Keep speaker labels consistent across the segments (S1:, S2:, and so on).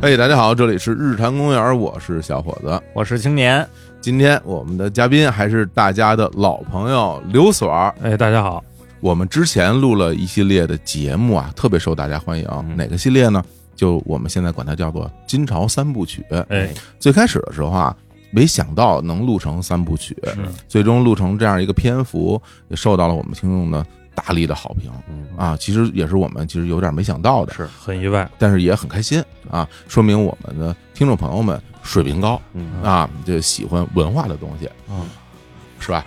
S1: 哎，大家好，这里是日坛公园，我是小伙子。
S2: 我是青年，
S1: 今天我们的嘉宾还是大家的老朋友刘所儿。
S3: 哎，大家好，
S1: 我们之前录了一系列的节目啊，特别受大家欢迎。哪个系列呢？就我们现在管它叫做《金朝三部曲》。
S2: 嗯
S3: 哎，
S1: 最开始的时候啊，没想到能录成三部曲，最终录成这样一个篇幅，也受到了我们听众的大力的好评
S2: 嗯
S1: 啊。其实也是我们其实有点没想到的，
S2: 是
S3: 很意外，
S1: 但是也很开心啊，说明我们的听众朋友们水平高
S2: 嗯
S1: 啊，就喜欢文化的东西，
S2: 嗯，
S1: 是 吧？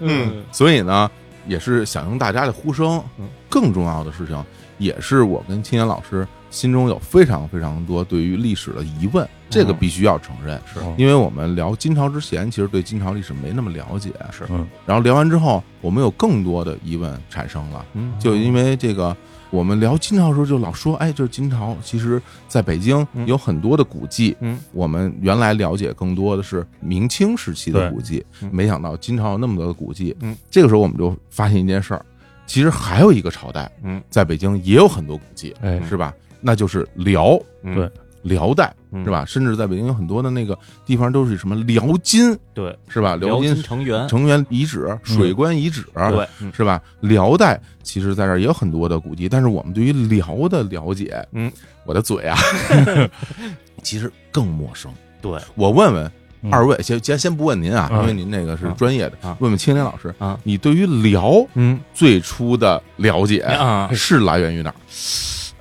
S1: 嗯，所以呢，也是响应大家的呼声
S2: 嗯。
S1: 更重要的事情，也是我跟青年老师心中有非常非常多对于历史的疑问，这个
S2: 嗯
S1: 必须要承认。
S2: 是
S1: 因为我们聊金朝之前，其实对金朝历史没那么了解，
S2: 是
S3: 嗯，
S1: 然后聊完之后，我们有更多的疑问产生了，
S2: 嗯
S1: 就因为这个，我们聊金朝的时候就老说，哎，这金朝其实在北京
S2: 嗯
S1: 有很多的古迹，
S2: 嗯，
S1: 我们原来了解更多的是明清时期的
S3: 对
S1: 古迹，
S2: 嗯
S1: 没想到金朝有那么多的古迹，
S2: 嗯，
S1: 这个时候我们就发现一件事儿，其实还有一个朝代，
S2: 嗯，
S1: 在北京也有很多古迹，
S3: 哎，
S1: 是吧？那就是辽，
S2: 嗯
S3: 对
S1: 辽代
S2: 嗯
S1: 是吧？甚至在北京有很多的那个地方都是什么辽金，
S2: 对，
S1: 是吧？
S2: 辽
S1: 金
S2: 金成员，
S1: 成员遗址、水关遗址，啊
S2: 对，
S1: 是吧？辽代其实在这儿也有很多的古迹，但是我们对于辽的了解，
S2: 嗯，
S1: 我的嘴 啊，其实更陌生。
S2: 对，
S1: 我问问
S3: 嗯
S1: 二位，先先先不问您啊，
S3: 嗯
S1: 因为您这个是专业的，
S2: 啊
S1: 问问青年老师
S2: 啊，
S1: 你对于辽
S2: 嗯
S1: 最初的了解
S2: 啊，
S1: 是来源于哪儿？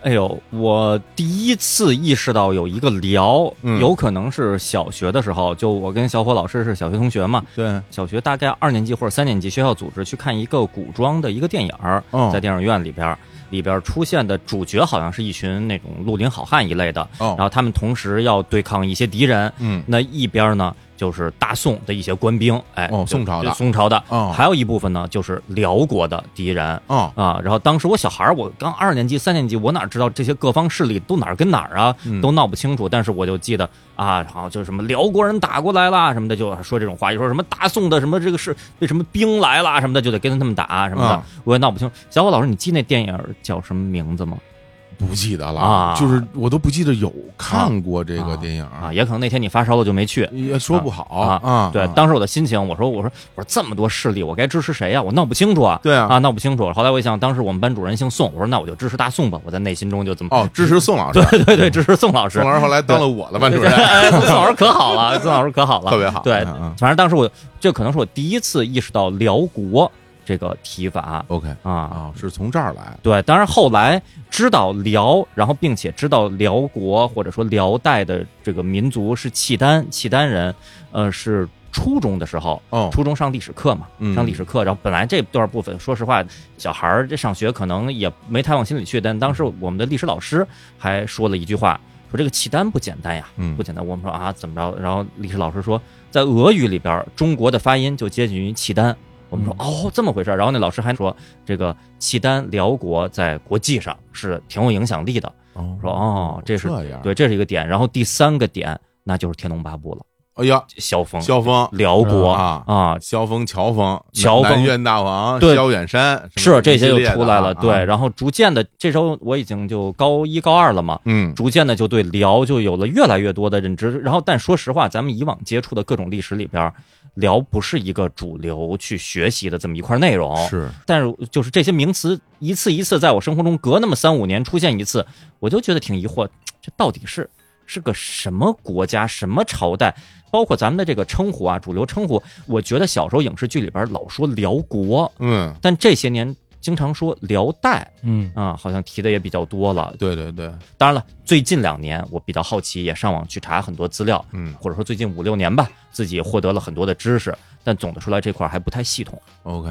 S2: 哎呦，我第一次意识到有一个辽，
S1: 嗯
S2: 有可能是小学的时候，就我跟小伙老师是小学同学嘛，
S1: 对，
S2: 小学大概二年级或者三年级，学校组织去看一个古装的一个电影儿，
S1: 哦
S2: 在电影院里边儿，里边儿出现的主角好像是一群那种绿林好汉一类的，然
S1: 哦，
S2: 后他们同时要对抗一些敌人，
S1: 嗯，
S2: 那一边儿呢就是大宋的一些官兵，哎，
S1: 哦
S2: 就
S1: 宋朝的
S2: 就宋朝的，
S1: 哦，
S2: 还有一部分呢就是辽国的敌人。
S1: 哦，
S2: 啊，然后当时我小孩儿，我刚二年级、三年级，我哪知道这些各方势力都哪儿跟哪儿啊，
S1: 嗯
S2: 都闹不清楚。但是我就记得啊，好就是什么辽国人打过来啦什么的，就说这种话，就说什么大宋的什么这个是为什么兵来啦什么的，就得跟他们打什么的，
S1: 啊
S2: 我也闹不清。小伙老师，你记那电影叫什么名字吗？
S1: 啊不记得了，
S2: 啊
S1: 就是我都不记得有看过这个电影
S2: 啊，，也可能那天你发烧了就没去。
S1: 也说不好
S2: 啊
S1: 啊。
S2: 对，当时我的心情，我说我说我说这么多势力，我该支持谁呀、我闹不清楚啊。
S1: 对啊，
S2: 啊，闹不清楚。后来我一想，当时我们班主任姓宋，我说那我就支持大宋吧。我在内心中就这么
S1: 哦，支持宋老师，
S2: 对对对，支持宋老师
S1: 宋。老师后来当了我的班主任，
S2: 哎宋老师可 好了，宋老师可好了，
S1: 特别好。
S2: 对
S1: 嗯嗯
S2: 反正当时我这可能是我第一次意识到“辽国”这个提法
S1: ，OK
S2: 啊。
S1: 啊，是从这儿来。
S2: 对，当然后来知道辽，然后并且知道辽国或者说辽代的这个民族是契丹，契丹人，呃，是初中的时候，
S1: 哦，
S2: 初中上历史课嘛，
S1: 嗯
S2: 上历史课，然后本来这段部分，说实话，小孩儿这上学可能也没太往心里去，但当时我们的历史老师还说了一句话，说这个契丹不简单呀，
S1: 嗯
S2: 不简单。我们说啊，怎么着？然后历史老师说，在俄语里边，中国的发音就接近于契丹。我
S1: 嗯
S2: 们说哦，这么回事儿。然后那老师还说，这个契丹辽国在国际上是挺有影响力的。
S1: 哦
S2: 说哦，这是
S1: 这样。，
S2: 对，这是一个点。然后第三个点，那就是《天龙八部》了，
S1: 哎呀，
S2: 萧峰，
S1: 萧峰
S2: 辽国
S1: 啊
S2: 啊，
S1: 萧峰、乔峰、
S2: 乔峰
S1: 南苑大王、
S2: 对
S1: 萧远山，
S2: 是这些
S1: 些
S2: 就出来了，对，
S1: 啊
S2: 然后逐渐的，这时候我已经就高一高二了嘛，
S1: 嗯，
S2: 逐渐的就对辽就有了越来越多的认知。然后，但说实话，咱们以往接触的各种历史里边，辽不是一个主流去学习的这么一块内容。
S1: 是
S2: 但是就是这些名词一次一次在我生活中隔那么三五年出现一次，我就觉得挺疑惑，这到底是是个什么国家、什么朝代？包括咱们的这个称呼啊，主流称呼，我觉得小时候影视剧里边老说辽国，
S1: 嗯，
S2: 但这些年经常说辽代
S3: 嗯，
S2: 啊，好像提的也比较多了。
S1: 对对对，
S2: 当然了，最近两年我比较好奇，也上网去查很多资料，
S1: 嗯
S2: 或者说最近五六年吧，自己也获得了很多的知识，但总的说来这块儿还不太系统。
S1: ，OK。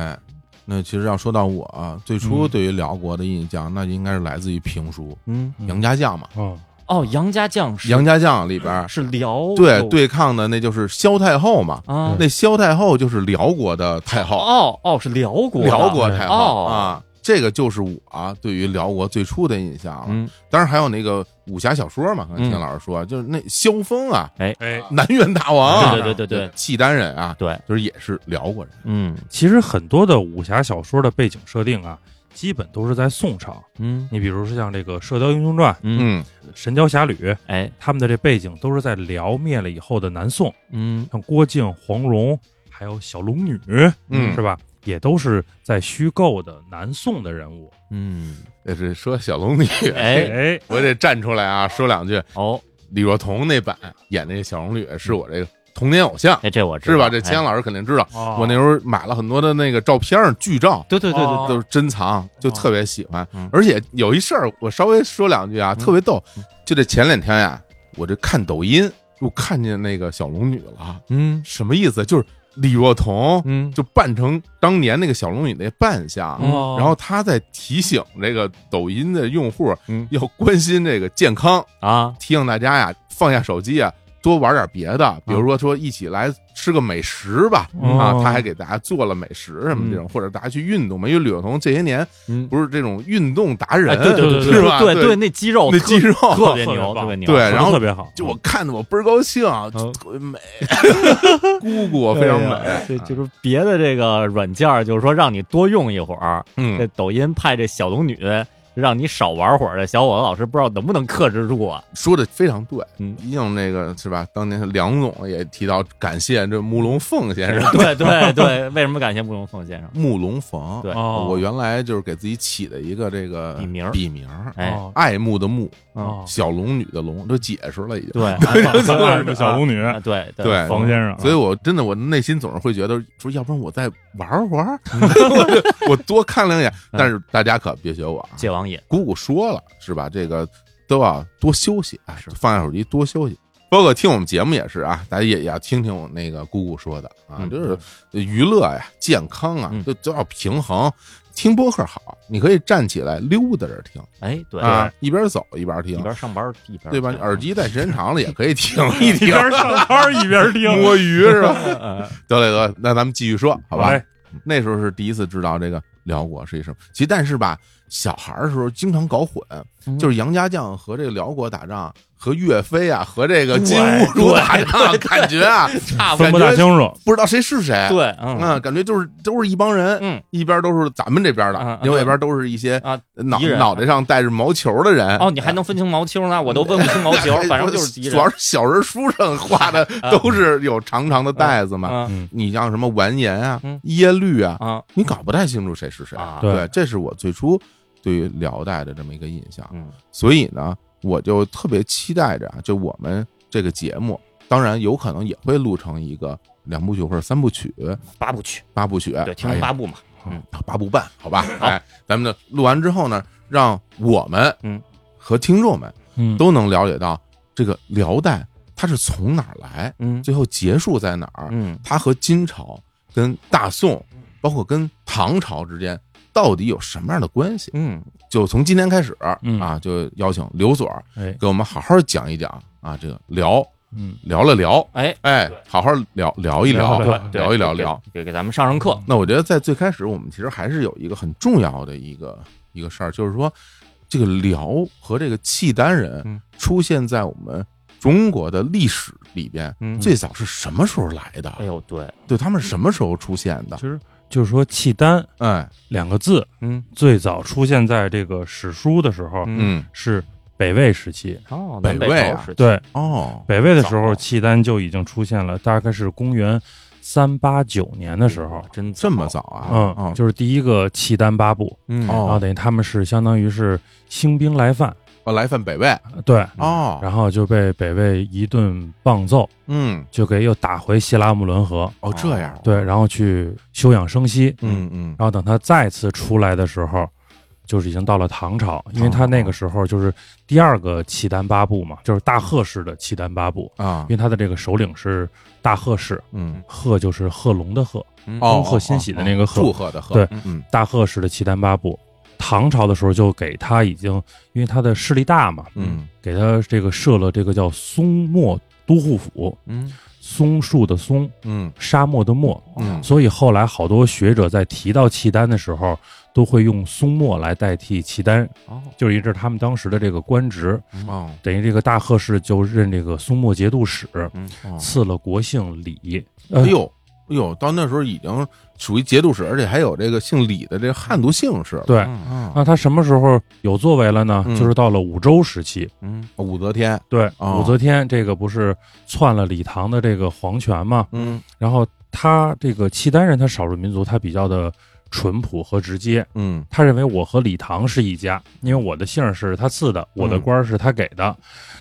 S1: 那其实要说到我啊最初
S3: 嗯
S1: 对于辽国的印象，那应该是来自于评书
S2: 嗯，
S1: 《
S3: 嗯
S1: 杨家将》嘛，
S3: 哦，
S2: 哦，杨家将
S1: 《
S2: 是
S1: 杨家将》里边
S2: 是哦辽
S1: 对对抗的那就是萧太后嘛，
S2: 啊，
S1: 那萧太后就是辽国的太后，
S2: 哦哦是辽国的
S1: 辽国太后、
S2: 哦
S1: 啊，这个就是我、啊对于辽国最初的印象了。
S2: 嗯
S1: 当然还有那个武侠小说嘛，刚才
S2: 嗯
S1: 听老师说，就是那萧峰啊，
S3: 哎，
S1: 南院大王啊、
S2: 对对对对对
S1: 契丹人啊，
S2: 对，
S1: 就是也是辽国人。
S2: 嗯
S3: 其实很多的武侠小说的背景设定啊，基本都是在宋朝。
S2: 嗯
S3: 你比如说像这个《射雕英雄传》
S2: 嗯，
S1: 嗯
S3: 《神雕侠侣》，
S2: 哎，
S3: 他们的这背景都是在辽灭了以后的南宋，
S2: 嗯
S3: 像郭靖、黄蓉，还有小龙女，
S1: 嗯
S3: 是吧？也都是在虚构的南宋的人物。
S2: 嗯，
S1: 这是说小龙女，
S2: 哎
S3: 哎，
S1: 我得站出来啊，说两句。
S2: 哦，
S1: 李若彤那版演那小龙女是我这个童年偶像，
S2: 哎，这我知道
S1: 是吧？这千
S2: 哎
S1: 阳老师肯定知道，
S3: 哦
S1: 我那时候买了很多的那个照片儿剧照，
S2: 对对对对
S3: 哦
S1: 都是珍藏，就
S3: 哦
S1: 特别喜欢
S2: 嗯。
S1: 而且有一事儿，我稍微说两句啊，特别逗
S2: 嗯。
S1: 就这前两天呀，我这看抖音，我看见那个小龙女了，
S2: 嗯
S1: 什么意思？就是李若彤
S2: 嗯，
S1: 就扮成当年那个小龙女那扮相，
S3: 哦
S1: 然后她在提醒这个抖音的用户
S2: 嗯
S1: 要关心这个健康，
S2: 啊，
S1: 提醒大家呀，放下手机啊。多玩点别的，比
S2: 嗯
S1: 如说说一起来吃个美食吧，
S3: 哦
S1: 啊，她还给大家做了美食什么这种，或者大家去运动嘛，因为李若彤这些年
S2: 嗯，
S1: 不是这种运动达人，
S2: 哎，对对对
S1: 是吧？
S2: 对对，那肌肉
S1: 那
S2: 特
S1: 肌肉
S2: 特别
S3: 特别
S2: 牛，
S3: 棒
S2: 特别牛，
S1: 对
S3: 说得
S1: 然后
S3: 特别好，
S1: 就我看的我倍儿高兴，
S2: 嗯
S1: 特别美，姑姑非常美，
S3: 嗯
S2: 对，就是别的这个软件儿，就是说让你多用一会儿。这
S1: 嗯，
S2: 抖音派这小龙女让你少玩会儿，这小伙子老师不知道能不能克制住 啊？
S1: 说的非常对，
S2: 嗯
S1: 毕竟那个是吧？当年梁总也提到感谢这慕容凤先生，
S2: 对对对，为什么感谢慕容凤先生？
S1: 慕容冯，
S2: 对
S3: 哦，
S1: 我原来就是给自己起的一个这个
S2: 笔名儿
S1: 笔名儿，
S2: 哎，
S3: 哦
S1: 爱慕的慕，
S3: 哦
S1: 小龙女的龙，都解释了已经，
S2: 对，
S3: 爱慕小龙女
S2: 啊对
S1: 对
S3: 冯先 生，啊
S1: 所以我真的我内心总是会觉得说，要不然我再玩玩 儿，我就我多看两眼。
S2: 嗯
S1: 但是大家可别学我啊！
S2: 界王爷，
S1: 姑姑说了是吧？这个都要多休息啊，放下手机多休息。包括听我们节目也是啊，大家也也要听听我那个姑姑说的啊，
S2: 嗯
S1: 就是娱乐呀、健康啊
S2: 嗯，
S1: 都都要平衡。听播客好，你可以站起来溜达着听
S2: 哎，对，
S1: 啊，一边走一边
S2: 一
S1: 听，
S2: 边上班一边
S1: 对吧？耳机戴时间长了也可以 听一
S3: 一
S1: 听，
S3: 边上班一边听，
S1: 摸鱼是吧？
S2: 呃，
S1: 得嘞得嘞，那咱们继续说，好吧？
S3: 哎
S1: 那时候是第一次知道这个辽国是一什么。其实但是吧，小孩儿的时候经常搞混，
S2: 嗯
S1: 就是杨家将和这个辽国打仗，和岳飞啊，和这个金兀
S2: 对
S1: 术
S2: 对
S1: 打仗，感觉啊，
S2: 差不
S1: 感
S3: 分不
S1: 觉
S3: 大清楚。
S1: 不知道谁是谁。
S2: 多，对，嗯
S1: 嗯，感觉就是都是一帮人，
S2: 嗯
S1: 一边都是咱们这边的
S2: 嗯，
S1: 另外一边都是一些
S2: 啊，
S1: 脑
S2: 敌人
S1: 脑袋上带着毛球的人。啊
S2: 哦，你还能分清毛球呢？我都分不清毛
S1: 哎
S2: 球，反正就是敌人
S1: 主要是小人书上画的
S2: 啊
S1: 都是有长长的带子嘛。
S2: 啊
S3: 嗯，
S1: 你像什么完颜啊
S2: 嗯、
S1: 耶律啊，
S2: 啊
S1: 你搞不太清楚谁是谁。
S2: 啊，
S3: 对
S1: 对，这是我最初对于辽代的这么一个印象。
S2: 嗯
S1: 所以呢，我就特别期待着啊，就我们这个节目，当然有可能也会录成一个两部曲或者三部曲、
S2: 八部曲，
S1: 八部曲，
S2: 对，听
S1: 哎呀
S2: 八部嘛，
S1: 八部半，好吧？哎，咱们呢录完之后呢，让我们
S2: 嗯
S1: 和听众们
S3: 嗯，
S1: 都能了解到这个辽代它是从哪儿来，
S2: 嗯
S1: 最后结束在哪儿，
S2: 嗯
S1: 它和金朝、跟大宋，包括跟唐朝之间到底有什么样的关系？
S2: 嗯，
S1: 就从今天开始
S3: 嗯
S1: 啊，就邀请刘所儿
S3: 哎，
S1: 给我们好好讲一讲啊，这个聊
S3: 嗯，
S1: 聊了聊，
S2: 哎，
S1: 哎，好好聊聊一
S3: 聊
S1: 聊
S3: 了，
S2: 对，对
S1: 聊一聊聊。，嗯
S2: 给给给咱们上上课，
S1: 那我觉得在最开始，我们其实还是有一个很重要的一个一个事儿，就是说这个辽和这个契丹人
S2: 嗯
S1: 出现在我们中国的历史里边，
S2: 嗯
S1: 最早是什么时候来
S2: 哎
S1: 的？
S2: 呦，对，
S1: 对他们是什么时候出现的
S3: 其？实就是说“契丹
S1: 哎，”
S3: 两个字
S2: 嗯
S3: 最早出现在这个史书的时候
S2: 嗯，
S1: 嗯，
S3: 是北魏时期。
S2: 哦，
S1: 北
S2: 南
S1: 魏
S2: 朝
S1: 啊
S2: 时期，
S3: 对，
S1: 哦，
S3: 北魏的时候，
S2: 早
S3: 契丹就已经出现了，大概是公元三八九年的时候
S2: 哇。真
S1: 这么早啊？
S3: 嗯，就是第一个契丹八部，
S2: 嗯
S1: 哦
S3: 然后等于他们是相当于是兴兵来犯，
S1: 哦，来犯北魏
S3: 对，
S1: 哦，
S3: 嗯然后就被北魏一顿棒揍，
S1: 嗯，
S3: 就给又打回西拉木伦河，
S1: 哦，这样，
S3: 对，然后去休养生息，
S1: 嗯嗯
S3: 然后等他再次出来的时候，就是已经到了唐朝，因为他那个时候就是第二个契丹八部嘛，就是大贺氏的契丹八部，
S1: 啊
S3: 因，为他的这个首领是大贺氏，
S1: 嗯，
S3: 贺就是贺龙的贺，
S2: 嗯
S1: 哦
S3: 恭贺新喜的那个贺
S1: 祝贺的贺，
S3: 对
S1: 嗯，
S3: 大贺氏的契丹八部。唐朝的时候就给他已经，因为他的势力大嘛，
S1: 嗯，
S3: 给他这个设了这个叫松漠都护府，
S2: 嗯
S3: 松树的松，
S1: 嗯
S3: 沙漠的漠，
S1: 嗯
S3: 所以后来好多学者在提到契丹的时候，都会用松漠来代替契丹，
S2: 哦
S3: 就是一致他们当时的这个官职，
S1: 嗯，哦，
S3: 等于这个大贺氏就任这个松漠节度使，
S1: 哦
S3: 赐了国姓李。
S1: 哎
S3: 呃，
S1: 呦，哎呦，到那时候已经属于节度使，而且还有这个姓李的这个汉族姓氏了。
S3: 对，
S2: 嗯
S1: 啊，
S3: 那他什么时候有作为了呢？
S1: 嗯
S3: 就是到了武周时期。
S2: 嗯
S1: 武则天，
S3: 对，
S1: 哦
S3: 武则天这个不是篡了李唐的这个皇权嘛？
S1: 嗯
S3: 然后他这个契丹人，他少数民族，他比较的淳朴和直接。
S1: 嗯
S3: 他认为我和李唐是一家，因为我的姓儿是他赐的，我的
S1: 嗯
S3: 官儿是他给的。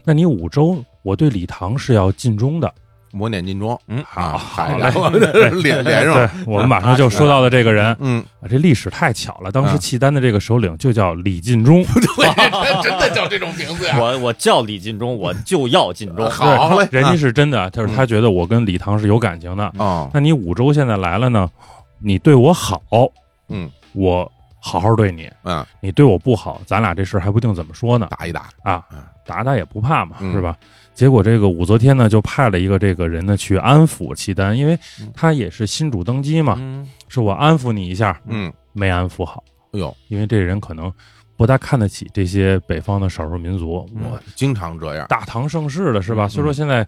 S3: 那你武周，我对李唐是要尽忠的。
S1: 抹脸尽忠，
S2: 嗯
S1: 啊，
S3: 好
S1: 好
S3: 嘞
S1: 嘞， 我这脸脸上
S3: 对
S1: 了，，
S3: 我们马上就说到了这个人。
S1: 嗯，
S3: 啊这历史太巧了，当时
S1: 嗯
S3: 契丹的这个首领就叫李尽忠。
S1: 对，真的叫这种名字呀？
S2: 我我叫李尽忠，我就要尽忠。
S1: 好嘞，嗯
S3: 人家是真的，就是他觉得我跟李唐是有感情的。
S1: 啊，
S3: 那你五周现在来了呢，你对我好，
S1: 嗯，
S3: 我好好对你，
S1: 嗯，
S3: 你对我不好，咱俩这事儿还不定怎么说呢
S1: 打一打，
S3: 啊
S1: 嗯，
S3: 打打也不怕嘛，
S1: 嗯
S3: 是吧？结果这个武则天呢，就派了一个这个人呢去安抚契丹，因为
S1: 嗯
S3: 他也是新主登基嘛，
S2: 嗯
S3: 说我安抚你一下，
S1: 嗯，
S3: 没安抚好，
S1: 哎呦，
S3: 因为这人可能不大看得起这些北方的少数民族，我
S1: 我经常这样，
S3: 大唐盛世了是吧？
S1: 嗯
S3: 虽说现在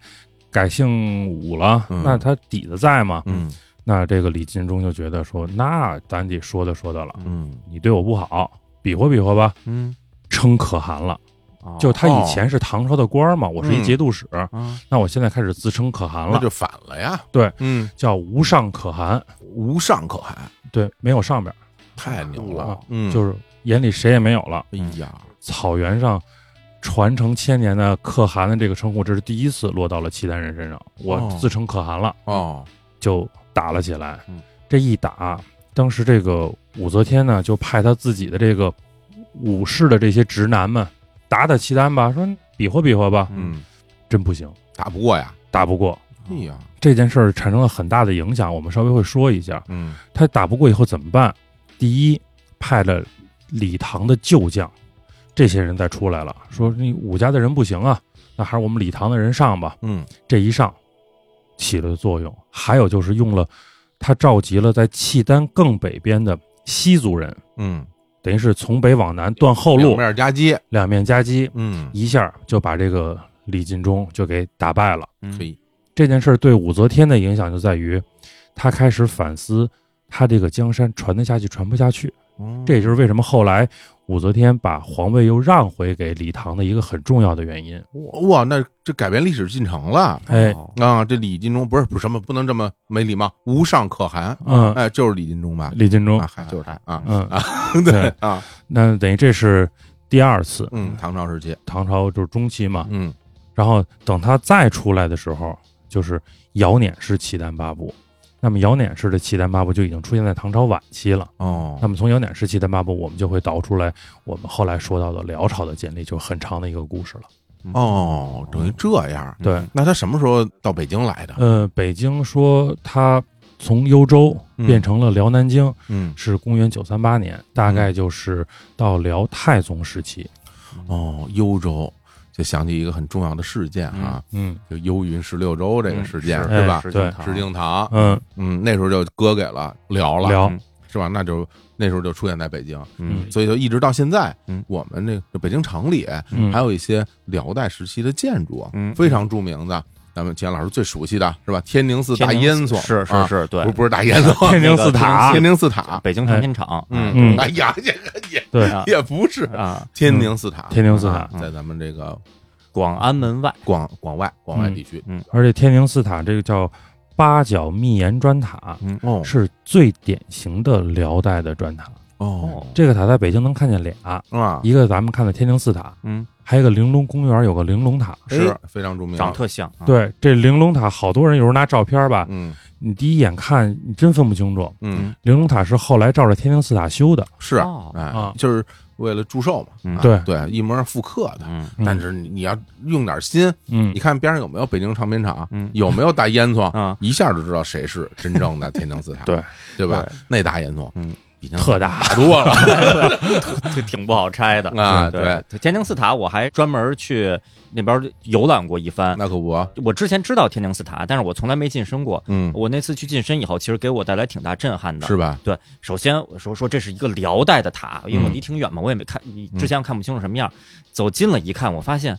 S3: 改姓武了，
S1: 嗯
S3: 那他底子在嘛？
S1: 嗯
S3: 那这个李进忠就觉得说，那咱得说道说道了，
S1: 嗯
S3: 你对我不好，比划比划吧。
S2: 嗯，
S3: 称可汗了，
S2: 哦
S3: 就他以前是唐朝的官儿嘛，我是一节度使，
S2: 啊
S3: 那我现在开始自称可汗
S1: 哦嗯那
S3: 了，
S1: 就反了呀，
S3: 对，
S1: 嗯，
S3: 叫无上可汗，
S1: 无上可汗，
S3: 对，没有上边儿，
S1: 太牛了
S3: 啊，
S1: 嗯，
S3: 就是眼里谁也没有了。
S1: 哎呀，
S3: 草原上传承千年的可汗的这个称呼，这是第一次落到了契丹人身上，我
S1: 哦
S3: 自称可汗了。
S1: 哦，
S3: 就打了起来
S2: 嗯。
S3: 这一打，当时这个武则天呢，就派他自己的这个武士的这些直男们打打契丹吧，说比划比划吧，
S1: 嗯，
S3: 真不行，
S1: 打不过呀，
S3: 打不过。
S1: 哎呀，
S3: 这件事儿产生了很大的影响，我们稍微会说一下。
S1: 嗯，
S3: 他打不过以后怎么办？第一，派了李唐的旧将，这些人再出来了，说你武家的人不行啊，那还是我们李唐的人上吧。
S1: 嗯，
S3: 这一上起了作用。还有就是用了，他召集了在契丹更北边的西族人，
S1: 嗯，
S3: 等于是从北往南断后
S1: 两
S3: 路，
S1: 面夹击，
S3: 两面夹击，
S1: 嗯，
S3: 一下就把这个李进忠就给打败了。
S1: 可以，
S3: 这件事儿对武则天的影响就在于，他开始反思他这个江山传得下去传不下去。
S1: 哦
S3: 这也就是为什么后来武则天把皇位又让回给李唐的一个很重要的原因。
S1: 哇，那这改变历史进程了。
S3: 哎，
S2: 哦
S1: 啊，这李进忠不是不是什么，不能这么没礼貌，无上可汗，
S3: 嗯，
S1: 哎，就是李进忠吧？
S3: 李进忠
S1: 啊，，还
S2: 哎
S1: 就是他啊，
S3: 嗯，
S1: 对啊，
S3: 那等于这是第二次，
S1: 嗯，唐朝时期，
S3: 唐朝就是中期嘛。
S1: 嗯，
S3: 然后等他再出来的时候，就是尧辇氏契丹八部。那么尧辇氏的契丹八部就已经出现在唐朝晚期了。
S1: 哦
S3: 那，么从尧辇氏契丹八部，我们就会导出来我们后来说到的辽朝的建立，就很长的一个故事了。
S1: 哦，等于这样。
S3: 对，
S1: 那他什么时候到北京来的？
S3: 呃，北京说他从幽州变成了辽南京，
S1: 嗯，
S3: 是公元九三八年，大概就是到辽太宗时期。
S1: 哦，幽州，就想起一个很重要的事件哈，
S3: 嗯
S1: 就幽云十六州这个事件
S2: 嗯
S3: 是
S1: 是吧
S3: 哎？
S2: 对
S3: 对，
S1: 石敬瑭，
S3: 嗯，
S1: 嗯，那时候就割给了辽了，
S3: 辽
S2: 嗯
S1: 是吧？那就那时候就出现在北京，
S2: 嗯
S1: 所以就一直到现在
S2: 嗯，
S1: 我们这个北京城里
S3: 嗯
S1: 还有一些辽代时期的建筑，
S2: 嗯
S1: 非常著名的，咱们钱老师最熟悉的是吧？天宁寺
S2: 天
S1: 大
S2: 宁
S1: 烟
S2: 寺
S1: 囱
S2: 嗯是
S1: 啊
S2: 是是，对
S1: 不，不是大烟 囱，
S3: 天宁寺
S1: 那
S3: 塔
S1: 个 天宁寺塔，
S2: 北京
S3: 哎
S2: 长天厂，
S1: 嗯，
S3: 嗯
S1: 哎呀，也也
S3: 对，
S2: 啊
S1: 也不是
S2: 啊，
S1: 天宁寺塔，
S3: 天宁寺塔
S1: 啊在咱们这个
S2: 广安门外，
S1: 广广外广
S2: 嗯
S1: 外地区，
S3: 而且天宁寺塔这个叫八角密檐砖塔，
S2: 嗯
S1: 哦
S3: 是最典型的辽代的砖塔。
S1: 哦
S3: 这个塔在北京能看见俩，
S2: 哦
S1: 啊，
S3: 一个咱们看的天宁寺塔，
S2: 嗯，
S3: 还有一个玲珑公园有个玲珑塔。
S1: 是非常著名，
S2: 长得特像，啊，
S3: 对，这玲珑塔好多人有时候拿照片吧，
S1: 嗯
S3: 你第一眼看你真分不清楚。
S1: 嗯
S3: 玲珑塔是后来照着天宁寺塔修的，
S1: 是
S2: 哦，
S1: 哎
S3: 啊，
S1: 就是为了祝寿嘛
S2: 嗯，
S1: 啊
S3: 对
S1: 对，一模复刻的。
S2: 嗯
S3: 嗯
S1: 但是你你要用点心，
S3: 嗯
S1: 你，看边上有没有北京唱片厂，
S2: 嗯
S1: 有没有大烟囱，
S2: 啊，
S1: 一下就知道谁是真正的天宁寺塔，
S2: 对
S1: 对吧
S2: 对？
S1: 那大烟囱，
S2: 嗯，
S1: 已经
S3: 特大。
S1: 大多了
S2: 这挺不好拆的
S1: 啊
S2: 对，天宁寺塔我还专门去那边游览过一番。
S1: 那可不，
S2: 我之前知道天宁寺塔，但是我从来没近身过。
S1: 嗯，
S2: 我那次去近身以后，其实给我带来挺大震撼的。
S1: 是吧？
S2: 对，首先我说说这是一个辽代的塔，因
S1: 嗯
S2: 为我离挺远嘛，我也没看，之前看不清楚什么样。走近了一看，我发现，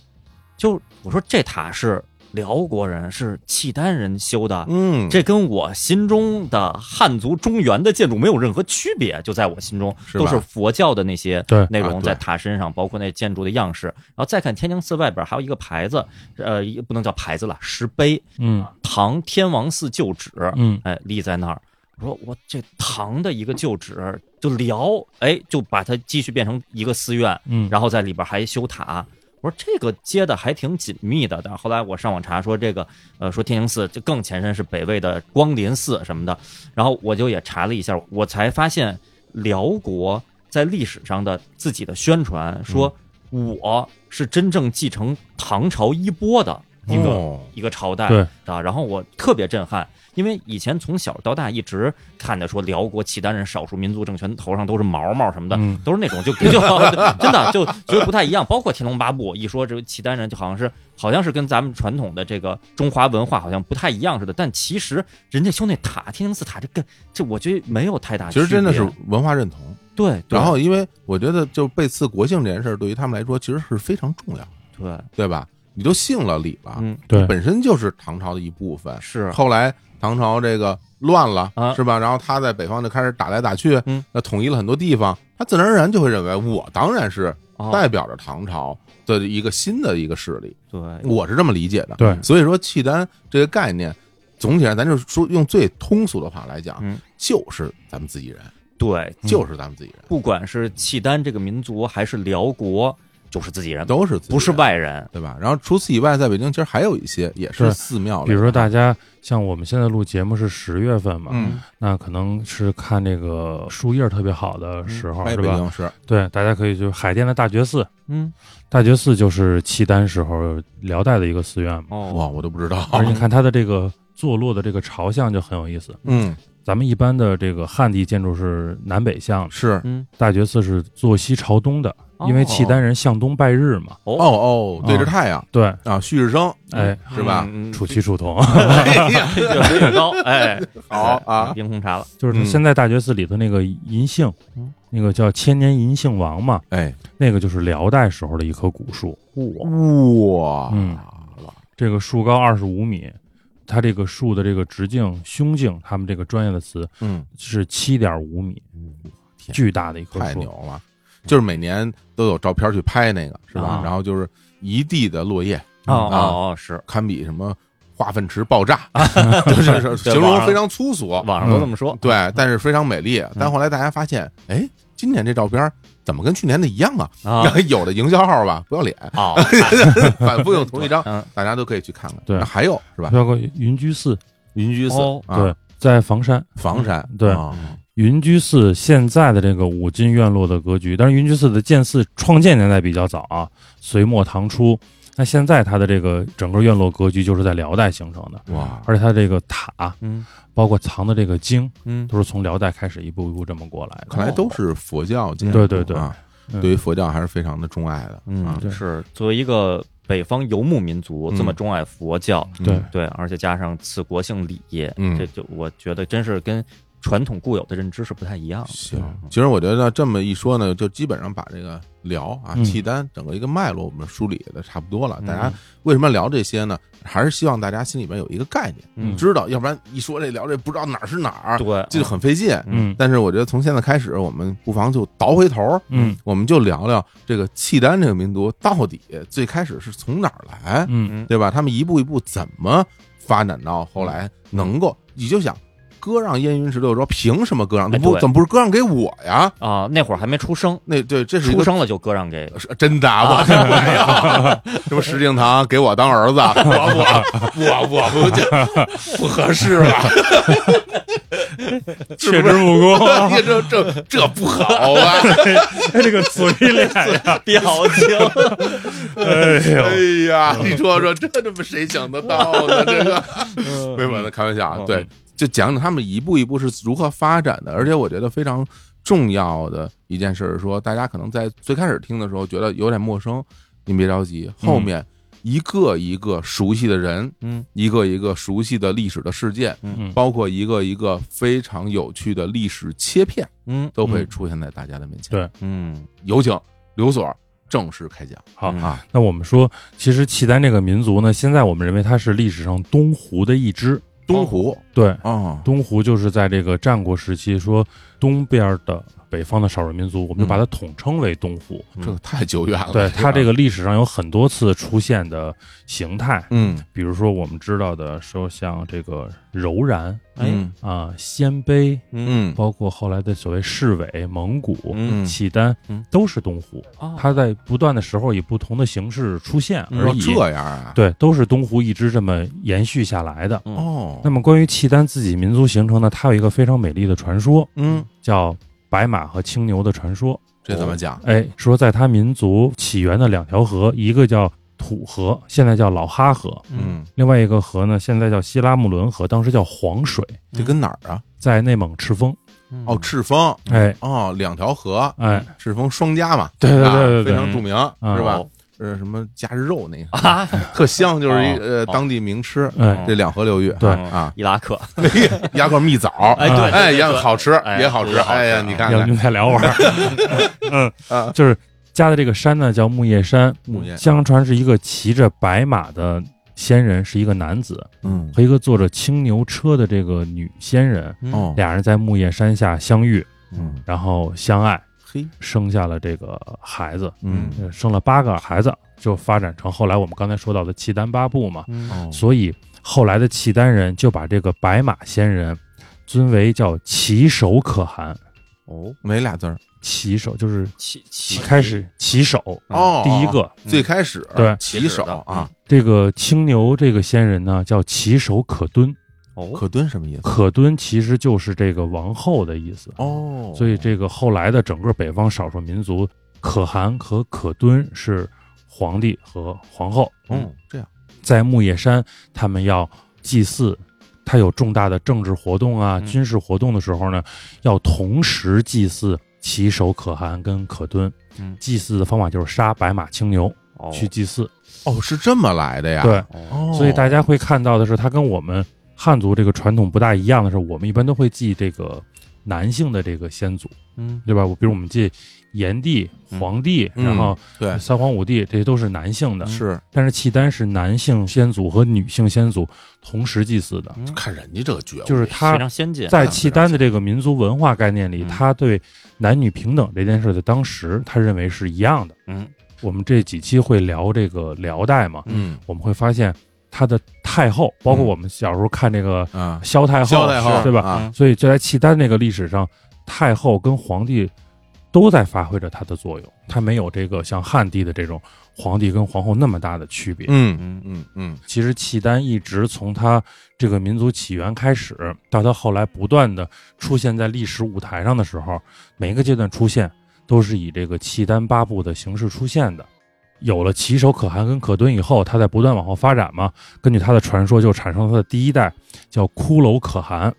S2: 就我说这塔是辽国人是契丹人修的，
S1: 嗯，
S2: 这跟我心中的汉族中原的建筑没有任何区别，就在我心中
S1: 是吧
S2: 都是佛教的那些
S3: 对
S2: 内
S1: 啊
S2: 容
S1: 对
S2: 在塔身上，包括那建筑的样式。然后再看天津寺外边还有一个牌子，呃，也不能叫牌子了，石碑，
S3: 嗯
S2: 唐天王寺旧址，
S3: 嗯，
S2: 哎，立在那儿。我说我这唐的一个旧址就辽，哎，就把它继续变成一个寺院，
S3: 嗯
S2: 然后在里边还修塔。我说这个接的还挺紧密的，但后来我上网查说这个，呃，说天宁寺就更前身是北魏的光临寺什么的，然后我就也查了一下，我才发现辽国在历史上的自己的宣传说我是真正继承唐朝衣钵的一个
S1: 哦
S2: 一个朝代，
S3: 对
S2: 啊，然后我特别震撼，因为以前从小到大一直看的说辽国契丹人少数民族政权头上都是毛毛什么的，
S3: 嗯
S2: 都是那种就 就真的就觉得不太一样。包括《天龙八部》一说这个契丹人，就好像是好像是跟咱们传统的这个中华文化好像不太一样似的，但其实人家修那塔天宁寺塔，这跟这我觉得没有太大区
S1: 其
S2: 别。
S1: 实真的是文化认同。
S2: 对，对
S1: 然后，因为我觉得就背刺国姓这件事儿，对于他们来说其实是非常重要，
S2: 对，
S1: 对吧？你都姓了李了，
S2: 嗯，
S3: 对，
S1: 本身就是唐朝的一部分。
S2: 是
S1: 后来唐朝这个乱了，
S2: 啊
S1: 是吧？然后他在北方就开始打来打去，
S2: 嗯
S1: 那统一了很多地方，他自然而然就会认为我当然是
S2: 哦
S1: 代表着唐朝的一个新的一个势力，
S2: 对，
S1: 我是这么理解的。
S3: 对
S1: 所以说契丹这个概念，总体上咱就说用最通俗的话来讲，
S2: 嗯
S1: 就是咱们自己人，
S2: 对，
S1: 就是咱们自己人，
S2: 不管是契丹这个民族还是辽国，就是自己人，
S1: 都是自己人
S2: 不是外人。
S1: 对吧？然后除此以外，在北京其实还有一些也是
S3: 对
S1: 寺庙类的，
S3: 比如说大家像我们现在录节目是十月份嘛，
S1: 啊嗯，
S3: 那可能是看这个树叶特别好的时候，
S1: 哎
S3: 是
S1: 北
S3: 吧？
S1: 京是
S3: 对，大家可以去海淀的大觉寺，
S2: 嗯，
S3: 大觉寺就是契丹时候辽代的一个寺院嘛。
S1: 哇，
S2: 哦，
S1: 我都不知道，
S3: 而且你看它的这个坐落的这个朝向就很有意思。
S1: 嗯，
S3: 咱们一般的这个汉地建筑是南北向，
S1: 是
S2: 嗯，
S3: 大觉寺是坐西朝东的，
S2: 哦
S3: 因为契丹人向东拜日嘛。
S1: 哦哦，对着太阳
S3: 对，
S1: 啊，旭日升，
S3: 哎，
S1: 是吧？
S2: 嗯？嗯
S3: 楚西楚同，
S1: 哎呀
S2: 有点高， 哎，
S1: 好
S2: 哎
S1: 啊
S2: 冰红茶了，
S3: 就是它现在大觉寺里头那个银杏
S2: 嗯，
S3: 那个叫千年银杏王嘛，
S1: 哎，
S3: 那个就是辽代时候的一棵古树。
S1: 哇，
S3: 嗯这个树高二十五米，它这个树的这个直径、胸径，他们这个专业的词
S1: 嗯，
S3: 是七点五米，
S1: 天
S3: 巨大的一棵
S1: 太牛
S3: 树。
S1: 了！就是每年都有照片去拍那个，是吧
S2: 啊？
S1: 然后就是一地的落叶，
S2: 哦
S1: 啊
S2: 哦哦，是
S1: 堪比什么化粪池爆炸， 就是 是
S2: 啊对
S1: 形
S2: 网
S1: 容
S2: 上
S1: 非常粗俗，
S2: 网上都嗯这么说，
S1: 对，但是非常美丽。但后来大家发现，哎，今年这照片怎么跟去年的一样啊？
S2: 啊，
S1: 有的营销号吧不要脸，
S2: 哦，
S1: 反复用同一张，
S2: 嗯，
S1: 大家都可以去看看。
S3: 对
S1: 那还有是吧？
S3: 叫个云居寺，
S1: 云居寺
S2: 哦
S1: 啊，
S3: 对，在房山。
S1: 房山
S2: 嗯
S3: 对
S1: 啊
S3: 云居寺现在的这个五进院落的格局，但是云居寺的建寺创建年代比较早啊，隋末唐初。那现在它的这个整个院落格局就是在辽代形成的，
S1: 哇，
S3: 而且它这个塔，
S2: 嗯
S3: 包括藏的这个经，
S2: 嗯，
S3: 都是从辽代开始一步一步这么过来的。
S1: 看来都是佛教建筑
S3: 对对对
S1: 啊
S3: 嗯
S1: 对于佛教还是非常的钟爱的。啊
S2: 嗯，
S3: 对
S2: 是作为一个北方游牧民族，这么钟爱佛教，
S3: 对
S1: 嗯
S2: 对，而且加上此国姓李，
S1: 嗯
S2: 这就我觉得真是跟传统固有的认知是不太一样的。嗯
S1: 行，
S3: 嗯
S1: 其实我觉得这么一说呢，就基本上把这个辽啊、
S3: 嗯
S1: 契丹整个一个脉络我们梳理的差不多了。
S2: 嗯
S1: 大家为什么聊这些呢？还是希望大家心里边有一个概念，
S2: 嗯
S1: 知道，要不然一说这聊这不知道哪儿是哪儿，
S2: 对，
S1: 这就啊很费劲。
S3: 嗯
S1: 但是我觉得从现在开始，我们不妨就倒回头，
S3: 嗯
S1: 我们就聊聊这个契丹这个民族到底最开始是从哪儿来，
S3: 嗯
S1: 对吧？他们一步一步怎么发展到后
S2: 嗯
S1: 来能够，你就想割让燕云十六州，凭什么割让？
S2: 哎
S1: 不
S2: 对
S1: 怎么不是割让给我呀？
S2: 啊，那会儿还没出生，
S1: 那对，这是一
S2: 出
S1: 个
S2: 生了就割 让给
S1: 是真的啊，我我没有， 什么石敬瑭给我当儿子， 我我我我不就不合适吧？
S3: 却之不恭，
S1: 你这这这不好啊！
S2: 哎
S3: 这个嘴脸呀，
S2: 表情，
S3: 哎
S1: 哎
S3: 呦，
S1: 呀，你说说这他妈谁想得到呢？这个 没有没有，开玩笑啊，
S2: 嗯
S1: 对，就讲讲他们一步一步是如何发展的，而且我觉得非常重要的一件事是说，大家可能在最开始听的时候觉得有点陌生，您别着急，后面一个一个熟悉的人，
S2: 嗯，
S1: 一个一个熟悉的历史的事件，
S3: 嗯
S1: 包括一个一个非常有趣的历史切片，
S2: 嗯
S1: 都会出现在大家的面前。
S3: 对
S2: 嗯
S1: 有请刘所正式开讲。
S3: 好
S1: 啊，
S3: 那我们说，其实契丹这个民族呢，现在我们认为它是历史上东胡的一支。
S1: 东湖
S3: 对，
S1: 啊，
S3: 东胡就是在这个战国时期说东边的北方的少数民族，我们就把它统称为东胡。
S1: 这个太久嗯远了。
S3: 对它这
S1: 个，
S3: 个历史上有很多次出现的形态，
S1: 嗯
S3: 比如说我们知道的说像这个柔然
S2: 哎，
S1: 嗯
S3: 啊、鲜卑，
S1: 嗯
S3: 包括后来的所谓市委、蒙古、
S1: 嗯，
S3: 契丹
S2: 嗯，
S3: 都是东胡。
S2: 哦
S3: 它在不断的时候以不同的形式出现而
S1: 哦
S3: 已。
S1: 这样啊，，
S3: 对，都是东胡一支这么延续下来的。
S1: 哦，
S3: 那么关于契丹自己民族形成呢，它有一个非常美丽的传说，
S1: 嗯，
S3: 叫白马和青牛的传说。
S1: 这怎么讲？
S3: 哎，说在它民族起源的两条河，一个叫土河，现在叫老哈河；
S1: 嗯，
S3: 另外一个河呢，现在叫西拉木伦河，当时叫黄水，
S1: 这跟哪儿啊？
S3: 在内蒙赤峰。
S2: 嗯
S1: 哦，赤峰，
S3: 哎
S1: 哦，两条河，
S3: 哎，
S1: 赤峰双家嘛，
S3: 对对对
S1: 啊
S3: 对对
S1: 非
S3: 对
S1: 常著名，是吧
S2: 哦？
S1: 呃，什么夹肉那个
S2: 啊，
S1: 特香，就是一
S2: 哦
S1: 呃
S2: 哦
S1: 当地名吃。
S3: 哎
S1: 这两河流域，
S3: 对
S1: 啊，
S2: 嗯 伊拉克，
S1: 鸭块蜜枣，
S2: 哎对对
S1: 哎，
S2: 对
S1: 也
S2: 对
S1: 好吃，
S2: 哎
S1: 也好吃，
S2: 也好吃
S1: 哎呀，
S2: 啊
S1: 你看
S3: 要不
S1: 看
S3: 您再聊 会儿。
S1: 啊
S3: 嗯，就是加的这个山呢叫木叶山，
S1: 木叶
S3: 相传是一个骑着白马的仙人，是一个男子，
S1: 嗯，
S3: 和一个坐着青牛车的这个女仙人，
S1: 哦，
S3: 俩人在木叶山下相遇，
S1: 嗯，
S3: 然后相爱，
S1: 嘿，
S3: 生下了这个孩子，
S1: 嗯，
S3: 呃生了八个孩子，就发展成后来我们刚才说到的契丹八部嘛。
S2: 嗯
S1: 哦，
S3: 所以后来的契丹人就把这个白马仙人尊为叫骑手可汗，
S2: 哦，
S1: 没俩字儿，
S3: 骑手就是
S2: 起起
S3: 开始骑手，
S1: 哦，
S3: 第一个
S1: 最开始
S3: 嗯对
S1: 骑手啊，
S3: 这个青牛这个仙人呢叫骑手可敦，
S2: 哦，
S1: 可敦什么意思？
S3: 可敦其实就是这个王后的意思。
S1: 哦，
S3: 所以这个后来的整个北方少数民族，可汗和可敦是皇帝和皇后。
S2: 嗯
S1: 哦，这样，
S3: 在木叶山，他们要祭祀，他有重大的政治活动啊、
S2: 嗯
S3: 军事活动的时候呢，要同时祭祀旗手可汗跟可敦。
S2: 嗯
S3: 祭祀的方法就是杀白马、青牛
S2: 哦
S3: 去祭祀。
S1: 哦，是这么来的呀？，
S3: 对，
S2: 哦，
S1: 哦，
S3: 所以大家会看到的是，它跟我们汉族这个传统不大一样的是，我们一般都会祭这个男性的这个先祖。
S2: 嗯，
S3: 对吧？我比如我们这炎帝、黄帝，
S1: 嗯
S3: 然后
S1: 对
S3: 三皇五帝，这些都是男性的。
S1: 是
S3: 但是契丹是男性先祖和女性先祖同时祭祀的，
S1: 看人家这个觉悟，
S3: 就是
S2: 非
S3: 他
S2: 常先进，
S3: 在契丹的这个民族文化概念里，
S2: 嗯
S3: 他对男女平等这件事，在当时他认为是一样的。
S2: 嗯，
S3: 我们这几期会聊这个辽代嘛，
S1: 嗯
S3: 我们会发现他的太后，包括我们小时候看这个
S1: 啊，
S3: 萧太后，
S1: 嗯萧太后
S3: 对吧？
S1: 啊，
S2: 嗯
S3: 所以就在契丹这个历史上，太后跟皇帝都在发挥着它的作用，它没有这个像汉帝的这种皇帝跟皇后那么大的区别。
S1: 嗯
S2: 嗯，
S1: 嗯嗯
S3: 其实契丹一直从它这个民族起源开始，到它后来不断的出现在历史舞台上的时候，每一个阶段出现都是以这个契丹八部的形式出现的。有了骑手可汗跟可敦以后，它在不断往后发展嘛，根据它的传说就产生了它的第一代叫骷髅可汗。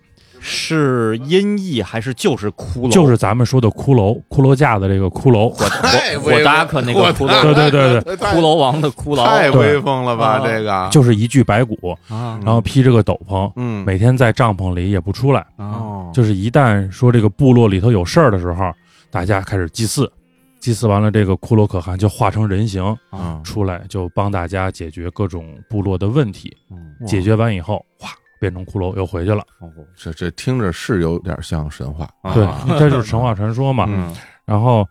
S2: 是音译还是就是骷髅？
S3: 就是咱们说的骷髅，骷髅架的这个骷髅。
S2: 火
S1: 太
S2: 火火达克那个骷髅，
S3: 对对对
S1: 对，哎太
S2: 骷髅王的骷
S1: 太
S2: 髅，
S1: 威风了吧？
S2: 对
S1: 这个
S3: 啊就是一具白骨，
S2: 啊
S3: 然后披着个斗篷，
S1: 嗯，
S3: 每天在帐篷里也不出来。
S2: 啊，
S1: 哦，
S3: 就是一旦说这个部落里头有事儿的时候，大家开始祭祀，祭祀完了，这个骷髅可汗就化成人形
S1: 啊，
S3: 出来，就帮大家解决各种部落的问题。
S2: 嗯
S1: 哇
S3: 解决完以后，哗，变成骷髅又回去了。
S2: 哦
S1: 这这听着是有点像神话，
S2: 啊
S3: 对，这就是神话传说嘛。
S1: 嗯
S3: 然后，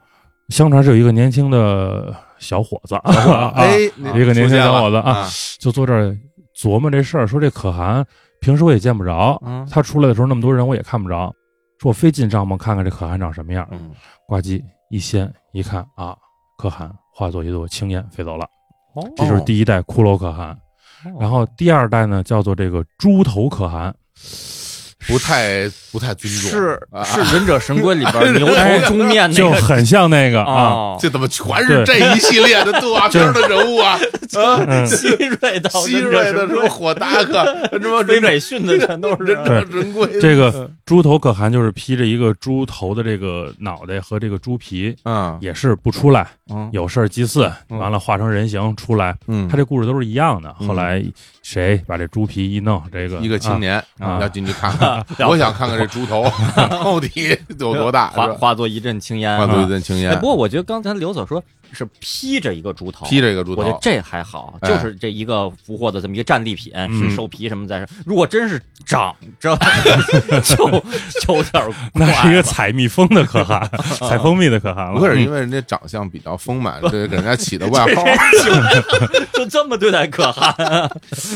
S3: 相传是有一个年轻的小伙子，
S1: 哎，
S3: 一个年轻小伙
S1: 我
S3: 子
S1: 的
S3: 啊，就坐这儿琢磨这事儿，说这可汗平时我也见不着，
S2: 嗯
S3: 他出来的时候那么多人我也看不着，说我非进帐篷看看这可汗长什么样。
S2: 嗯
S3: 呱唧一掀一看啊，可汗化作一朵青烟飞走了，
S2: 哦
S3: 这就是第一代骷髅可汗。然后第二代呢，叫做这个猪头可汗，
S1: 不太不太尊重，
S2: 是
S1: 啊
S2: 是《忍者神龟》里 边牛头中面那
S3: 就
S2: 个
S3: 很像那 个啊，
S2: 哦，
S1: 这怎么全是这一系列的动画片的人物 啊？啊，
S3: 嗯，
S2: 希瑞到
S1: 希瑞的
S2: 忍者神
S1: 什么
S2: 龟
S1: 火达克，什么
S2: 北
S1: 忍者
S2: 美训的全都是
S1: 忍者神龟，
S3: 这个
S2: 嗯
S3: 猪头可汗就是披着一个猪头的这个脑袋和这个猪皮，
S1: 啊，
S3: 也是不出来，
S2: 嗯
S3: 有事儿祭祀，完了化成人形出来，
S1: 嗯
S3: 他这故事都是一样的。
S1: 嗯
S3: 后来谁把这猪皮一弄，这个
S1: 一个青
S3: 啊
S1: 年
S3: 啊
S1: 要进去看看，我想看看这猪头 到底有多大，
S2: 化
S1: 是吧
S2: 化作一阵青烟
S1: 化
S2: 啊。
S1: 作一阵青烟
S2: 哎哎，不。过我觉得刚才刘所说是披着一个猪头，
S1: 披着一个猪头，
S2: 我觉得这还好，
S1: 哎嗯
S2: 就是这一个俘获的这么一个战利品，是兽皮什么在这。如果真是长着， 就就有点儿怪
S3: 啊那
S2: 了
S3: 是一个 采蜜蜂的 可汗，采蜂蜜的可汗了。嗯
S1: 不是因为人家长相比较丰满，这给人家起的外号
S2: 就这么对待可汗。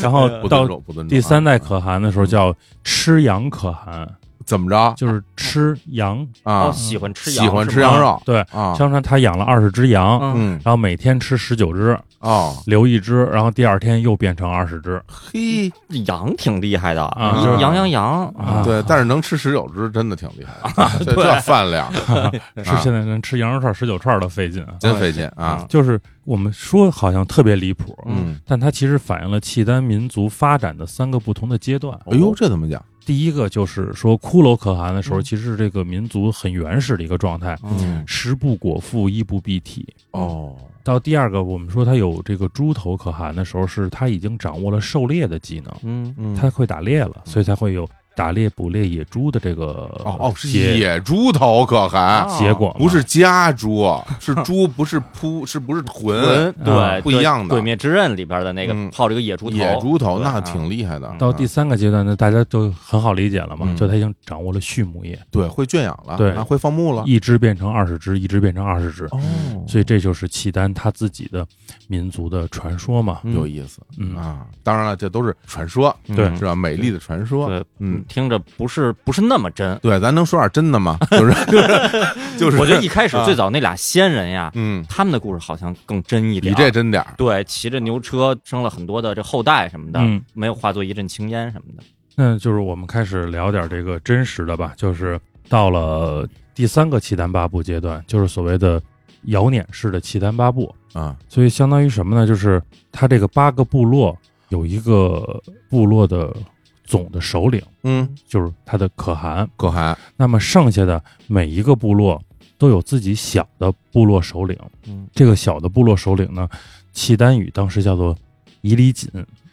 S3: 然后
S1: 不嗯尊
S3: 到
S1: 重，不啊尊重。
S3: 第三代
S1: 代
S3: 可汗的时候叫吃羊可汗，
S1: 怎么着
S3: 就是吃羊。
S2: 哦，
S1: 啊？
S2: 喜欢吃羊，
S1: 喜欢吃
S2: 是吗
S1: 羊肉
S3: 对，
S1: 啊？
S3: 相传他养了二十只羊，
S2: 嗯
S1: 嗯
S3: 然后每天吃十九只，
S1: 哦，
S3: 留一只，然后第二天又变成二十只。
S1: 嘿，
S2: 羊挺厉害的，
S3: 啊
S1: 就是
S2: 羊羊羊，
S3: 啊
S1: 对，但是能吃十九只真的挺厉害的，这这饭量啊
S3: 是现在人吃羊肉串十九串都费劲啊。
S1: 真费劲啊！
S3: 就是我们说好像特别离谱，
S1: 嗯，
S3: 但它其实反映了契丹民族发展的三个不同的阶段。
S1: 哎呦，，这怎么讲？
S3: 第一个就是说骷髅可汗的时候，
S1: 嗯
S3: 其实是这个民族很原始的一个状态，
S1: 嗯
S3: 食不果腹，衣不蔽体。
S1: 哦，
S3: 到第二个，我们说他有这个猪头可汗的时候，是他已经掌握了狩猎的技能，
S2: 嗯，
S1: 嗯，
S3: 他会打猎了，所以才会有打猎捕猎野猪的这个
S1: 哦哦是
S3: 结
S1: 野猪头可汗，
S2: 啊
S3: 结果嘛，
S1: 不是家猪，是猪，不是扑，是不是豚？
S2: 对，
S1: 嗯不一样的
S2: 对鬼灭之刃》里边的那个
S1: 嗯
S2: 泡这个野猪头，
S1: 野猪头
S2: 对
S1: 那
S2: 啊
S1: 挺厉害的。
S3: 到第
S1: 啊
S3: 三个阶段呢，大家就很好理解了嘛，
S1: 嗯
S3: 就他已经掌握了畜牧业，
S1: 对会圈养了，
S3: 对
S1: 啊会放牧了。
S3: 一嗯只变成二十只，一只变成二十只，
S1: 哦，
S3: 所以这就是契丹他自己的民族的传说嘛。
S1: 有意思
S3: 嗯
S1: 啊！当然了，这都是传说，嗯
S3: 对
S1: 是吧？美丽的传说，
S2: 对，
S1: 嗯，
S2: 听着不是不是那么真。
S1: 对，咱能说点真的吗？ 就是就是，就是
S2: 我觉得一开始
S1: 啊
S2: 最早那俩仙人呀，
S1: 嗯，
S2: 他们的故事好像更真一
S1: 比
S2: 点。
S1: 这真点儿。
S2: 对，骑着牛车生了很多的这后代什么的，
S3: 嗯
S2: 没有化作一阵青烟什么的。
S3: 那就是我们开始聊点这个真实的吧，就是到了第三个契丹八部阶段，就是所谓的尧辇式的契丹八部。
S1: 啊，
S3: 所以相当于什么呢？就是他这个八个部落有一个部落的总的首领，
S1: 嗯，
S3: 就是他的可汗。
S1: 可汗，
S3: 那么剩下的每一个部落都有自己小的部落首领。
S1: 嗯，
S3: 这个小的部落首领呢，契丹语当时叫做伊里锦。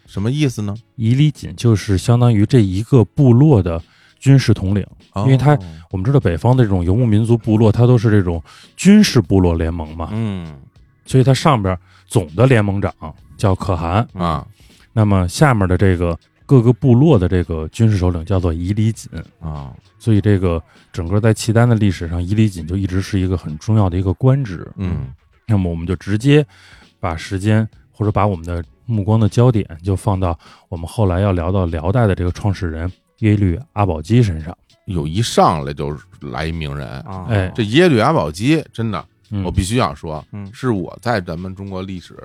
S1: 什么意思呢？
S3: 伊里锦就是相当于这一个部落的军事统领。
S1: 哦
S3: 因为他我们知道北方的这种游牧民族部落，它都是这种军事部落联盟嘛，
S2: 嗯，
S3: 所以它上边总的联盟长叫可汗，
S1: 啊
S3: 那么下面的这个各个部落的这个军事首领叫做伊里锦。
S1: 啊，
S3: 所以这个整个在契丹的历史上，伊里锦就一直是一个很重要的一个官职。，
S1: 嗯
S3: 那么我们就直接把时间或者把我们的目光的焦点就放到我们后来要聊到辽代的这个创始人耶律阿保机身上。
S1: 有一上来就来一名人，
S2: 啊，
S3: 哎
S1: 这耶律阿保机真的，
S3: 嗯
S1: 我必须要说，
S2: 嗯
S1: 是我在咱们中国历史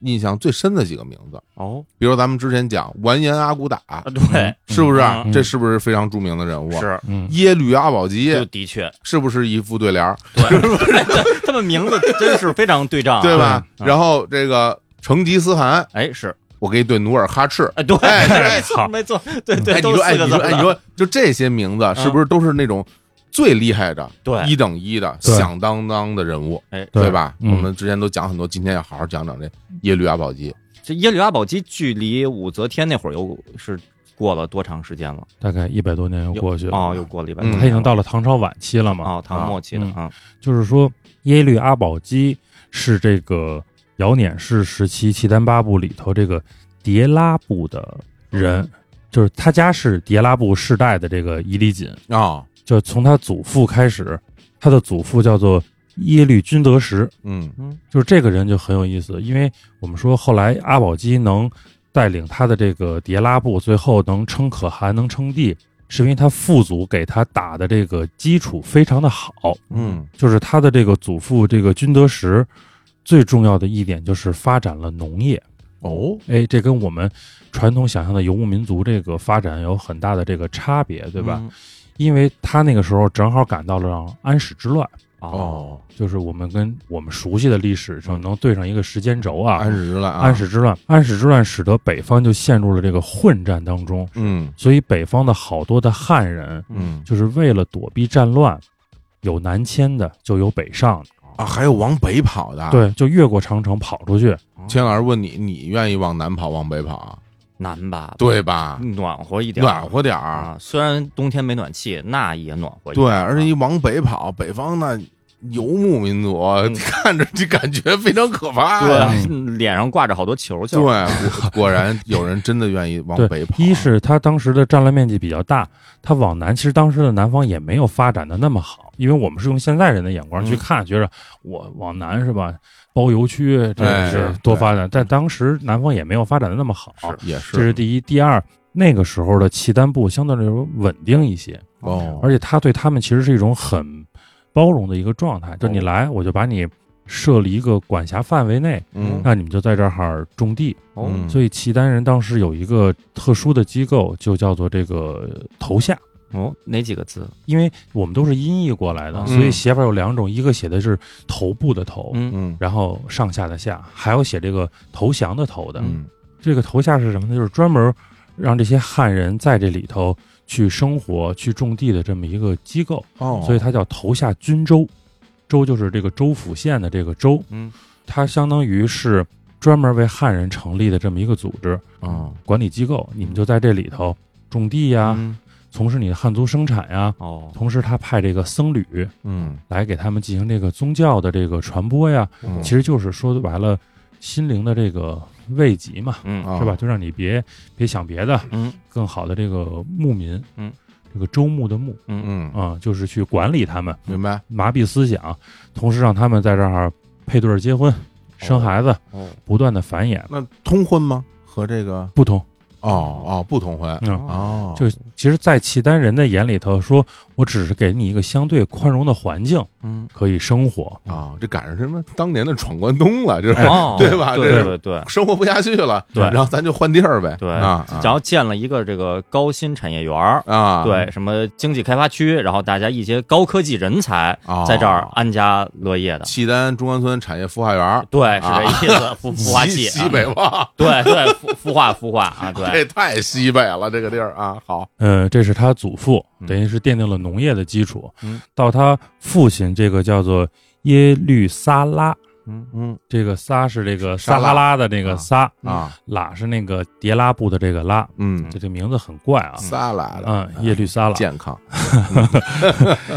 S1: 印象最深的几个名字。
S2: 哦，
S1: 比如咱们之前讲完颜阿骨打，
S2: 啊对，
S1: 是不是？
S2: 嗯
S1: 这是不是非常著名的人物？
S2: 是，
S3: 嗯，
S1: 耶律阿保
S2: 就
S1: 机
S2: 的确，
S1: 是不是一副对联儿，
S2: 对，他们名字真是非常对仗啊，
S1: 对吧？
S2: 嗯
S1: 然后这个成吉思汗，
S2: 哎，是，
S1: 我给你对努尔哈赤。
S2: 哎，对，
S1: 哎对
S2: 没错，没错，对
S1: 哎，
S2: 对，
S1: 你
S2: 都
S1: 说，
S2: 是
S1: 哎，
S2: 四
S1: 你
S2: 个字
S1: 说，哎，你
S2: 儿的，嗯
S1: 说，就这些名字是不是都是那种最厉害的、
S2: 对
S1: 一等一的、
S3: 对
S1: 响当当的人物，
S2: 哎，
S3: 对
S1: 对吧？我
S3: 嗯
S1: 们之前都讲很多，今天要好好讲讲这耶律阿保机。
S2: 这耶律阿保机距离武则天那会儿又是过了多长时间了？
S3: 大概一百多年又过去了，
S2: 哦，又过了一
S1: 嗯
S2: 百多年了，
S3: 他已经到了唐朝晚期了嘛。
S2: 哦，唐末期的
S3: 嗯
S2: 啊，
S3: 就是说，耶律阿保机是这个尧辇氏时期契丹八部里头这个迭拉部的人，就是他家是迭拉部世代的这个伊里锦，
S1: 啊，
S3: 就从他祖父开始，他的祖父叫做耶律君得石，
S1: 嗯
S3: 就是这个人就很有意思，因为我们说后来阿保机能带领他的这个迭拉部，最后能称可汗，能称帝，是因为他父祖给他打的这个基础非常的好。
S1: 嗯
S3: 就是他的这个祖父这个君得石，最重要的一点就是发展了农业。
S1: 哦，
S3: 哎，这跟我们传统想象的游牧民族这个发展有很大的这个差别，对吧？？
S1: 嗯
S3: 因为他那个时候正好赶到了安史之乱，
S2: 哦，
S1: 哦，
S3: 就是我们跟我们熟悉的历史上能对上一个时间轴啊
S1: 嗯安。史了啊，
S3: 安，史之乱，安史之乱使得北方就陷入了这个混战当中，
S1: 嗯
S3: 所以北方的好多的汉人
S1: 嗯
S3: 就是为了躲避战乱，有南迁的，就有北上的。
S1: 啊，还有往北跑的。，
S3: 对，就越过长城啊跑出去。
S1: 钱老师问你，你愿意往南跑，往北跑啊？
S2: 南吧，
S1: 对吧？
S3: 嗯
S2: 暖和一点，
S1: 暖和点儿。
S2: 啊，虽然冬天没暖气，那也暖和一
S1: 对，
S2: 点。
S1: 而且一往北跑，北方呢游牧民族，
S3: 嗯
S1: 看着就感觉非常可怕
S2: 对
S1: 呀。
S2: 啊，脸上挂着好多球
S1: 对，
S2: 球。
S1: 果果然有人真的愿意往
S3: 对
S1: 北跑。
S3: 一是它当时的占land 面积比较大，它往南其实当时的南方也没有发展的那么好，因为我们是用现在人的眼光去看，觉着我往南是吧，包邮区这
S1: 哎
S3: 个是多发展，但当时南方也没有发展的那么好，
S1: 啊也
S3: 这是
S1: 是
S3: 第一。第二，那个时候的契丹部相对来说稳定一些，
S1: 哦，
S3: 而且他对他们其实是一种很包容的一个状
S2: 哦
S3: 态，就是你来我就把你设了一个管辖范围内，
S1: 嗯
S3: 那你们就在这儿种地。
S2: 哦，
S1: 嗯
S3: 所以契丹人当时有一个特殊的机构，就叫做这个呃头下。
S2: 哦，哪几个字？
S3: 因为我们都是音译过来的，
S2: 嗯
S3: 所以写法有两种，一个写的是头部的头，
S2: 嗯
S1: 嗯
S3: 然后上下的下，还有写这个投降的投的。
S1: 嗯
S3: 这个头下是什么呢？就是专门让这些汉人在这里头去生活、去种地的这么一个机构。
S1: 哦，
S3: 所以它叫头下军州，州就是这个州府县的这个州，
S1: 嗯
S3: 它相当于是专门为汉人成立的这么一个组织
S1: 哦
S3: 管理机构，你们就在这里头种地呀，
S1: 嗯
S3: 从事你的汉族生产呀。
S2: 哦，
S3: 同时，他派这个僧侣
S1: 嗯
S3: 来给他们进行这个宗教的这个传播呀，
S1: 嗯
S3: 其实就是说白了，心灵的这个慰藉嘛，
S2: 嗯
S1: 啊
S3: 是吧？就让你别别想别的，
S2: 嗯，
S3: 更好的这个牧民，
S2: 嗯，
S3: 这个周牧的牧
S1: 嗯，
S3: 啊、就是去管理他们，
S1: 明白
S3: 麻痹思想，同时让他们在这儿配对儿结婚、生孩子，
S1: 哦。
S3: 不断的繁衍，
S1: 那通婚吗？和这个
S3: 不同。
S1: 哦哦不通婚
S3: 嗯，
S1: 哦，
S3: 就其实，在契丹人的眼里头，说我只是给你一个相对宽容的环境，
S2: 嗯，
S3: 可以生活。
S1: 啊，这赶上什么当年的闯关东了，就是
S2: 哦，
S1: 对吧这
S2: 对
S1: 是啊
S2: 对对
S1: 生活不下去了，
S2: 对
S1: 然后咱就换地儿呗，
S2: 对，
S1: 啊，啊
S2: 然后建了一个这个高新产业园儿，
S1: 啊，
S2: 对，什么经济开发区，然后大家一些高科技人才
S1: 哦
S2: 在这儿安家乐业的，
S1: 契丹中关村产业孵化园，
S2: 对，是这意思，孵孵化器
S1: 西
S2: 啊，
S1: 西北吧，
S2: 对对，孵孵化孵化啊，对，
S1: 这太西北了，这个地儿啊，好，
S3: 呃，这是他祖父，
S1: 嗯
S3: 等于是奠定了农业的基础。
S1: 嗯
S3: 到他父亲这个叫做耶律撒拉，
S1: 嗯嗯
S3: 这个撒是这个
S1: 撒
S3: 撒
S1: 拉
S3: 哈拉的那个撒，
S2: 嗯
S3: 嗯
S1: 啊，
S3: 拉是那个迭拉部的这个拉，
S1: 嗯，
S3: 这这名字很怪啊。
S1: 仨来了，
S3: 嗯，耶律撒拉
S1: 健康，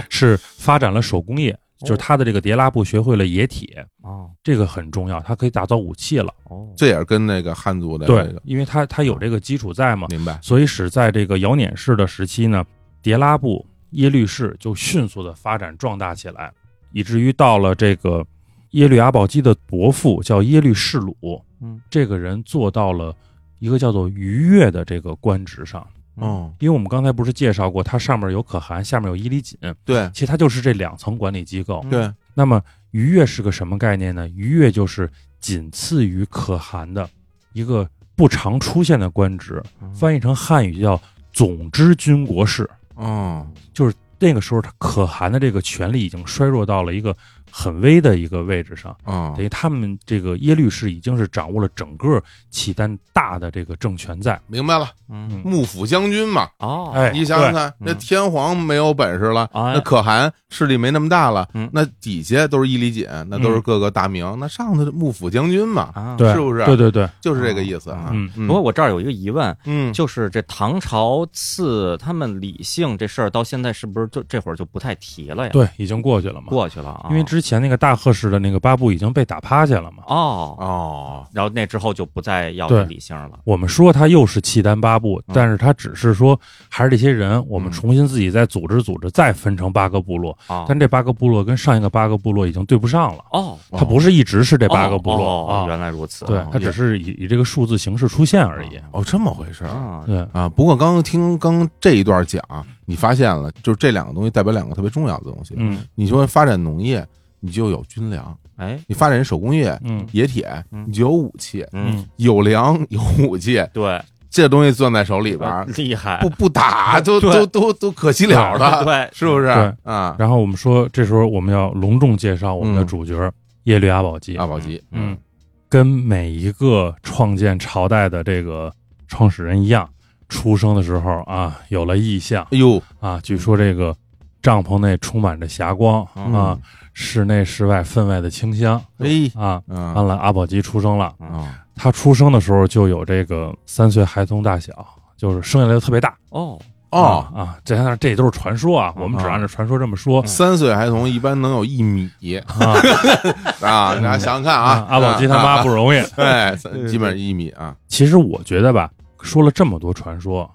S3: 是发展了手工业，就是他的这个迭拉部学会了冶铁，
S2: 哦
S3: 这个很重要，它可以打造武器了。
S2: 哦，
S1: 这也是跟那个汉族的这
S3: 对
S1: 个，
S3: 因为它它有这个基础在嘛，
S1: 明白，
S3: 所以使在这个尧撵氏的时期呢，迭拉部耶律氏就迅速的发展壮大起来，以至于到了这个耶律阿保机的伯父叫耶律士鲁，
S2: 嗯，
S3: 这个人做到了一个叫做愉悦的这个官职上。
S2: 嗯
S1: 哦，
S3: 因为我们刚才不是介绍过，它上面有可汗，下面有伊犁锦，
S1: 对
S3: 其实它就是这两层管理机构。
S2: 嗯
S1: 对，
S3: 那么愉悦是个什么概念呢？愉悦就是仅次于可汗的一个不常出现的官职，
S2: 嗯
S3: 翻译成汉语叫总之军国事。
S1: 哦，
S3: 那个时候，他可汗的这个权力已经衰弱到了一个很微的一个位置上，
S1: 哦
S3: 等，于他们这个耶律氏已经是掌握了整个契丹大的这个政权在。
S1: 明白了，
S2: 嗯
S1: 幕府将军嘛，
S2: 哦，
S3: 哎，
S1: 你想想
S3: 对
S1: 看，
S2: 嗯
S1: 那天皇没有本事了，
S2: 哎
S1: 那可汗势力没那么大了
S2: 嗯，
S1: 那底下都是伊犁锦，那都是各个大名，那上头是幕府将军嘛，
S2: 啊，
S3: 对，
S1: 是不是
S3: 对对对，
S1: 就是这个意思啊。
S3: 嗯
S2: 不过我这儿有一个疑问，
S1: 嗯，
S2: 就是这唐朝赐他们李姓这事儿，到现在是不是就这会儿就不太提了呀？，
S3: 对，已经过去了嘛。
S2: 啊过去了啊，
S3: 因为之前那个大贺氏的那个八部已经被打趴下了嘛。
S2: 哦，
S1: 哦，
S2: 然后那之后就不再要
S3: 对
S2: 李姓了。
S3: 我们说他又是契丹八部
S2: 嗯，
S3: 但是他只是说还是这些人，我们
S1: 嗯
S3: 重新自己再组织组织，再分成八个部落。
S2: 啊，
S3: 但这八个部落跟上一个八个部落已经对不上了，
S2: 哦，
S1: 哦
S3: 他不是一直是这
S2: 这
S3: 八个部落
S2: 哦，
S3: 啊，
S2: 原来如此，
S3: 对
S1: 哦，
S3: 他只是以以这个数字形式出现而已。
S1: 哦，这么回事儿
S2: 啊，
S3: 对，
S1: 啊。不过刚刚听刚这一段讲，啊你发现了，就是这两个东西代表两个特别重要的东西。
S3: 嗯
S1: 你说发展农业，你就有军粮；
S2: 哎，
S1: 你发展手工业、
S3: 嗯
S1: 冶铁，
S2: 嗯
S1: 你就有武器。
S2: 嗯，
S1: 有粮有武器，
S2: 对，
S1: 这东西攥在手里边儿，
S2: 厉害，
S1: 不不打都
S2: 对
S1: 都都都可惜了的，
S2: 对
S1: 是不是
S3: 对
S1: 啊？
S3: 然后我们说，这时候我们要隆重介绍我们的
S1: 嗯
S3: 主角耶律阿保机
S1: 阿，保机，
S3: 嗯，跟每一个创建朝代的这个创始人一样，出生的时候啊有了异象。
S1: 哎呦，
S3: 啊，据说这个帐篷内充满着霞光、啊
S1: 嗯，
S3: 室内室外分外的清香
S1: 哎，
S3: 啊。
S1: 啊
S3: 看来阿保机出生了，
S1: 啊，
S3: 他出生的时候就有这个三岁孩童大小，就是生下来就特别大，
S2: 哦，
S1: 哦，
S3: 啊啊，这当然这也都是传说啊，我们只按照传说这么说
S1: 三岁孩童一般能有一米
S3: 啊
S1: 啊！大家想想看
S3: 啊
S1: 啊，
S3: 阿宝鸡他妈不容易。
S1: 哎，三基本上一米啊，
S3: 其实我觉得吧，说了这么多传说，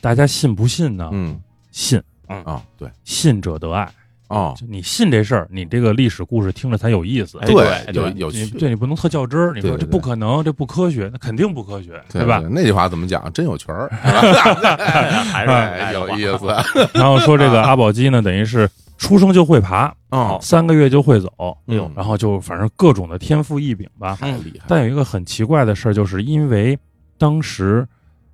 S3: 大家信不信呢？
S1: 嗯
S3: 信，
S1: 啊，对
S3: 信者得爱。
S1: 哦，
S3: 就你信这事儿，你这个历史故事听着才有意思。
S2: 哎
S1: 对，
S2: 对
S1: 有
S2: 对
S1: 有
S3: 你
S1: 趣，
S3: 对你不能特较真儿，你说
S1: 对对
S3: 这不可能，这不科学，那肯定不科学，
S1: 对
S3: 吧？？
S1: 那句话怎么讲？真有趣儿，
S2: 还 是
S1: 哎，
S2: 哎
S1: 有意思
S3: 然后说这个阿宝鸡呢，等于是出生就会爬，
S1: 啊哦，
S3: 三个月就会走，
S1: 嗯
S3: 然后就反正各种的天赋异禀吧。
S1: 太厉害了，
S3: 但有一个很奇怪的事儿，就是因为当时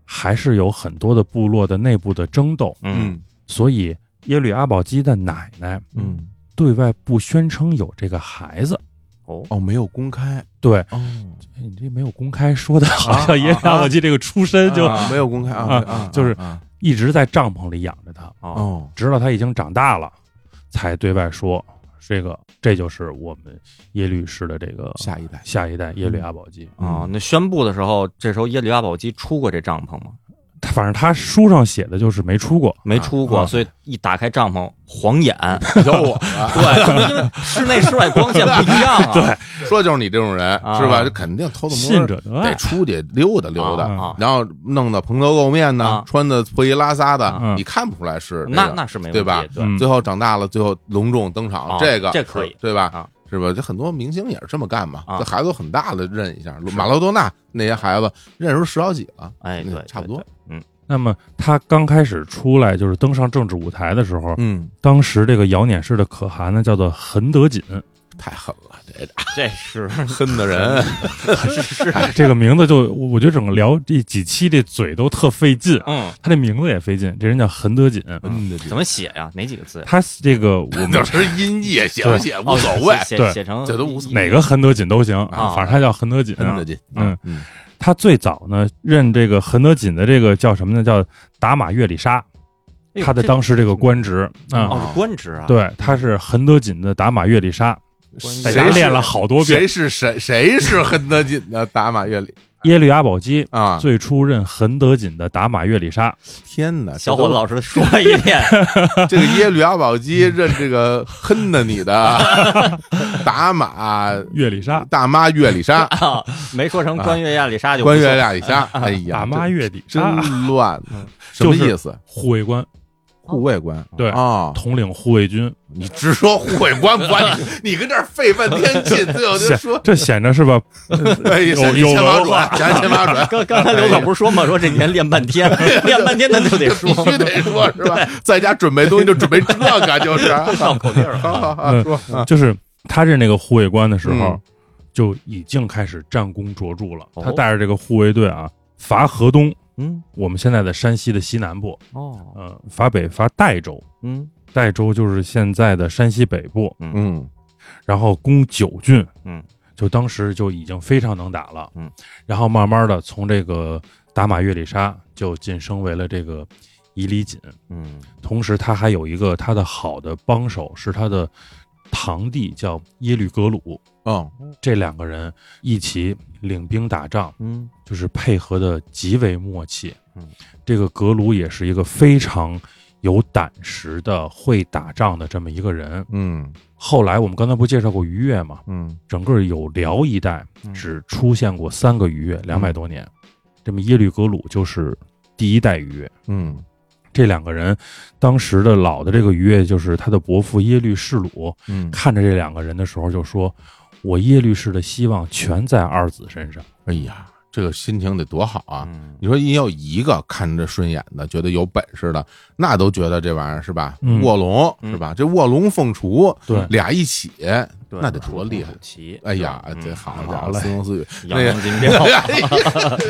S3: 还是有很多的部落的内部的争斗，
S2: 嗯，
S3: 所以耶律阿保机的奶奶
S1: 嗯，
S3: 对外不宣称有这个孩子。
S2: 哦，
S1: 哦，没有公开
S3: 对，
S1: 哦，
S3: 哎你这没有公开说的，好像耶律
S1: 啊
S3: 阿保机这个出身就
S1: 啊没有公开啊
S3: 啊
S1: 啊，
S3: 就是
S1: 啊
S3: 一直在帐篷里养着他，
S2: 哦，
S1: 哦，
S3: 直到他已经长大了，才对外说这个这就是我们耶律氏的这个
S1: 下一代
S3: 下一代耶律阿保机。
S1: 嗯
S2: 哦，那宣布的时候，这时候耶律阿保机出过这帐篷吗？
S3: 他反正他书上写的就是没出过，
S2: 没出过，
S3: 啊
S2: 所以一打开帐篷，晃眼，
S1: 有我啊了，
S2: 对，因为室内室外光线不一样 啊，对，
S1: 说就是你这种人
S2: 啊哎
S1: 是吧？这肯定偷偷摸摸
S3: 信者得
S1: 得
S3: 爱。
S1: 出去溜达溜达，
S3: 啊
S2: 啊，
S1: 然后弄得蓬头垢面呢
S2: 啊，
S1: 穿的破衣拉撒的
S3: 啊，
S1: 你看不出来是
S2: 那
S1: 个
S2: 那是没问题
S1: 对吧
S2: 对
S3: 嗯
S1: 最后长大了，最后隆重登场
S2: 啊，
S1: 个这
S2: 这可以
S1: 对吧
S2: 啊？
S1: 是吧？这很多明星也是这么干嘛，
S2: 啊
S1: 这孩子都很大的认一下，马拉多纳那些孩子认识十好几了，
S2: 哎，
S1: 嗯
S2: 对，
S1: 差不多
S2: 对，嗯，
S3: 那么他刚开始出来就是登上政治舞台的时候，
S1: 嗯，
S3: 当时这个尧碾氏的可汗呢叫做恒 德锦，
S1: 太狠了，这 个
S2: 这是
S1: 狠的人，
S2: 是是，
S3: 哎这个名字就我我觉得整个聊这几期这嘴都特费劲，
S2: 嗯，
S3: 他这名字也费劲。这人叫恒德锦，
S1: 啊嗯的
S2: 怎么写呀？哪几个字？
S3: 他这个我们
S1: 就是音 译写不写无所谓
S2: 哦，写
S3: 对
S2: 写写成
S1: 这都无所谓
S3: 哪个恒德锦都行，
S2: 啊
S3: 反正他叫恒德锦。
S1: 真的这，
S3: 嗯，
S1: 嗯，
S3: 他最早呢认这个恒德锦的这个叫什么呢？叫达马月里沙，
S2: 哎呦
S3: 他的
S2: 这
S3: 当时这个官职啊，
S2: 哦是官职啊，
S3: 对，他是恒德锦的达马月里沙，大
S1: 谁
S3: 家
S1: 是
S3: 练了好多遍。
S1: 谁是谁谁是恨得紧的打马月里
S3: 耶律阿保机
S1: 啊？
S3: 最初任恒德锦的达马月里沙，
S1: 天哪，
S2: 小伙子，老师说一遍，
S1: 这个耶律阿保机认这个恨的你的 打马
S3: 月里沙，
S1: 大妈月里 沙，
S2: 啊，没说成关
S1: 啊
S2: 月亚里沙就不
S1: 关
S2: 错
S1: 月亮里沙，哎呀，
S3: 大妈月里
S1: 这
S3: 沙，
S1: 真乱，什么
S3: 就是
S1: 意思？
S3: 护卫官，
S1: 护卫官
S3: 对，
S1: 啊，
S3: 统领护卫军，
S1: 你直说护卫官不管你，你跟这儿费半天劲，最后就
S3: 显
S1: 说，
S3: 这显着是吧？
S1: 哎呀，
S3: 有有
S1: 千
S3: 文
S1: 把
S3: 化
S1: 转，想千把转，
S2: 刚刚才刘可不是说吗？说这年练半 天，练半天咱就得
S1: 这 必
S2: 说，
S1: 须得说是吧？在家准备东西就准备这个，就是啊
S2: 绕口令儿
S1: 好
S2: 啊。
S1: 好
S3: 嗯
S1: 好说啊，
S3: 就是他任那个护卫官的时候
S1: 嗯，
S3: 就已经开始战功卓著了。
S2: 哦
S3: 他带着这个护卫队啊，伐河东，
S2: 嗯，
S3: 我们现在的山西的西南部，
S2: 哦，
S3: 呃，伐北伐代州，
S2: 嗯
S3: 代州就是现在的山西北部，
S1: 嗯
S3: 然后攻九郡，
S2: 嗯，
S3: 就当时就已经非常能打了，
S2: 嗯，
S3: 然后慢慢的从这个打马月里沙就晋升为了这个伊犁锦，
S2: 嗯，
S3: 同时他还有一个他的好的帮手是他的堂弟叫耶律格鲁，
S1: 哦
S3: 这两个人一起领兵打仗，
S2: 嗯，
S3: 就是配合的极为默契。
S2: 嗯，
S3: 这个格鲁也是一个非常有胆识的、会打仗的这么一个人。
S1: 嗯
S3: 后来我们刚才不介绍过于越吗？
S1: 嗯
S3: 整个有辽一带
S1: 嗯
S3: 只出现过三个于越，两百多年。这么耶律格鲁就是第一代于越。
S1: 嗯
S3: 这两个人，当时的老的这个于越就是他的伯父耶律士鲁，
S1: 嗯，
S3: 看着这两个人的时候就说：“我耶律氏的希望全在二子身上。
S1: 哎呀，这个心情得多好啊！你说也有一个看着顺眼的，觉得有本事的，那都觉得这玩意儿是吧？
S3: 嗯
S1: 卧龙是吧？这卧龙凤雏，
S3: 对
S1: 俩一起，
S2: 对
S1: 那得多厉害！！
S2: 齐，
S1: 哎呀，这好家伙，
S3: 嘞
S1: 思龙思雨，
S2: 阳
S1: 那个
S2: 阳金标。
S1: 哎呀别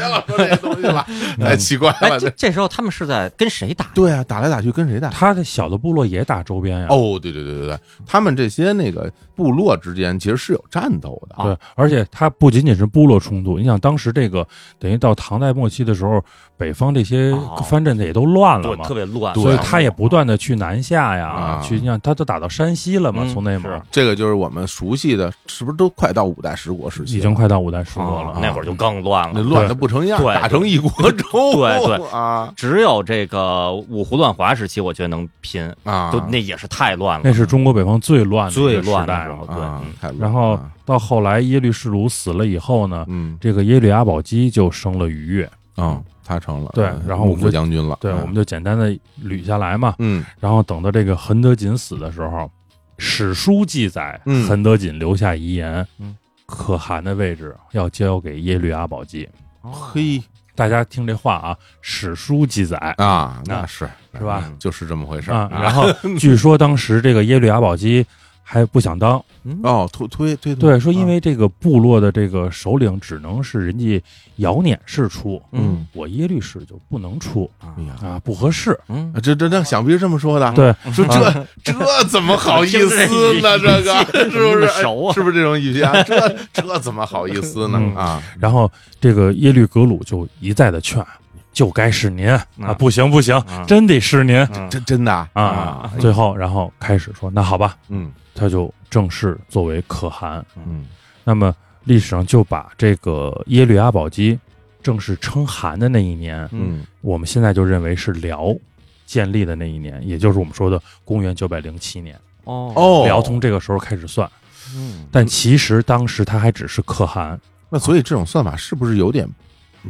S1: 老说这些东西了，太奇怪
S2: 哎，
S1: 了。
S2: 这
S1: 嗯这
S2: 这时候他们是在跟谁打？
S1: 对啊，打来打去跟谁打？
S3: 他的小的部落也打周边呀。
S1: 哦，对对对对对，他们这些那个部落之间其实是有战斗的，
S3: 对，而且他不仅仅是部落冲突，你想当时这个等于到唐代末期的时候，北方这些
S2: 哦
S3: 藩镇的也都乱了
S2: 对，
S3: 嘛
S2: 特，别乱，
S3: 所以他也不断的去南下呀，
S1: 啊
S3: 去你想他都打到山西了嘛，
S2: 嗯
S3: 从内蒙
S2: 是
S1: 这个就是我们熟悉的，是不是都快到五代十国时期了？
S3: 已经快到五代十国了嗯
S2: 啊。那会儿就更乱
S1: 那
S2: 了。
S1: 乱的不成样，
S2: 对
S1: 打成一锅粥。
S2: 对对
S1: 啊
S2: 只有这个五胡乱华时期，我觉得能拼，
S1: 啊，
S2: 就那也是太乱了，
S3: 那是中国北方最乱的一
S2: 最
S3: 个时
S2: 乱的
S3: 代
S2: 时候。对，
S1: 啊
S2: 嗯，
S1: 太乱了
S3: 然后到后来耶律氏鲁死了以后呢，
S1: 嗯
S3: 这个耶律阿保机就生了逾越。
S1: 啊，他成了
S3: 对
S1: 嗯
S3: 然后我
S1: 幕
S3: 们
S1: 府
S3: 就
S1: 将军了。
S3: 对，
S1: 嗯
S3: 我们就简单的捋下来嘛。
S1: 嗯
S3: 然后等到这个恒德锦死的时候，史书记载
S1: 嗯
S3: 恒德锦留下遗言
S2: 嗯，
S3: 可汗的位置要交给耶律阿保机。
S1: 嘿
S3: 大家听这话啊，史书记载
S1: 啊，那是
S3: 是吧
S1: 嗯就是这么回事儿
S3: 啊。 然后据说当时这个耶律阿保机还不想当，
S1: 哦，推推推
S3: 对，说因为这个部落的这个首领只能是人家尧辇氏出，
S1: 嗯，
S3: 我耶律氏就不能出
S1: 哎呀，
S3: 啊，不合适。
S2: 嗯，
S1: 这这这想必是这么说的。
S3: 对，嗯
S1: 说这 这怎么好意思呢？这个是不是
S2: 熟啊
S1: 是不是这种语气啊？这这怎么好意思呢？
S3: 嗯
S1: 啊，
S3: 然后这个耶律格鲁就一再的劝，就该是您啊，不行不行，
S2: 嗯
S3: 真得是您
S2: 嗯
S1: 真真的
S3: 啊。最后，然后开始说，那好吧，
S1: 嗯
S3: 他就正式作为可汗。
S1: 嗯
S3: 那么历史上就把这个耶律阿保机正式称汗的那一年，
S1: 嗯
S3: 我们现在就认为是辽建立的那一年，也就是我们说的公元九百零七年，
S2: 哦
S1: 哦，
S3: 辽从这个时候开始算。
S2: 嗯
S3: 但其实当时他还只是可汗，
S1: 那所以这种算法是不是有点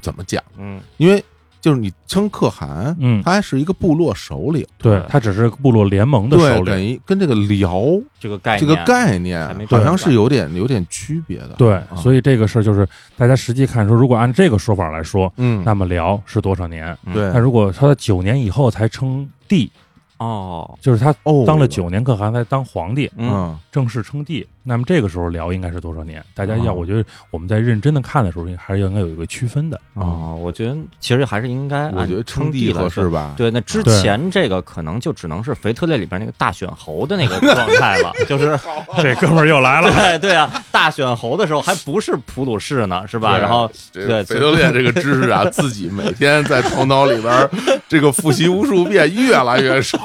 S1: 怎么讲？
S2: 嗯
S1: 因为就是你称可汗，
S3: 嗯，
S1: 他还是一个部落首领，
S3: 对他只是部落联盟的首
S1: 嗯对，
S3: 领
S1: 等。于跟这个辽
S2: 这个概
S1: 这
S2: 念，
S1: 个概
S2: 还
S1: 念
S2: 没
S1: 好
S2: 转
S1: 像
S2: 换
S1: 是有点有点区别的。
S3: 对
S1: 啊，
S3: 所以这个事儿就是大家实际看说，如果按这个说法来说，
S1: 嗯，
S3: 那么辽是多少年？
S1: 对
S3: 那如果他在九年以后才称帝，
S2: 哦，
S3: 就是他
S1: 哦
S3: 当了九年可汗才当皇帝，
S2: 嗯
S1: 嗯
S3: 正式称帝，那么这个时候辽应该是多少年？大家
S1: 哦
S3: 要，我觉得我们在认真的看的时候，还是要应该有一个区分的。
S2: 哦，我觉得其实还是应
S3: 嗯
S2: 该，
S1: 我觉得
S2: 称
S1: 称帝合
S2: 了
S1: 适吧？
S2: 对，那之
S3: 对
S2: 前这个可能就只能是《腓特烈》里边那个大选侯的那个状态 了，就是
S1: 哦
S3: 这哥们儿又来了，
S2: 对对啊，大选侯的时候还不是普鲁士呢，是吧？
S1: 对
S2: 然后
S1: 这
S2: 对
S1: 腓特烈这个知识 啊，自己每天在头脑里边儿这个复习无数遍，越来越熟，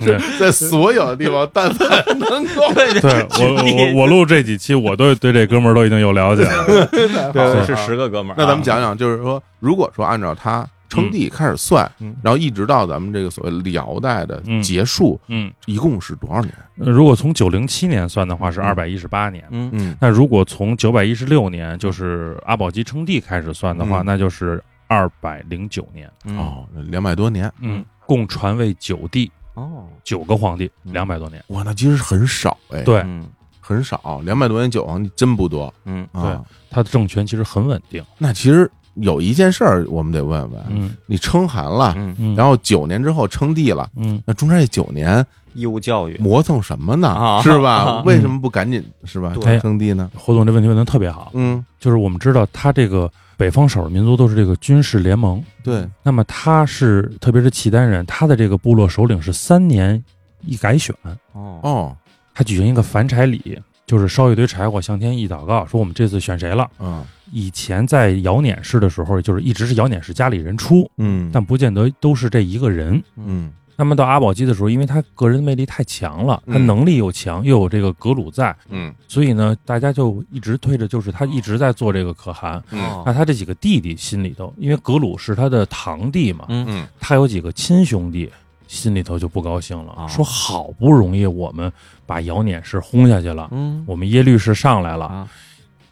S1: 这 在所有的地方，但凡能够
S3: 对我我我录这几期，我都对这哥们儿都已经有了解 了。
S2: 对是十个哥们儿啊，
S1: 那咱们讲讲，就是说，如果说按照他称帝开始算，
S2: 嗯
S1: 然后一直到咱们这个所谓辽代的结束，
S3: 嗯，
S1: 一共是多少年？
S3: 如果从九零七年算的话，是二百一十八年。
S2: 嗯
S1: 嗯，
S3: 那如果从九百一十六年，就是阿保机称帝开始算的话，
S1: 嗯
S3: 那就是二百零九年。
S2: 嗯
S1: 哦，两百多年，
S2: 嗯，
S3: 共传位九帝，
S2: 哦
S3: 九个皇帝，
S2: 嗯
S3: 两百多年。
S1: 哇，那其实很少哎，
S3: 对，
S2: 嗯
S1: 很少，两百多年九皇帝真不多
S2: 嗯
S1: 啊。
S3: 他的政权其实很稳定。
S1: 那其实有一件事儿，我们得问问，
S3: 嗯
S1: 你称汗了，
S2: 嗯，
S3: 嗯，
S1: 然后九年之后称帝了。
S3: 嗯，
S1: 那中间这九年
S2: 义务教育
S1: 磨蹭什么呢
S2: 啊？
S1: 是吧？
S2: 啊
S1: 为什么不赶紧是吧？
S3: 对
S1: 称帝呢？
S3: 侯总这问题问的特别好，
S1: 嗯，
S3: 就是我们知道他这个北方少数民族都是这个军事联盟，
S1: 对，
S2: 嗯
S3: 那么他是特别是契丹人，他的这个部落首领是三年一改选，
S2: 哦
S1: 哦，
S3: 他举行一个反柴礼，就是烧一堆柴火向天一祷告，说我们这次选谁了。
S1: 嗯
S3: 以前在尧辇氏的时候，就是一直是尧辇氏家里人出，
S1: 嗯，
S3: 但不见得都是这一个人。
S1: 嗯
S3: 那么到阿保机的时候，因为他个人魅力太强了，他
S1: 嗯
S3: 能力又强，又有这个格鲁在，
S1: 嗯
S3: 所以呢，大家就一直推着，就是他一直在做这个可汗。
S1: 嗯
S2: 哦
S3: 那他这几个弟弟心里头，因为格鲁是他的堂弟嘛，
S2: 嗯
S1: 嗯
S3: 他有几个亲兄弟，心里头就不高兴
S2: 啊
S3: 了，说好不容易我们把尧辇氏轰下去了，
S2: 嗯
S3: 我们耶律氏上来了
S2: 啊，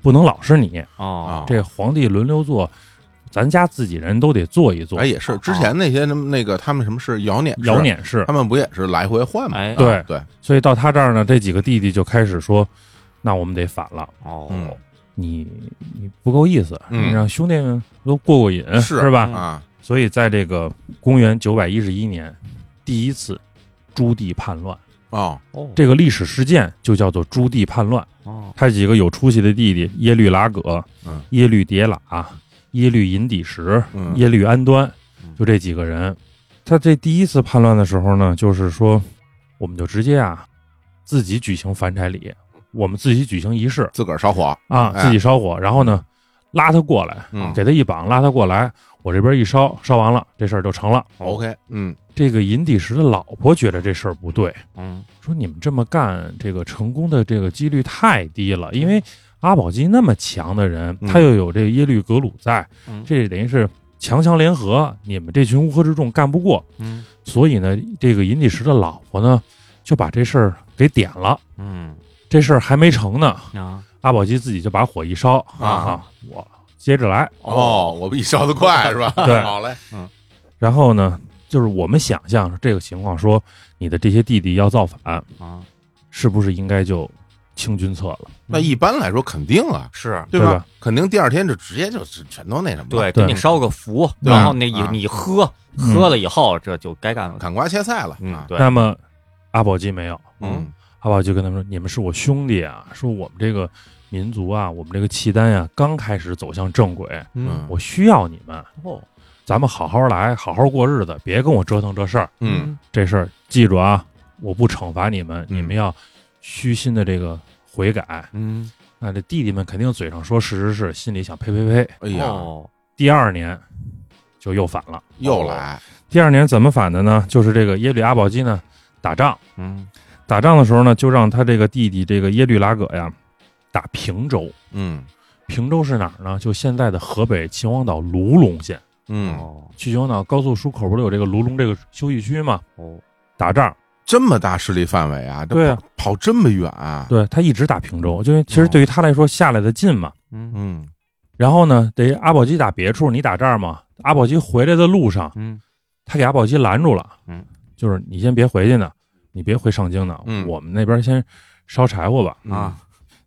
S3: 不能老是你，
S1: 啊，
S2: 哦
S3: 这皇帝轮流做，咱家自己人都得做一做
S1: 哎，。也是，之前那些什么那个他们什么是尧辇，
S3: 尧，辇氏
S1: 他，们不也是来回换吗？
S2: 哎
S3: 对
S1: 对，
S3: 所以到他这儿呢，这几个弟弟就开始说，那我们得反了。
S2: 哦
S1: 嗯
S3: 你你不够意思，
S1: 嗯
S3: 你让兄弟们都过过瘾，
S1: 是
S3: 嗯吧？
S1: 啊，
S3: 所以在这个公元九百一十一年，第一次朱棣叛乱，
S1: 哦，
S2: 哦
S3: 这个历史事件就叫做朱棣叛乱。
S2: 哦
S3: 他几个有出息的弟弟耶律剌葛
S1: 嗯、
S3: 耶律迭喇、耶律银底石、
S1: 嗯
S3: 耶律安端
S2: 嗯，
S3: 就这几个人。他这第一次叛乱的时候呢，就是说，我们就直接啊，自己举行反柴礼，我们自己举行仪式
S1: 自个儿烧火，
S3: 啊，
S1: 哎
S3: 自己烧火，然后呢，拉他过来，
S1: 嗯
S3: 给他一绑，拉他过来，我这边一烧，烧完了，这事儿就成了。
S1: ，OK，嗯
S3: 这个银帝石的老婆觉得这事儿不对，
S2: 嗯
S3: 说你们这么干，这个成功的这个几率太低了，因为阿保机那么强的人，
S1: 嗯
S3: 他又有这耶律格鲁在，
S2: 嗯
S3: 这等于是强强联合，你们这群乌合之众干不过，
S2: 嗯
S3: 所以呢，这个银帝石的老婆呢就把这事儿给点了，
S2: 嗯
S3: 这事儿还没成呢，
S2: 啊
S3: 阿保机自己就把火一烧
S1: 啊
S3: 我接着来，
S1: 哦，我比你烧的快是吧？
S3: 对
S1: 好嘞，嗯
S3: 然后呢，就是我们想象这个情况说，你的这些弟弟要造反，
S2: 啊
S3: 是不是应该就清君侧了？
S1: 那一般来说肯定啊，
S2: 是。
S1: 对
S3: 对
S1: 吧
S3: 吧？
S1: 肯定第二天就直接就是全都那什么了，
S2: 对，
S3: 对嗯
S2: 给你烧个符，
S1: 对
S2: 然后那
S1: 啊
S2: 你你喝喝了以后，这就该干了。
S1: 砍瓜切菜了，
S2: 嗯
S1: 啊，
S2: 对，
S3: 那么阿保机没有，
S1: 嗯
S3: 阿保机跟他们说：“你们是我兄弟啊，说我们这个民族啊，我们这个契丹呀、刚开始走向正轨，
S1: 嗯
S3: 我需要你们，
S2: 哦，
S3: 咱们好好来，好好过日子，别跟我折腾这事儿。
S1: 嗯，
S3: 这事儿记住啊，我不惩罚你们，
S1: 嗯
S3: 你们要虚心的这个悔改。
S2: 嗯，
S3: 那这弟弟们肯定嘴上说是是是，心里想呸呸呸。
S1: 哎呀，
S2: 哦，
S3: 第二年就又反了。
S1: 又来，
S3: 第二年怎么反的呢？就是这个耶律阿保机呢打仗，
S2: 嗯
S3: 打仗的时候呢，就让他这个弟弟这个耶律拉葛呀打平州。
S1: 嗯
S3: 平州是哪儿呢？就现在的河北秦皇岛卢龙县。
S1: 嗯，
S2: 哦
S3: 去秦皇岛高速出口不是有这个卢龙这个休息区吗？
S2: 哦，
S3: 打仗，
S1: 这么大势力范围啊，这
S3: 对啊
S1: 跑跑这么远啊，
S3: 对他一直打平州，就因为其实对于他来说下来的近嘛。
S2: 嗯
S1: 嗯
S3: 然后呢，得阿保机打别处，你打这儿嘛。阿保机回来的路上，
S2: 嗯
S3: 他给阿保机拦住了，
S2: 嗯，
S3: 就是你先别回去呢，你别回上京呢，
S1: 嗯
S3: 我们那边先烧柴火吧。
S2: 啊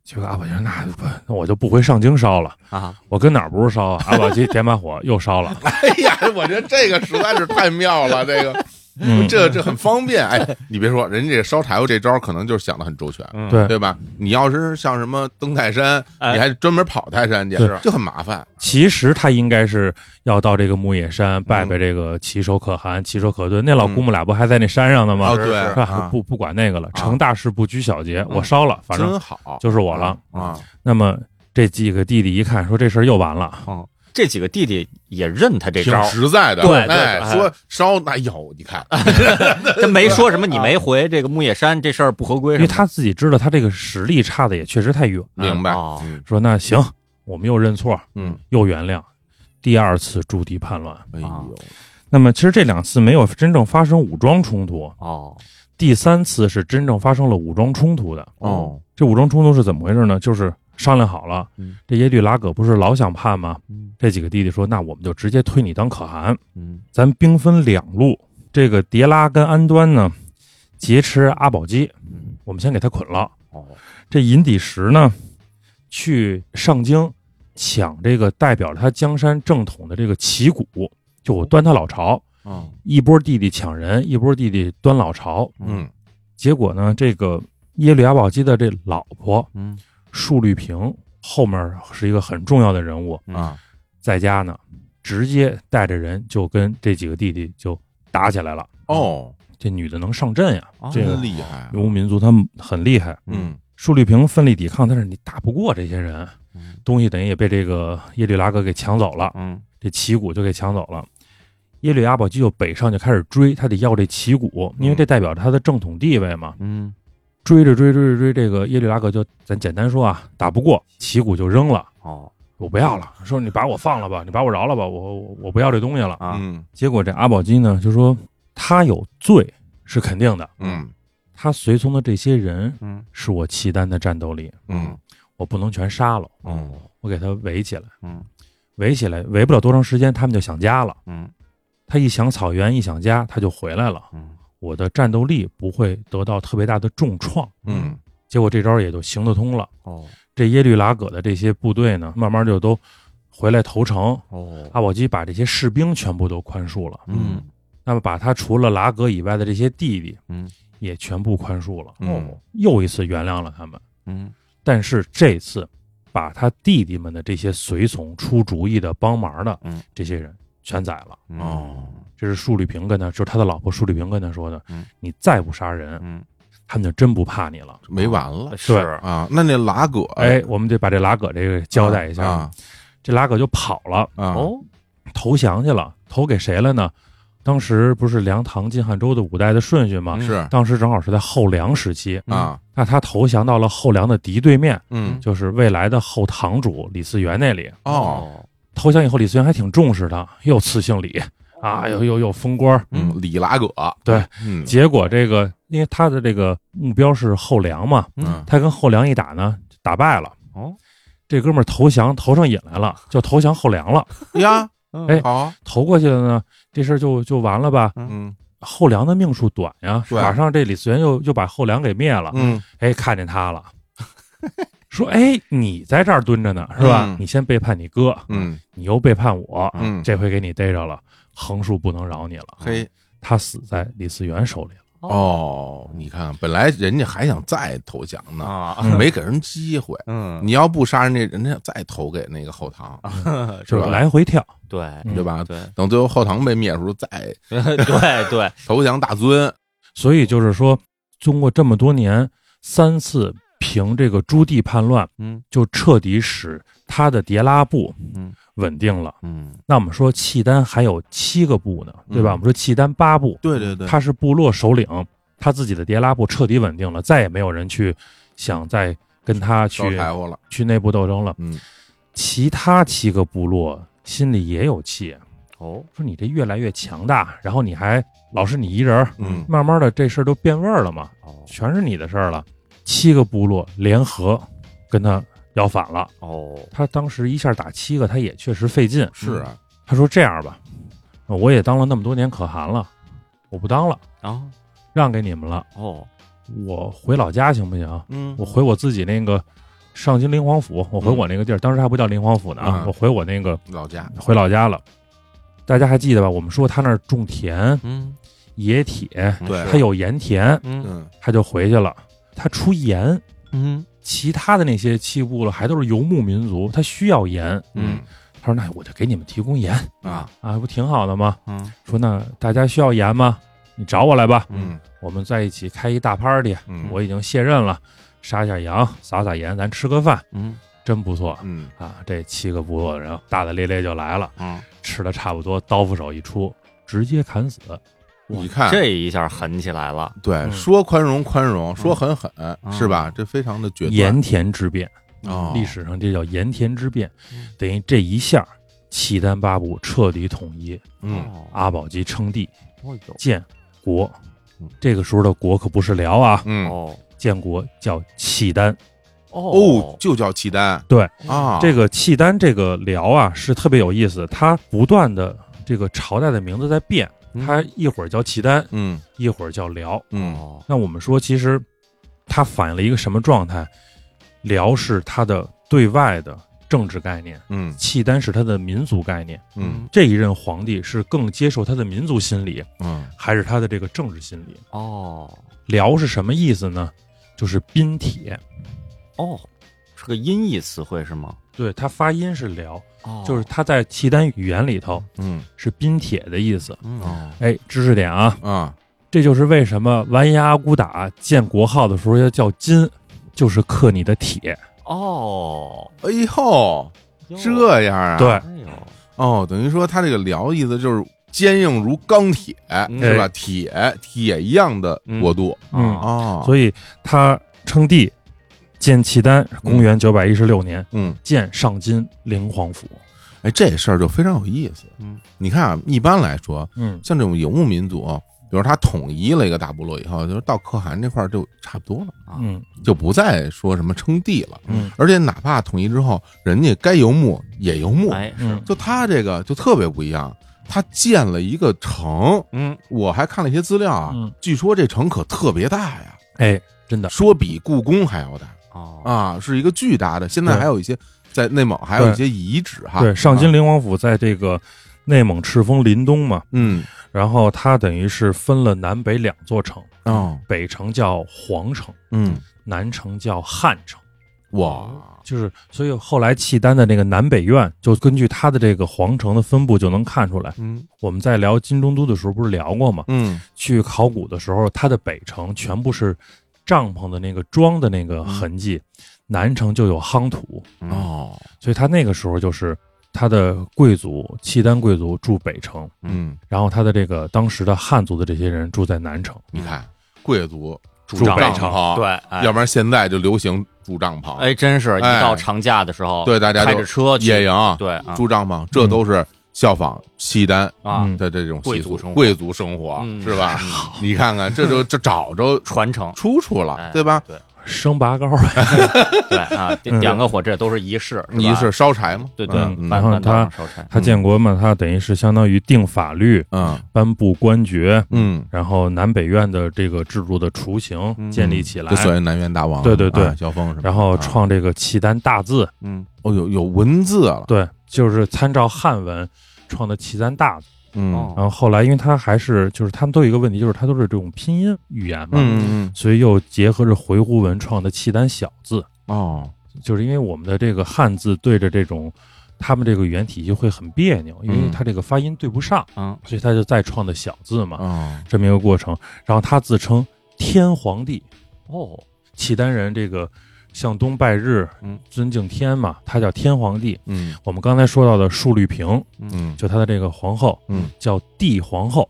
S3: 结果阿保机说那不，那我就不回上京烧了，
S2: 啊，
S3: 我跟哪儿不是烧啊？阿保机点把火又 烧了，
S1: 哎呀，我觉得这个实在是太妙了，这个
S3: 嗯，
S1: 这这很方便。哎，你别说，人家这烧柴火这招可能就是想的很周全，
S2: 嗯
S3: 对
S1: 对吧？你要是像什么登泰山，
S2: 哎
S1: 你还专门跑泰山去，
S3: 对
S1: 是就很麻烦。
S3: 其实他应该是要到这个木叶山拜拜这个奇手可汗、奇手可敦，那老姑母俩不还在那山上呢吗
S1: 哦，？
S2: 是
S1: 对，
S3: 是吧
S1: 啊
S3: 不不管那个了，
S1: 啊
S3: 成大事不拘小节，我烧了，反正
S1: 真好，
S3: 就是我了。
S1: 啊，
S3: 那么这几个弟弟一看，说这事儿又完了，
S2: 哦，这几个弟弟也认他这
S1: 挺
S2: 招儿，
S1: 实在的。
S2: 对对
S1: 哎，
S2: 哎
S1: 说烧那有，你看，
S2: 他没说什么你没回这个木叶山这事儿不合规
S3: 啊因
S2: 什么
S3: 为
S2: 的，
S3: 他自己知道他这个实力差的也确实太远。啊
S1: 明白
S2: 哦？
S1: 嗯
S3: 说那行，我们又认错，
S1: 嗯，
S3: 又原谅，第二次驻地叛乱。
S1: 哎
S2: 啊
S1: 呦，
S3: 那么其实这两次没有真正发生武装冲突，
S2: 哦
S3: 第三次是真正发生了武装冲突的。
S1: 哦，
S3: 这武装冲突是怎么回事呢？就是商量好了，
S2: 嗯
S3: 这耶律拉葛不是老想叛吗？
S2: 嗯
S3: 这几个弟弟说，那我们就直接推你当可汗，
S2: 嗯
S3: 咱兵分两路。这个迭拉跟安端呢，劫持阿保机，
S2: 嗯
S3: 我们先给他捆了。
S2: 哦
S3: 这银底石呢，去上京抢这个代表了他江山正统的这个旗鼓，就我端他老巢，
S1: 嗯
S3: 一波弟弟抢人，一波弟弟端老巢。
S1: 嗯
S3: 结果呢，这个耶律阿保机的这老婆
S2: 嗯
S3: 束律平后面是一个很重要的人物，
S2: 嗯
S1: 啊，
S3: 在家呢，直接带着人就跟这几个弟弟就打起来了。
S1: 哦，
S3: 这女的能上阵呀
S2: 哦，
S3: 这个
S1: 真厉害，啊
S3: 游牧民族他们很厉害。
S1: 嗯
S3: 束律平奋力抵抗，但是你打不过这些人
S2: 嗯，
S3: 东西等于也被这个耶律拉格给抢走了，
S2: 嗯
S3: 这旗鼓就给抢走了。耶律阿保机就北上就开始追，他得要这旗鼓，因为这代表着他的正统地位嘛。
S2: 嗯
S3: 追着追着追着追，这个耶律拉格就咱简单说啊，打不过，旗鼓就扔了，
S2: 哦
S3: 我不要了，说你把我放了吧，你把我饶了吧，我我我不要这东西了。
S2: 啊
S1: 嗯
S3: 结果这阿保机呢就说他有罪是肯定的，
S1: 嗯
S3: 他随从的这些人
S2: 嗯
S3: 是我契丹的战斗力，
S1: 嗯
S3: 我不能全杀了，
S1: 嗯
S3: 我给他围起来，
S2: 嗯
S3: 围起来，围不了多长时间，他们就想家了。
S2: 嗯
S3: 他一想草原，一想家，他就回来了，
S2: 嗯
S3: 我的战斗力不会得到特别大的重创。
S1: 嗯
S3: 结果这招也就行得通了。
S2: 哦
S3: 这耶律拉葛的这些部队呢，慢慢就都回来投诚。
S2: 哦
S3: 阿保机把这些士兵全部都宽恕了，
S2: 嗯
S3: 那么把他除了拉格以外的这些弟弟，
S2: 嗯，
S3: 也全部宽恕了，
S1: 嗯
S3: 又一次原谅了他们。
S2: 嗯
S3: 但是这次，把他弟弟们的这些随从、出主意的、帮忙的
S2: 嗯
S3: 这些人全宰了。
S2: 嗯
S1: 哦
S3: 这是束律平跟他，就是他的老婆束律平跟他说的
S2: 嗯。
S3: 你再不杀人，
S2: 嗯
S3: 他们就真不怕你了。
S1: 没完了
S2: 是
S3: 对哎
S1: 啊！那那拉葛，
S3: 哎，我们得把这拉葛这个交代一下。
S1: 啊，
S3: 这拉葛就跑了，
S1: 啊，
S2: 哦，
S3: 投降去了，投给谁了呢？当时不是梁唐晋汉周的五代的顺序吗？
S2: 嗯
S1: 是
S3: 当时正好是在后梁时期，
S1: 啊，
S3: 那他投降到了后梁的敌对面，
S1: 嗯
S3: 就是未来的后堂主李嗣源那里。
S1: 哦，
S3: 投降以后，李嗣源还挺重视他，又赐姓李啊，又又又封官儿。
S1: 嗯，李拉葛，
S3: 对，
S1: 嗯
S3: 结果这个，因为他的这个目标是后梁嘛，
S1: 嗯
S3: 他跟后梁一打呢，打败了。
S2: 哦，
S3: 这哥们儿投降投上瘾来了，就投降后梁了。
S1: 呀，
S3: 哎
S1: 嗯好，啊
S3: 投过去了呢，这事儿就就完了吧？
S1: 嗯
S3: 后梁的命数短呀，
S1: 对
S3: 马上这李嗣源又又把后梁给灭了。
S1: 嗯
S3: 哎，看见 他了，说哎，你在这儿蹲着呢，是吧？
S1: 嗯
S3: 你先背叛你哥，
S1: 嗯，
S3: 你又背叛我，
S1: 嗯
S3: 这回给你逮着了，横竖不能饶你了。
S1: 嘿，
S3: 他死在李嗣源手里了。
S1: 哦，你看，本来人家还想再投降呢，
S2: 啊，
S3: 嗯
S1: 没给人机会。
S2: 嗯，
S1: 你要不杀人家，人家再投给那个后唐，
S3: 就是
S1: 啊呃吧
S3: 来回跳，
S2: 对
S3: 嗯
S1: 对吧？
S2: 对
S1: 等最后后唐被灭的时候，再
S2: 对 对，
S1: 投降大尊。
S3: 所以就是说，经过这么多年，三次凭这个朱棣叛乱，
S2: 嗯
S3: 就彻底使他的迭拉部
S2: 嗯
S3: 稳定了。
S2: 嗯
S3: 那我们说契丹还有七个部呢，对吧？
S1: 嗯
S3: 我们说契丹八部，
S1: 对对对
S3: 他是部落首领，他自己的迭拉部彻底稳定了，再也没有人去想再跟他去
S1: 烧柴火了。
S3: 去内部斗争了。
S1: 嗯，
S3: 其他七个部落心里也有气，
S2: 哦，
S3: 说你这越来越强大，然后你还老是你一人儿，
S1: 嗯
S3: 慢慢的这事儿都变味儿了嘛，
S2: 哦
S3: 全是你的事儿了。七个部落联合跟他要反了，
S2: 哦，
S3: 他当时一下打七个，他也确实费劲。
S1: 是啊，
S3: 他说这样吧，我也当了那么多年可汗了，我不当了，
S2: 啊
S3: 让给你们了，
S2: 哦，
S3: 我回老家行不行？
S1: 嗯
S3: 我回我自己那个上京灵皇府，我回我那个地儿，当时还不叫灵皇府呢啊
S1: 嗯，
S3: 我回我那个
S1: 老家，
S3: 回老家了。大家还记得吧？我们说他那儿种田
S2: 嗯，
S3: 冶铁，
S1: 对
S3: 他有盐田，
S2: 嗯
S1: 嗯
S3: 他就回去了。他出盐，
S2: 嗯
S3: 其他的那些器物了还都是游牧民族，他需要盐。
S2: 嗯
S3: 他说：“那我就给你们提供盐
S1: 啊
S3: 啊，不挺好的吗
S2: 嗯？”
S3: 说：“那大家需要盐吗？你找我来吧，
S1: 嗯
S3: 我们在一起开一大 party。
S1: 嗯
S3: 我已经卸任了，杀下羊，撒撒盐，咱吃个饭，
S2: 嗯
S3: 真不错
S1: 嗯
S3: 啊！”这七个部落的人大大咧咧就来了，
S2: 嗯，
S3: 吃的差不多，刀斧手一出，直接砍死。
S1: 你看
S2: 这一下狠起来了，
S1: 对，
S3: 嗯
S1: 说宽容宽容，说狠狠是吧？这非常的决断
S3: 盐田之变，
S1: 哦
S3: 历史上这叫盐田之变
S2: 嗯，
S3: 等于这一下，契丹八部彻底统一，
S1: 嗯
S2: 哦，
S3: 阿保机称帝
S2: 哦
S3: 建国
S2: 嗯。
S3: 这个时候的国可不是辽啊，
S2: 有
S1: 嗯
S2: 哦
S3: 建国叫契丹。
S1: 哦，，就叫契丹
S3: 对
S1: 啊，
S3: 这个契丹这个辽啊是特别有意思，它不断的这个朝代的名字在变，
S2: 嗯
S3: 它一会儿叫契丹，
S1: 嗯
S3: 一会儿叫辽。
S1: 嗯
S2: 哦
S3: 那我们说，其实它反映了一个什么状态？辽是它的对外的政治概念，
S1: 嗯
S3: 契丹是它的民族概念。
S1: 嗯
S3: 这一任皇帝是更接受他的民族心理，
S1: 嗯
S3: 还是他的这个政治心理？
S2: 哦
S3: 辽是什么意思呢？就是宾铁，
S2: 哦，是个音译词汇是吗？
S3: 对，它发音是辽，
S2: 哦，
S3: 就是它在契丹语言里头
S1: 嗯
S3: 是宾铁的意思。
S2: 嗯
S1: 哦
S3: 哎，知识点啊，
S1: 啊
S3: 这就是为什么完颜阿骨打建国号的时候要叫金，就是克你的铁。
S2: 哦，
S1: 哎呦，
S2: 哟
S1: 这样啊？
S3: 对，
S2: 哎呦，
S1: 哦，等于说他这个“辽”意思就是坚硬如钢铁，是吧？铁铁一样的国度
S3: 哎嗯
S2: 啊
S1: 哦，以
S3: 所以他称帝建契丹，公元九百一十六年
S1: 嗯，
S3: 建上金灵皇府。
S1: 哎，这事儿就非常有意思。
S2: 嗯
S1: 你看啊，一般来说，
S3: 嗯，
S1: 像这种游牧民族，啊比如他统一了一个大部落以后，就是到可汗这块儿就差不多了，
S3: 嗯，
S1: 就不再说什么称帝了。
S3: 嗯，
S1: 而且哪怕统一之后，人家该游牧也游牧，
S2: 哎是
S3: 嗯
S1: 就他这个就特别不一样。他建了一个城，
S2: 嗯
S1: 我还看了一些资料啊，
S3: 嗯
S1: 据说这城可特别大呀，
S3: 哎，真的，
S1: 说比故宫还要大
S2: 哦
S1: 啊，是一个巨大的。现在
S3: 对
S1: 还有一些在内蒙还有一些遗址哈，
S3: 对，上金
S1: 啊，
S3: 灵王府在这个内蒙赤峰林东嘛，
S1: 嗯，
S3: 然后它等于是分了南北两座城，
S1: 哦，
S3: 北城叫皇城，
S1: 嗯，
S3: 南城叫汉城。
S1: 哇，
S3: 就是，所以后来契丹的那个南北院，就根据它的这个皇城的分布就能看出来。
S1: 嗯
S3: 我们在聊金中都的时候不是聊过吗？
S1: 嗯，
S3: 去考古的时候，它的北城全部是帐篷的那个桩的那个痕迹，南城就有夯土，
S2: 嗯
S1: 哦，
S3: 所以它那个时候就是他的贵族契丹贵族住北城，
S1: 嗯，
S3: 然后他的这个当时的汉族的这些人住在南城，
S1: 你看贵族住
S3: 住
S1: 帐
S3: 帐
S1: 篷，
S2: 对，，嗯哎
S1: 要不然现在就流行住帐篷，
S2: 哎，真是一
S1: 哎
S2: 到长假的时候，
S1: 对大家就
S2: 开着车去
S1: 野，营，
S2: 对啊
S1: 住帐篷，这都是效仿契丹
S2: 啊，
S3: 嗯
S1: 的这种习
S2: 贵
S1: 俗
S2: 族生，活
S1: 贵族生活
S2: 嗯
S1: 是吧？你看看， 这就这找着
S2: 传承，
S1: 出处了
S2: 哎，
S1: 对吧？
S2: 对
S3: 生拔高呗。
S2: 对啊，
S3: 嗯
S2: 点个火，这都是仪式，吧
S1: 你是，烧柴吗？
S2: 对对
S1: 嗯，嗯
S2: 搬
S3: 然后
S2: 搬到
S3: 他
S2: 上烧柴，
S3: 他建国嘛，他等于是相当于定法律、
S1: 嗯
S3: 颁布官爵，
S1: 嗯，
S3: 然后南北院的这个制度的雏形建立起来
S1: 嗯这，所谓南院大王，
S3: 对对对
S1: 啊萧峰什么的，
S3: 然后
S1: 啊
S3: 创这个契丹大字，
S1: 嗯，哦，有有文字了，
S3: 对，就是参照汉文创的契丹大字。
S1: 嗯
S2: 哦
S3: 然后后来，因为他还是就是他们都有一个问题，就是他都是这种拼音语言嘛，
S1: 嗯嗯
S3: 所以又结合着回鹘文创的契丹小字，
S1: 嗯，哦，
S3: 就是因为我们的这个汉字对着这种他们这个语言体系会很别扭，因
S1: 嗯
S3: 为它这个发音对不上，
S2: 嗯，
S3: 所以他就再创的小字嘛，
S1: 哦，
S3: 这么一个过程。然后他自称天皇帝，
S2: 哦，
S3: 契丹人这个向东拜日
S1: 嗯，
S3: 尊敬天嘛，他叫天皇帝。
S1: 嗯
S3: 我们刚才说到的述律平，
S1: 嗯，
S3: 就他的这个皇后，
S1: 嗯，
S3: 叫帝皇后，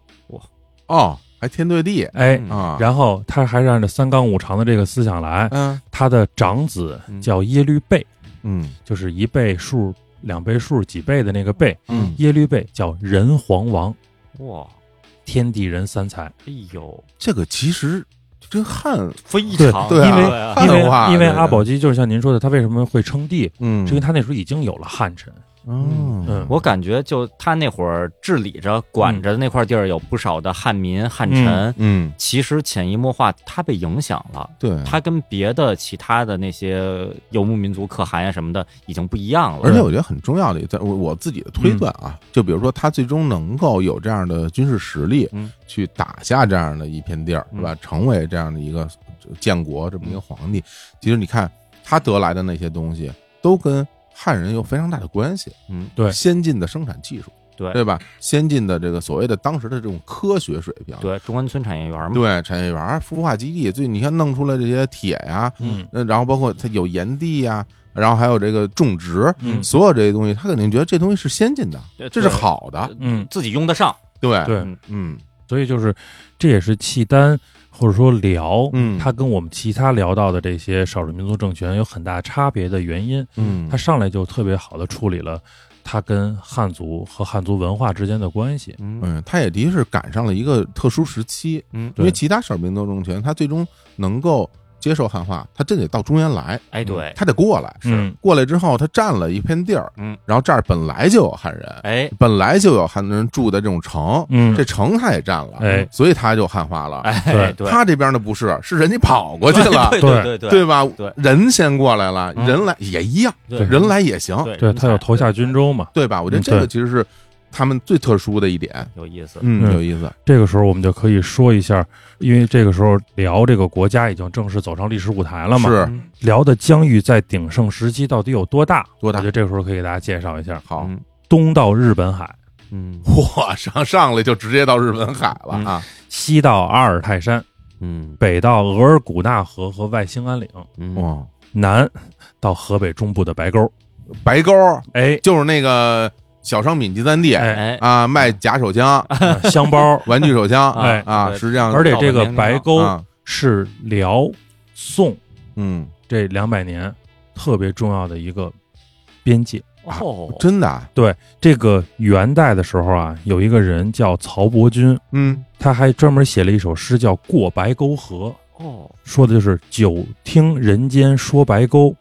S1: 哦，还天对地
S3: 哎，
S2: 嗯
S1: 啊，
S3: 然后他还是按照三纲五常的这个思想来，
S1: 嗯
S3: 他的长子
S1: 嗯
S3: 叫耶律倍，
S1: 嗯
S3: 就是一倍数、两倍数、几倍的那个倍，
S1: 嗯，
S3: 耶律倍叫仁皇王，
S2: 哇，
S3: 天地人三才。
S2: 哎呦，
S1: 这个其实真汉，
S2: 非
S3: 对
S2: 常
S1: 对啊
S3: 因为
S2: 啊
S1: 汉
S3: 因为
S1: 文化
S3: 因为
S1: 对对
S3: 阿保机就是像您说的，他为什么会称帝，
S1: 嗯，
S3: 是因为他那时候已经有了汉臣。
S1: 嗯
S3: 嗯
S2: 我感觉就他那会儿治理着、管着那块地儿，有不少的汉民、汉臣。
S1: 嗯，
S2: 其实潜移默化，他被影响了。
S1: 对，
S2: 他跟别的其他的那些游牧民族、可汗呀什么的已经不一样了。
S1: 而且我觉得很重要的一在我我自己的推断啊，就比如说他最终能够有这样的军事实力，
S2: 嗯
S1: 去打下这样的一片地儿，
S2: 嗯
S1: 是吧？成为这样的一个呃建国这么一个皇帝，其实你看他得来的那些东西，都跟汉人有非常大的关系。
S2: 嗯，
S3: 对
S1: 先进的生产技术，
S2: 对
S1: 对吧？先进的这个所谓的当时的这种科学水平，
S2: 对，中关村产业园嘛，
S1: 对产业园儿、孵化基地，最你看弄出来这些铁呀、
S3: 嗯
S1: 那然后包括它有盐地呀、然后还有这个种植，
S3: 嗯
S1: 所有这些东西，他肯定觉得这东西是先进的，
S2: 呃对
S1: 这是好的，
S3: 嗯，
S2: 自己用得上。
S1: 对，
S3: 对，
S1: 嗯
S3: 所以就是这也是契丹或者说辽，
S1: 嗯
S3: 它跟我们其他聊到的这些少数民族政权有很大差别的原因。
S1: 嗯
S3: 他上来就特别好的处理了他跟汉族和汉族文化之间的关系。
S2: 嗯
S1: 嗯，他也的确是赶上了一个特殊时期，
S2: 嗯，
S1: 因为
S3: 对
S1: 其他少数民族政权，他最终能够接受汉化，他真得到中原来，嗯
S2: 哎对，
S1: 他得过来，
S3: 嗯
S1: 过来之后，他占了一片地儿，
S2: 嗯，
S1: 然后这儿本来就有汉人，
S2: 哎
S1: 本来就有汉人住的这种城，
S3: 嗯
S1: 这城他也占了，
S3: 哎
S1: 所以他就汉化了。
S2: 哎对，
S1: 他这边呢不是，是人家跑过去了，
S2: 对对对
S1: 对吧？
S2: 对
S1: 人先过来了，
S2: 嗯
S1: 人来也一样，
S2: 对
S1: 人来也行，
S2: 对
S3: 对他有投下军
S2: 州，
S3: 州嘛？
S1: 对吧？我觉得
S3: 嗯
S1: 这个
S3: 对
S1: 其实是他们最特殊的一点，
S2: 有意思。
S1: 嗯，
S3: 嗯
S1: 有意思，
S3: 这个时候我们就可以说一下，因为这个时候辽这个国家已经正式走上历史舞台了嘛。
S1: 是
S2: 嗯
S3: 辽的疆域在鼎盛时期到底有多大？
S1: 多大
S3: 我觉得这个时候可以给大家介绍一下，
S1: 好，
S2: 嗯
S3: 东到日本海，
S2: 嗯
S1: 嚯，上上来就直接到日本海了啊！
S3: 西到阿尔泰山，
S2: 嗯
S3: 北到额尔古纳河和外兴安岭，
S2: 嗯，
S1: 哇，
S3: 南到河北中部的白沟。
S1: 白沟
S3: 哎，
S1: 就是那个小商品集散地
S3: 哎，啊
S2: 哎
S1: 啊，卖假手枪、
S3: 香 包
S1: 玩具手枪
S3: 哎
S1: 啊，
S2: 对
S1: 实际上，
S3: 而且这个白沟
S1: 啊
S3: 是辽、宋
S1: 嗯，
S3: 这两百年特别重要的一个边界。
S2: 哦，
S1: 真的啊，
S3: 这个元代的时候啊，有一个人叫曹伯钧，
S1: 嗯，
S3: 他还专门写了一首诗叫《过白沟河》，
S2: 哦，
S3: 说的就是“久听人间说白沟，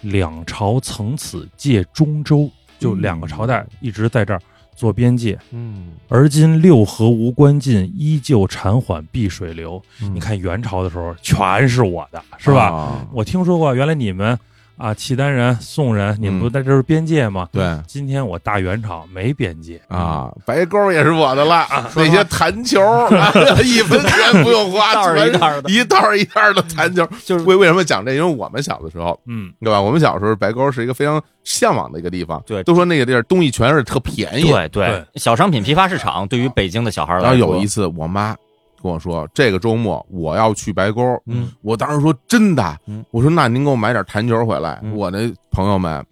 S3: 两朝曾此界中州”，就两
S1: 嗯
S3: 个朝代一直在这儿做边界。
S2: 嗯，
S3: 而今六合无关尽，依旧潺缓碧水流。
S1: 你
S3: 你看元朝的时候，全是我的，是吧？
S1: 啊
S3: 我听说过，原来你们啊，契丹人、宋人，你们不
S1: 嗯
S3: 在这儿边界吗？
S1: 对
S3: 今天我大元朝没边界，
S1: 啊，白沟也是我的了。啊
S2: 嗯 说
S1: 那
S2: 实
S1: 些
S2: 话
S1: 弹球 儿， 一分钱不用花，
S2: 袋儿一袋儿的
S1: 一袋儿一袋儿的弹球儿。
S2: 就是
S1: 为为什么讲这？因为我们小的时候，
S3: 嗯，
S1: 对吧？我们小时候白沟是一个非常向往的一个地方。
S2: 对
S1: 都说那个地儿东西全是特便宜。
S2: 哎对对，小商品批发市场对于北京的小孩来
S1: 然
S2: 说，
S1: 后有一次，我妈跟我说，这个周末我要去白沟。
S2: 嗯
S1: 我当时说真的
S2: 嗯，
S1: 我说那您给我买点弹球回来
S2: 嗯。
S1: 我那朋友们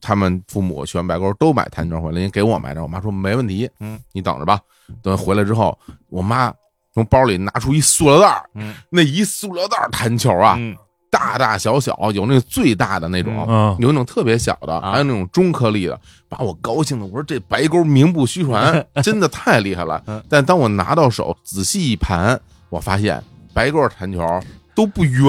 S1: 他们父母去完白沟都买弹筝回来，您给我买着。我妈说没问题，
S4: 嗯，
S1: 你等着吧。等回来之后，我妈从包里拿出一塑料袋儿，
S4: 嗯
S1: 那一塑料袋儿弹球啊，
S4: 嗯
S1: 大大小小，有那个最大的那种，
S3: 嗯
S1: 有那种特别小的，还有那种中颗粒的，把我高兴的，我说这白沟名不虚传，真的太厉害了
S4: 嗯。
S1: 但当我拿到手仔细一盘，我发现白沟弹球都不圆，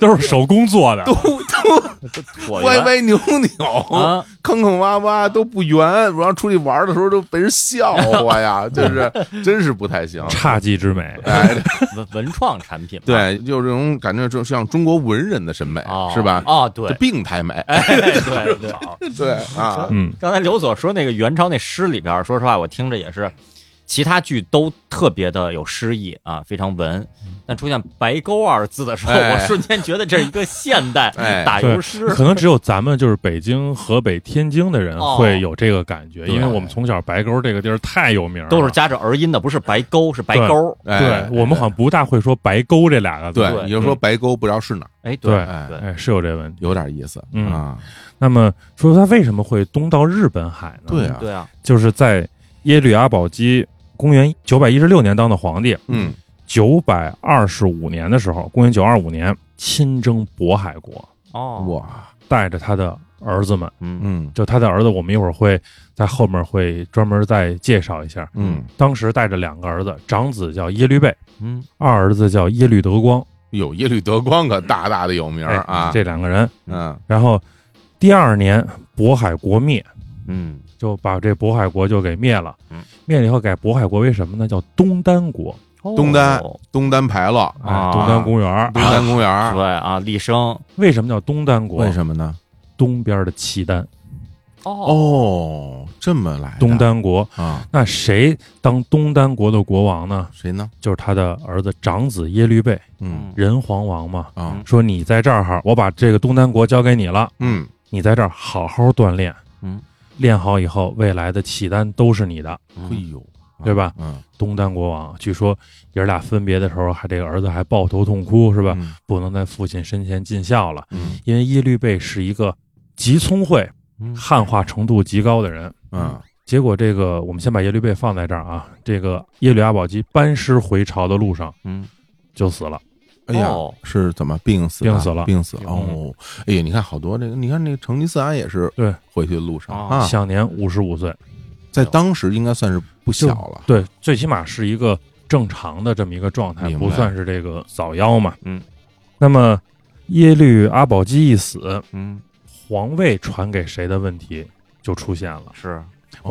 S3: 都是手工做的
S1: 都，都
S2: 我
S1: 歪歪扭扭，
S2: 啊，
S1: 坑坑洼洼都不圆。然后出去玩的时候都被人笑话呀，就是真是不太 行。
S3: 侘寂之美。
S1: 哎，
S2: 文文创产品嘛
S1: 对，就这种感觉，就像中国文人的审美
S2: 哦，
S1: 是吧？
S2: 哦，
S1: 这
S2: 对，
S1: 病态美，
S2: 哎， 对对。
S1: 对啊，
S3: 嗯，
S2: 刚才刘所说那个元朝那诗里边儿，说实话，我听着也是，其他剧都特别的有诗意啊，非常文。但出现“白沟”二字的时候，
S1: 哎
S2: 我瞬间觉得这是一个现代
S1: 哎
S2: 打油诗。
S3: 可能只有咱们就是北京、河北、天津的人
S2: 哦
S3: 会有这个感觉，
S1: 对
S3: 因为我们从小白沟这个地儿太有名了，
S2: 都是加着儿音的，不是白沟，是白沟。
S1: 哎
S3: 对我们好像不大会说白沟这俩个字。
S1: 对，你就说白沟不知道是哪儿，
S2: 哎，
S3: 对
S1: 对
S3: 哎，是有这问题。
S1: 有点意思
S3: 嗯
S1: 啊。
S3: 那么说它为什么会东到日本海呢？
S1: 对啊，
S2: 对啊，
S3: 就是在耶律阿保机公元九百一十六年当的皇帝，
S1: 嗯，
S3: 九百二十五年的时候，公元九二五年亲征渤海国，
S2: 哦，
S1: 哇，
S3: 带着他的儿子们，
S2: 嗯，
S1: 嗯
S3: 就他的儿子，我们一会儿会在后面会专门再介绍一下。
S1: 嗯，
S3: 当时带着两个儿子，长子叫耶律倍，
S2: 嗯，
S3: 二儿子叫耶律德光，
S1: 有耶律德光可大大的有名
S3: 哎
S1: 儿啊，
S3: 这两个人。
S1: 嗯
S3: 然后第二年渤海国灭，
S2: 嗯，
S3: 就把这渤海国就给灭了
S2: 嗯。
S3: 灭了以后，改渤海国为什么呢？叫东单国，
S1: 东单
S2: 哦
S1: 东单牌楼，
S3: 哎
S2: 啊
S3: 东单公园儿。
S1: 东单公园儿，
S2: 对啊，立生。
S3: 为什么叫东单国？
S1: 什么呢？
S3: 东边的契丹，
S2: 哦，
S1: 哦，这么来的
S3: 东单国。
S1: 啊，
S3: 那谁当东单国的国王呢？
S1: 谁呢？
S3: 就是他的儿子长子耶律倍，
S1: 嗯
S3: 仁皇王嘛。
S2: 嗯
S1: 啊，
S3: 说你在这儿哈，我把这个东单国交给你了，
S1: 嗯
S3: 你在这儿好好锻炼，
S2: 嗯，
S3: 练好以后，未来的契丹都是你的。
S2: 嗯
S1: 哎呦，
S3: 对吧？
S1: 嗯，
S3: 东单国王，据说爷儿俩分别的时候，还这个儿子还抱头痛哭，是吧？
S1: 嗯
S3: 不能在父亲身前尽孝了，
S1: 嗯
S3: 因为耶律倍是一个极聪慧、
S2: 嗯
S3: 汉化程度极高的人。
S1: 嗯
S3: 结果这个，我们先把耶律倍放在这儿啊。这个耶律阿保机班师回朝的路上
S2: 嗯，
S3: 就死了。
S1: 哎呀
S2: 哦，
S1: 是怎么病死的？
S3: 病死了
S1: 病死了。
S3: 嗯
S1: 哦，哎呀，你看好多这个，你看那个成吉思汗也是
S3: 对
S1: 回去的路上
S2: 哦
S1: 啊，
S3: 享年五十五岁，
S1: 在当时应该算是不小了。
S3: 对，最起码是一个正常的这么一个状态，
S1: 明白
S3: 不算是这个早夭嘛。
S2: 嗯，
S3: 那么耶律阿保机一死，
S2: 嗯，
S3: 皇位传给谁的问题就出现了。
S2: 是，
S3: 我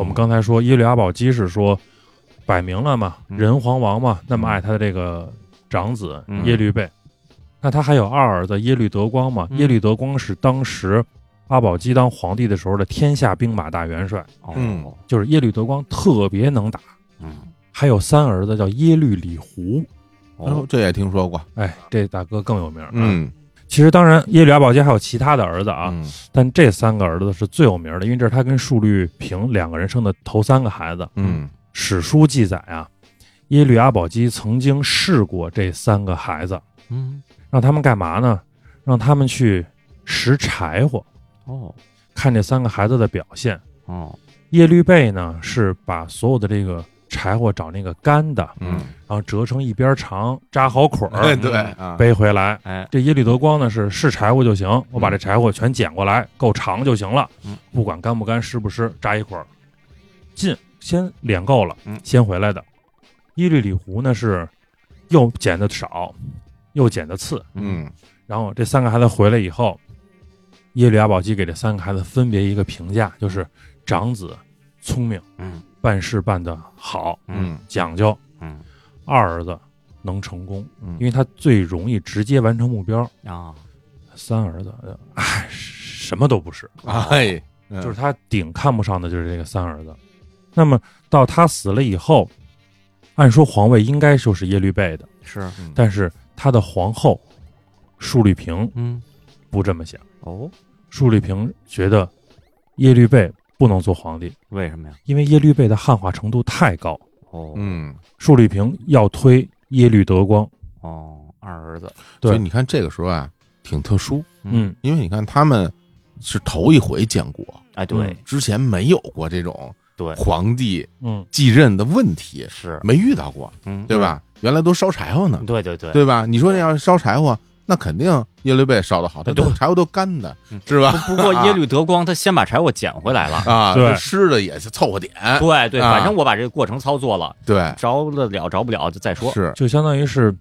S1: 哦
S2: 哦
S3: 们刚才说耶律阿保机是说摆明了嘛，
S2: 嗯
S3: 仁皇王嘛，那么爱他的这个长子
S2: 嗯
S3: 耶律倍，那他还有二儿子耶律德光嘛？
S2: 嗯
S3: 耶律德光是当时阿保机当皇帝的时候的天下兵马大元帅，
S2: 哦
S1: 嗯，
S3: 就是耶律德光特别能打。
S2: 嗯，
S3: 还有三儿子叫耶律李胡，
S1: 哦，
S2: 哦，
S1: 这也听说过。
S3: 哎，这大哥更有名。，啊
S1: 嗯
S3: 其实当然耶律阿保机还有其他的儿子啊，
S1: 嗯
S3: 但这三个儿子是最有名的，因为这是他跟述律平两个人生的头三个孩子。
S1: 嗯
S3: 史书记载啊，耶律阿保机曾经试过这三个孩子，
S2: 嗯，
S3: 让他们干嘛呢？让他们去拾柴火，
S2: 哦，
S3: 看这三个孩子的表现。
S2: 哦，
S3: 耶律倍呢是把所有的这个柴火找那个干的，
S1: 嗯，
S3: 然后折成一边长，扎好捆
S1: 哎
S3: 儿
S1: 对啊，
S3: 背回来。
S2: 哎，
S3: 这耶律德光呢是是柴火就行，我把这柴火全捡过来，够长就行了
S2: 嗯，
S3: 不管干不干湿不湿，扎一捆儿，进先敛够了
S2: 嗯，
S3: 先回来的。耶律李胡呢是又捡的少，又捡的次，
S1: 嗯
S3: 然后这三个孩子回来以后，耶律阿保机给这三个孩子分别一个评价，就是长子聪明，
S2: 嗯，
S3: 办事办得好，
S1: 嗯
S3: 讲究，
S2: 嗯，
S3: 二儿子能成功，
S1: 嗯
S3: 因为他最容易直接完成目标。
S2: 啊，
S3: 三儿子，呃哎，什么都不是，
S1: 哎，
S3: 就
S1: 就是
S3: 他顶看不上的就是这个三儿子。那么到他死了以后，按说皇位应该就是耶律倍的，
S2: 是，
S1: 嗯
S3: 但是他的皇后述律平
S2: 嗯，
S3: 不这么想。
S2: 哦，
S3: 述律平觉得耶律倍不能做皇帝，
S2: 为什么呀？
S3: 因为耶律倍的汉化程度太高。
S2: 哦，
S1: 嗯，
S3: 述律平要推耶律德光，
S2: 哦，二儿子，
S3: 对
S1: 所以你看这个时候啊，挺特殊，
S3: 嗯，
S1: 因为你看他们是头一回建国，
S2: 哎，对
S3: 嗯
S1: 之前没有过这种
S2: 对
S1: 皇帝
S3: 嗯
S1: 继任的问题，
S2: 是，
S1: 没遇到过，
S2: 嗯，
S1: 对吧？原来都烧柴火呢，
S2: 对对对，
S1: 对吧？你说那要是烧柴火，那肯定耶律贝烧的好，它
S2: 对
S1: 都柴火都干的
S2: 嗯，
S1: 是吧？
S2: 不过耶律德光他先把柴火捡回来 了，
S1: 啊，
S3: 对
S1: 这湿的也是凑合点，
S2: 对对，
S1: 啊
S2: 反正我把这个过程操作了，
S1: 对，
S2: 着得了着不了就再说，
S1: 是，
S3: 就相当于是，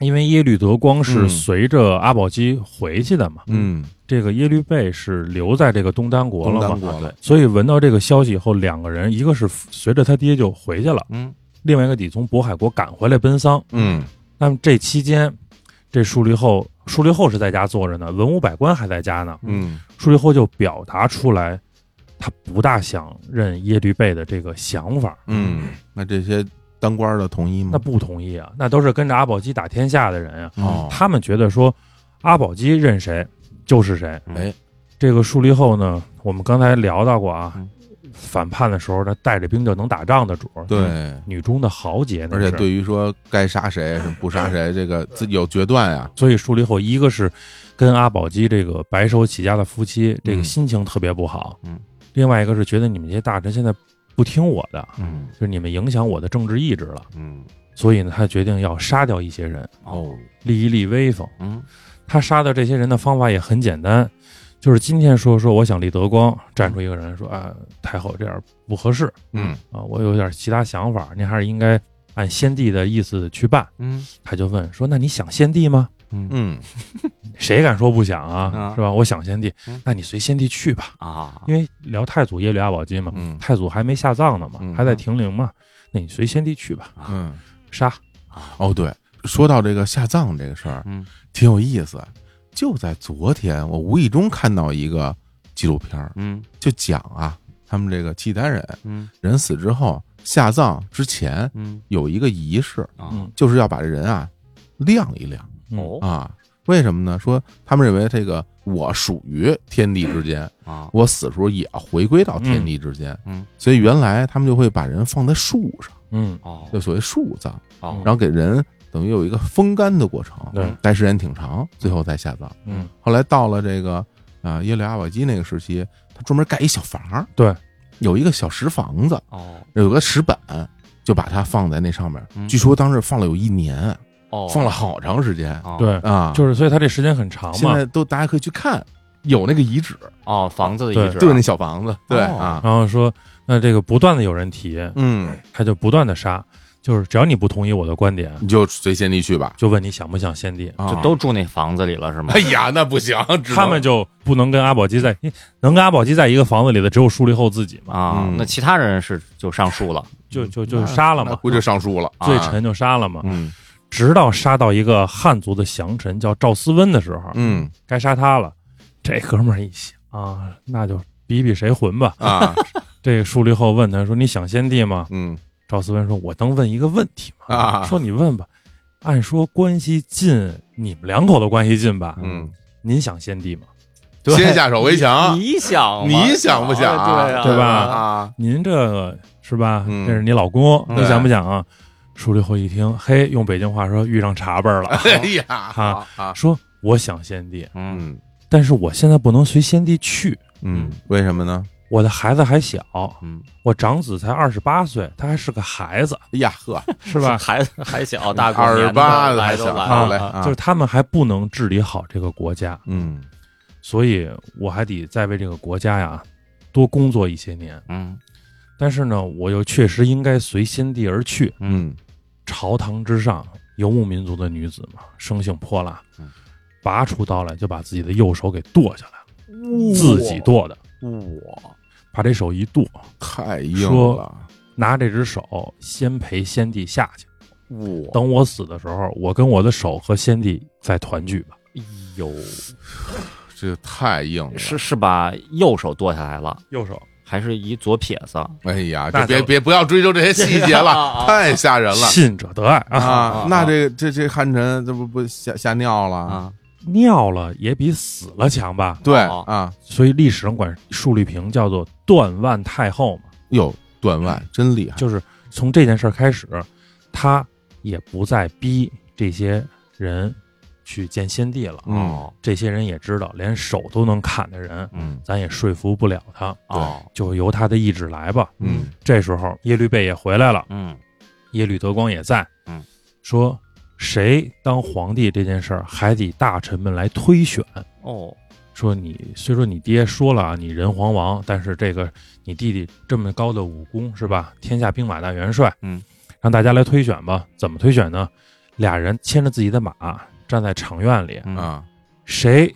S3: 因为耶律德光
S1: 嗯
S3: 是随着阿保机回去的嘛，
S1: 嗯，
S3: 这个耶律贝是留在这个东丹国
S1: 东
S3: 了嘛
S1: 丹，国了，
S3: 所以闻到这个消息以后，两个人一个是随着他爹就回去了，
S1: 嗯
S3: 另外一个得从渤海国赶回来奔丧。
S1: 嗯
S3: 那么这期间，这舒立后舒立后是在家坐着呢，文武百官还在家呢。
S1: 嗯
S3: 舒立后就表达出来，他不大想认耶律贝的这个想法。
S1: 嗯，那这些当官的同意
S3: 那
S1: 吗？
S3: 不同意啊，那都是跟着阿保机打天下的人啊。
S1: 哦，
S3: 他们觉得说，阿保机认谁就是谁。
S1: 哎，
S3: 这个树立后呢，我们刚才聊到过啊
S2: 嗯，
S3: 反叛的时候呢，带着兵就能打仗的主儿，
S1: 嗯对。
S3: 女中的豪杰，那
S1: 而且
S3: 是。
S1: 对于说该杀谁是不杀谁，这个自己有决断呀、
S3: 所以树立后，一个是跟阿保机这个白手起家的夫妻，这个心情特别不好，
S1: 嗯，
S3: 另外一个是觉得你们这些大臣现在不听我的，
S1: 嗯
S3: 就是你们影响我的政治意志了，
S1: 嗯，
S3: 所以呢，他决定要杀掉一些人，
S1: 哦，
S3: 立一立威风。
S2: 嗯
S3: 他杀掉这些人的方法也很简单，就是今天说说我想立德光，站出一个人说啊，太后这样不合适
S1: 嗯
S3: 啊，我有点其他想法，您还是应该按先帝的意思去办。
S2: 嗯
S3: 他就问说，那你想先帝吗？
S2: 嗯
S1: 嗯
S3: 谁敢说不想啊
S2: 啊？
S3: 是吧？我想先帝
S2: 嗯，
S3: 那你随先帝去吧，
S2: 啊，
S3: 因为辽太祖耶律阿保机嘛，
S1: 嗯
S3: 太祖还没下葬呢
S1: 嗯
S3: 嘛，还在停灵嘛，那你随先帝去吧，
S1: 嗯，
S3: 杀。
S1: 哦，对，说到这个下葬这个事儿，
S2: 嗯
S1: 挺有意思。就在昨天，我无意中看到一个纪录片儿，
S2: 嗯
S1: 就讲啊，他们这个契丹人
S2: 嗯
S1: 人死之后下葬之前
S2: 嗯
S1: 有一个仪式，
S2: 啊
S3: 嗯
S1: 就是要把这人啊晾一晾
S2: 哦
S1: 啊。为什么呢？说他们认为这个我属于天地之间，
S2: 啊
S1: 我死的时候也回归到天地之间，
S2: 嗯嗯
S1: 所以原来他们就会把人放在树上，
S3: 嗯，
S2: 哦
S1: 就所谓树葬，
S2: 哦，
S1: 然后给人等于有一个风干的过程，
S3: 对，
S1: 待时间挺长，最后再下葬。
S3: 嗯，
S1: 后来到了这个啊耶律阿保机那个时期，他专门盖一小房儿，
S3: 对，
S1: 有一个小石房子，
S2: 哦
S1: 有个石板，就把它放在那上面。
S2: 嗯
S1: 据说当时放了有一年，
S2: 哦
S1: 放了好长时间
S2: 哦
S3: 对，
S1: 啊，
S3: 就是所以他这时间很长
S1: 现
S3: 嘛，
S1: 在都大家可以去看，有那个遗址，
S2: 哦房子的
S3: 对
S2: 遗址
S1: 对，那小房子，对
S2: 哦
S1: 啊，
S3: 然后说，那这个不断的有人提，
S1: 嗯，
S3: 他就不断的杀，就是只要你不同意我的观点，
S1: 你就随先帝去吧。
S3: 就问你想不想先帝。
S1: 啊
S2: 哦就都住那房子里了是吗
S1: 哎？呀，那不行，只能
S3: 他们就不能跟阿保机在，能跟阿保机在一个房子里的只有舒立后自己嘛，
S2: 啊，
S1: 嗯
S2: 那其他人是就上树了
S3: 就就就杀了
S1: 那
S3: 嘛，
S1: 估计上书了，
S2: 啊
S3: 罪臣就杀了嘛。
S1: 嗯
S3: 直到杀到一个汉族的降臣叫赵思温的时候，
S1: 嗯
S3: 该杀他了。这哥们儿一想啊，那就比比谁混吧。
S1: 啊
S3: 这舒立后问他说：“你想先帝吗
S1: 嗯？”
S3: 赵思温说：“我能问一个问题吗？”
S1: 啊
S3: 说你问吧。按说关系近，你们两口子关系近吧？
S1: 嗯，
S3: 您想先帝吗？
S2: 对
S1: 先下手为强，
S2: 你想吗
S1: 啊你想不想？
S2: 对啊
S3: 对吧
S1: 啊，
S3: 您这个是吧？
S1: 嗯
S3: 这是你老公，
S1: 嗯
S3: 你想不想啊？舒立后一听，嘿，用北京话说遇上茶辈 儿了，
S1: 哎呀，
S3: 好
S1: 啊，
S3: 说我想先帝，
S2: 嗯
S1: 嗯
S3: 但是我现在不能随先帝去，
S1: 嗯，为什么呢？
S3: 我的孩子还小，
S2: 嗯
S3: 我长子才二十八岁，他还是个孩子，
S1: 哎呀呵，
S3: 是吧？
S2: 孩子还小，大
S1: 嗯
S2: 过
S1: 二
S2: 年
S1: 十
S2: 的
S1: 八
S2: 来
S1: 还
S2: 都
S1: 小，
S2: 来
S1: 好
S2: 了，啊
S1: 嘞，啊
S3: 就是他们还不能治理好这个国家，
S1: 嗯
S3: 所以我还得再为这个国家呀多工作一些年。
S2: 嗯
S3: 但是呢，我又确实应该随先帝而去。
S1: 嗯
S3: 朝堂之上，游牧民族的女子嘛，生性泼辣
S2: 嗯，
S3: 拔出刀来就把自己的右手给剁下来了，自己剁的，
S2: 哇，
S3: 把这手一剁，
S1: 太硬
S3: 说
S1: 了，
S3: 拿这只手先陪先帝下去，
S1: 哇，
S3: 等我死的时候，我跟我的手和先帝再团聚吧。
S2: 哎呦，
S1: 这太硬了，
S2: 是是把右手剁下来了，
S3: 右手
S2: 还是一左撇子？
S1: 哎呀，这
S3: 那
S1: 别
S3: 就
S1: 别不要追究这些细节
S2: 啊
S1: 了，
S2: 啊
S1: 太吓人了
S3: 信者得爱 啊，
S1: 啊
S2: 啊！
S1: 那
S2: 啊
S1: 这这这汉臣这不不吓吓尿了？
S2: 啊，
S3: 尿了也比死了强吧？
S1: 对
S2: 哦
S1: 啊，
S3: 所以历史上管舒丽萍叫做断腕太后嘛，
S1: 哟，段万真厉害，
S3: 就是从这件事儿开始，她也不再逼这些人去见先帝了。
S1: 嗯
S2: 哦
S3: 这些人也知道，连手都能砍的人，
S1: 嗯
S3: 咱也说服不了他，
S2: 哦，
S3: 就由他的意志来吧。
S1: 嗯
S3: 这时候耶律倍也回来了，
S2: 嗯
S3: 耶律德光也在，
S2: 嗯，
S3: 说谁当皇帝这件事儿还得大臣们来推选。
S2: 哦，
S3: 说你虽说你爹说了啊，你人皇王，但是这个你弟弟这么高的武功是吧？天下兵马大元帅，
S2: 嗯，
S3: 让大家来推选吧。怎么推选呢？俩人牵着自己的马站在场院里，
S2: 嗯
S1: 啊
S3: 谁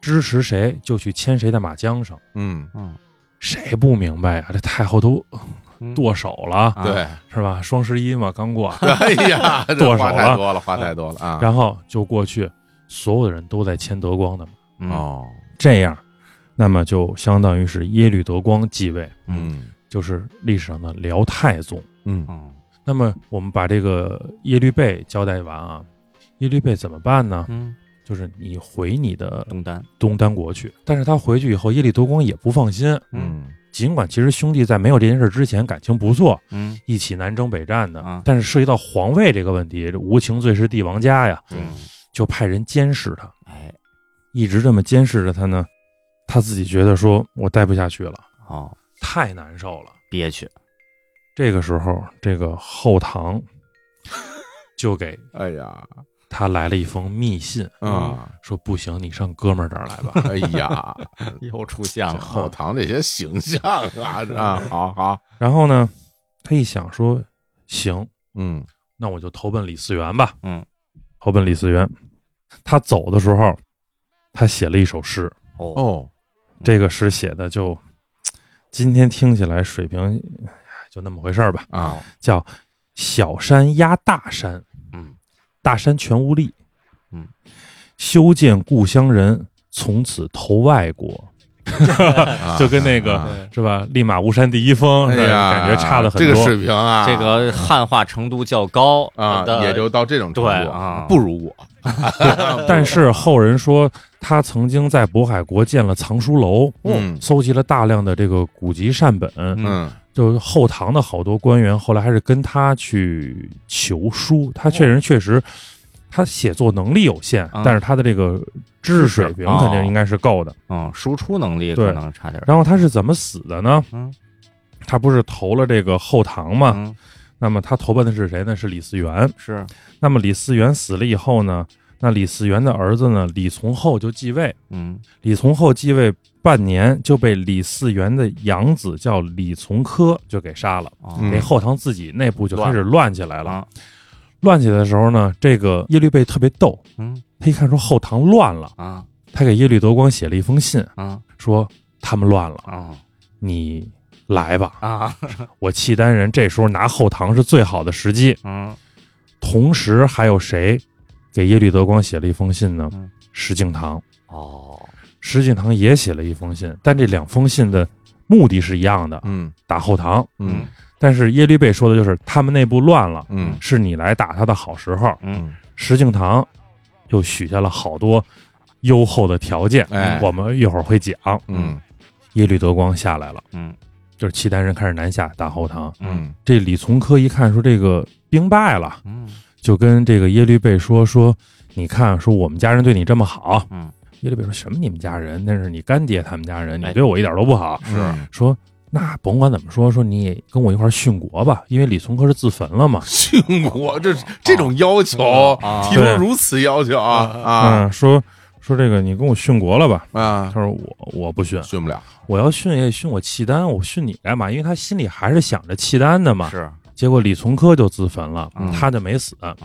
S3: 支持谁就去牵谁的马缰绳。
S1: 嗯，
S2: 嗯，
S3: 谁不明白啊呀、这太后都
S2: 嗯
S3: 剁手了，
S2: 啊
S1: 对，
S3: 是吧？双十一嘛，刚过，
S1: 哎呀，这
S3: 剁手
S1: 话
S3: 了
S1: 太多了，话太多了啊！
S3: 然后就过去，所有的人都在牵德光的马。
S2: 嗯，
S1: 哦，
S3: 这样，那么就相当于是耶律德光继位。
S1: 嗯
S3: 就是历史上的辽太宗。
S1: 嗯
S2: 嗯
S3: 那么我们把这个耶律倍交代完啊，耶律倍怎么办呢？
S2: 嗯，
S3: 就是你回你的
S2: 东单，
S3: 东丹国去。但是他回去以后，耶律德光也不放心，
S1: 嗯
S3: 尽管其实兄弟在没有这件事之前感情不错，
S2: 嗯
S3: 一起南征北战的
S2: 啊，
S3: 但是涉及到皇位这个问题，这无情最是帝王家呀，
S1: 对
S2: 嗯，
S3: 就派人监视他，
S2: 哎，
S3: 一直这么监视着他呢。他自己觉得说，我待不下去了，
S2: 哦，
S3: 太难受了。
S2: 憋屈，
S3: 这个时候，这个后唐就给
S1: 哎呀
S3: 他来了一封密信，
S1: 啊，
S3: 说不行，你上哥们儿这儿来吧。
S1: 哎呀，
S2: 又出现
S1: 这后堂这些形象啊这啊，好好，
S3: 然后呢，他一想说，行，
S1: 嗯
S3: 那我就投奔李嗣源吧。
S2: 嗯，
S3: 投奔李嗣源。他走的时候，他写了一首诗，
S2: 哦，
S1: 哦，
S3: 这个诗写的就今天听起来水平哎就那么回事儿吧，
S1: 啊，
S3: 叫“小山压大山”。
S2: 嗯
S3: 大山全无力。
S2: 嗯，
S3: 修建故乡人，从此投外国，
S1: 啊
S3: 就跟那个、
S1: 啊
S3: 是吧？立马无山第一峰，
S1: 哎
S3: 是吧
S1: 呀，
S3: 感觉差了很
S1: 这
S3: 多。
S1: 个水平啊，
S2: 这个汉化程度较高
S1: 啊
S2: 的，
S1: 也就到这种程度
S2: 对啊
S1: 不如我，
S3: 但是后人说，他曾经在渤海国建了藏书楼，
S1: 嗯
S3: 搜集了大量的这个古籍善本。
S1: 嗯
S3: 就是后唐的好多官员后来还是跟他去求书，他确实确实。他写作能力有限，
S2: 啊
S3: 但是他的这个知识水
S1: 哦
S3: 平肯定应该是够的。
S2: 嗯，输出能力
S3: 对
S2: 可能差点儿，
S3: 然后他是怎么死的呢？
S2: 嗯，
S3: 他不是投了这个后唐嘛？
S2: 嗯，
S3: 那么他投奔的是谁呢？是李嗣源。
S2: 是，
S3: 那么李嗣源死了以后呢？那李嗣源的儿子呢？李从厚就继位。
S2: 嗯
S3: 李从厚继位半年，就被李嗣源的养子叫李从珂就给杀了。
S2: 哦
S1: 嗯
S3: 那后唐自己内部就开始乱起来了。
S2: 啊
S3: 乱起来的时候呢，这个耶律倍特别逗，
S2: 嗯
S3: 他一看说后唐乱了，
S2: 啊
S3: 他给耶律德光写了一封信，
S2: 啊
S3: 说他们乱了，
S2: 啊
S3: 你来吧。
S2: 啊
S3: 我契丹人这时候拿后唐是最好的时机。
S2: 嗯
S3: 同时还有谁给耶律德光写了一封信呢
S2: 嗯？
S3: 石敬瑭，
S2: 哦
S3: 石敬瑭也写了一封信，但这两封信的目的是一样的，
S1: 嗯
S3: 打后唐。
S1: 嗯
S3: 但是耶律倍说的就是他们内部乱了，
S1: 嗯
S3: 是你来打他的好时候。
S2: 嗯
S3: 石敬瑭又许下了好多优厚的条件，
S1: 哎
S3: 我们一会儿会讲。
S1: 嗯
S3: 耶律德光下来了，
S2: 嗯
S3: 就是契丹人开始南下打后唐。
S1: 嗯
S3: 这李从珂一看说这个兵败了，
S2: 嗯
S3: 就跟这个耶律倍说说，你看，说我们家人对你这么好，
S2: 嗯，
S3: 耶律倍说什么你们家人，那是你干爹他们家人，你
S2: 哎
S3: 对我一点都不好。
S1: 是
S3: 说那甭管怎么说，说你也跟我一块儿殉国吧，因为李从珂是自焚 了嘛。
S1: 殉国这这种要求
S2: 啊
S1: 提出如此要求啊啊
S3: 嗯，说说这个你跟我殉国了吧？
S1: 啊
S3: 他，说我我不殉，
S1: 殉不了，
S3: 我要殉也得殉我契丹，我殉你干嘛？因为他心里还是想着契丹的嘛。
S2: 是
S3: 结果李从珂就自焚了，
S2: 嗯
S3: 他就没死。
S2: 嗯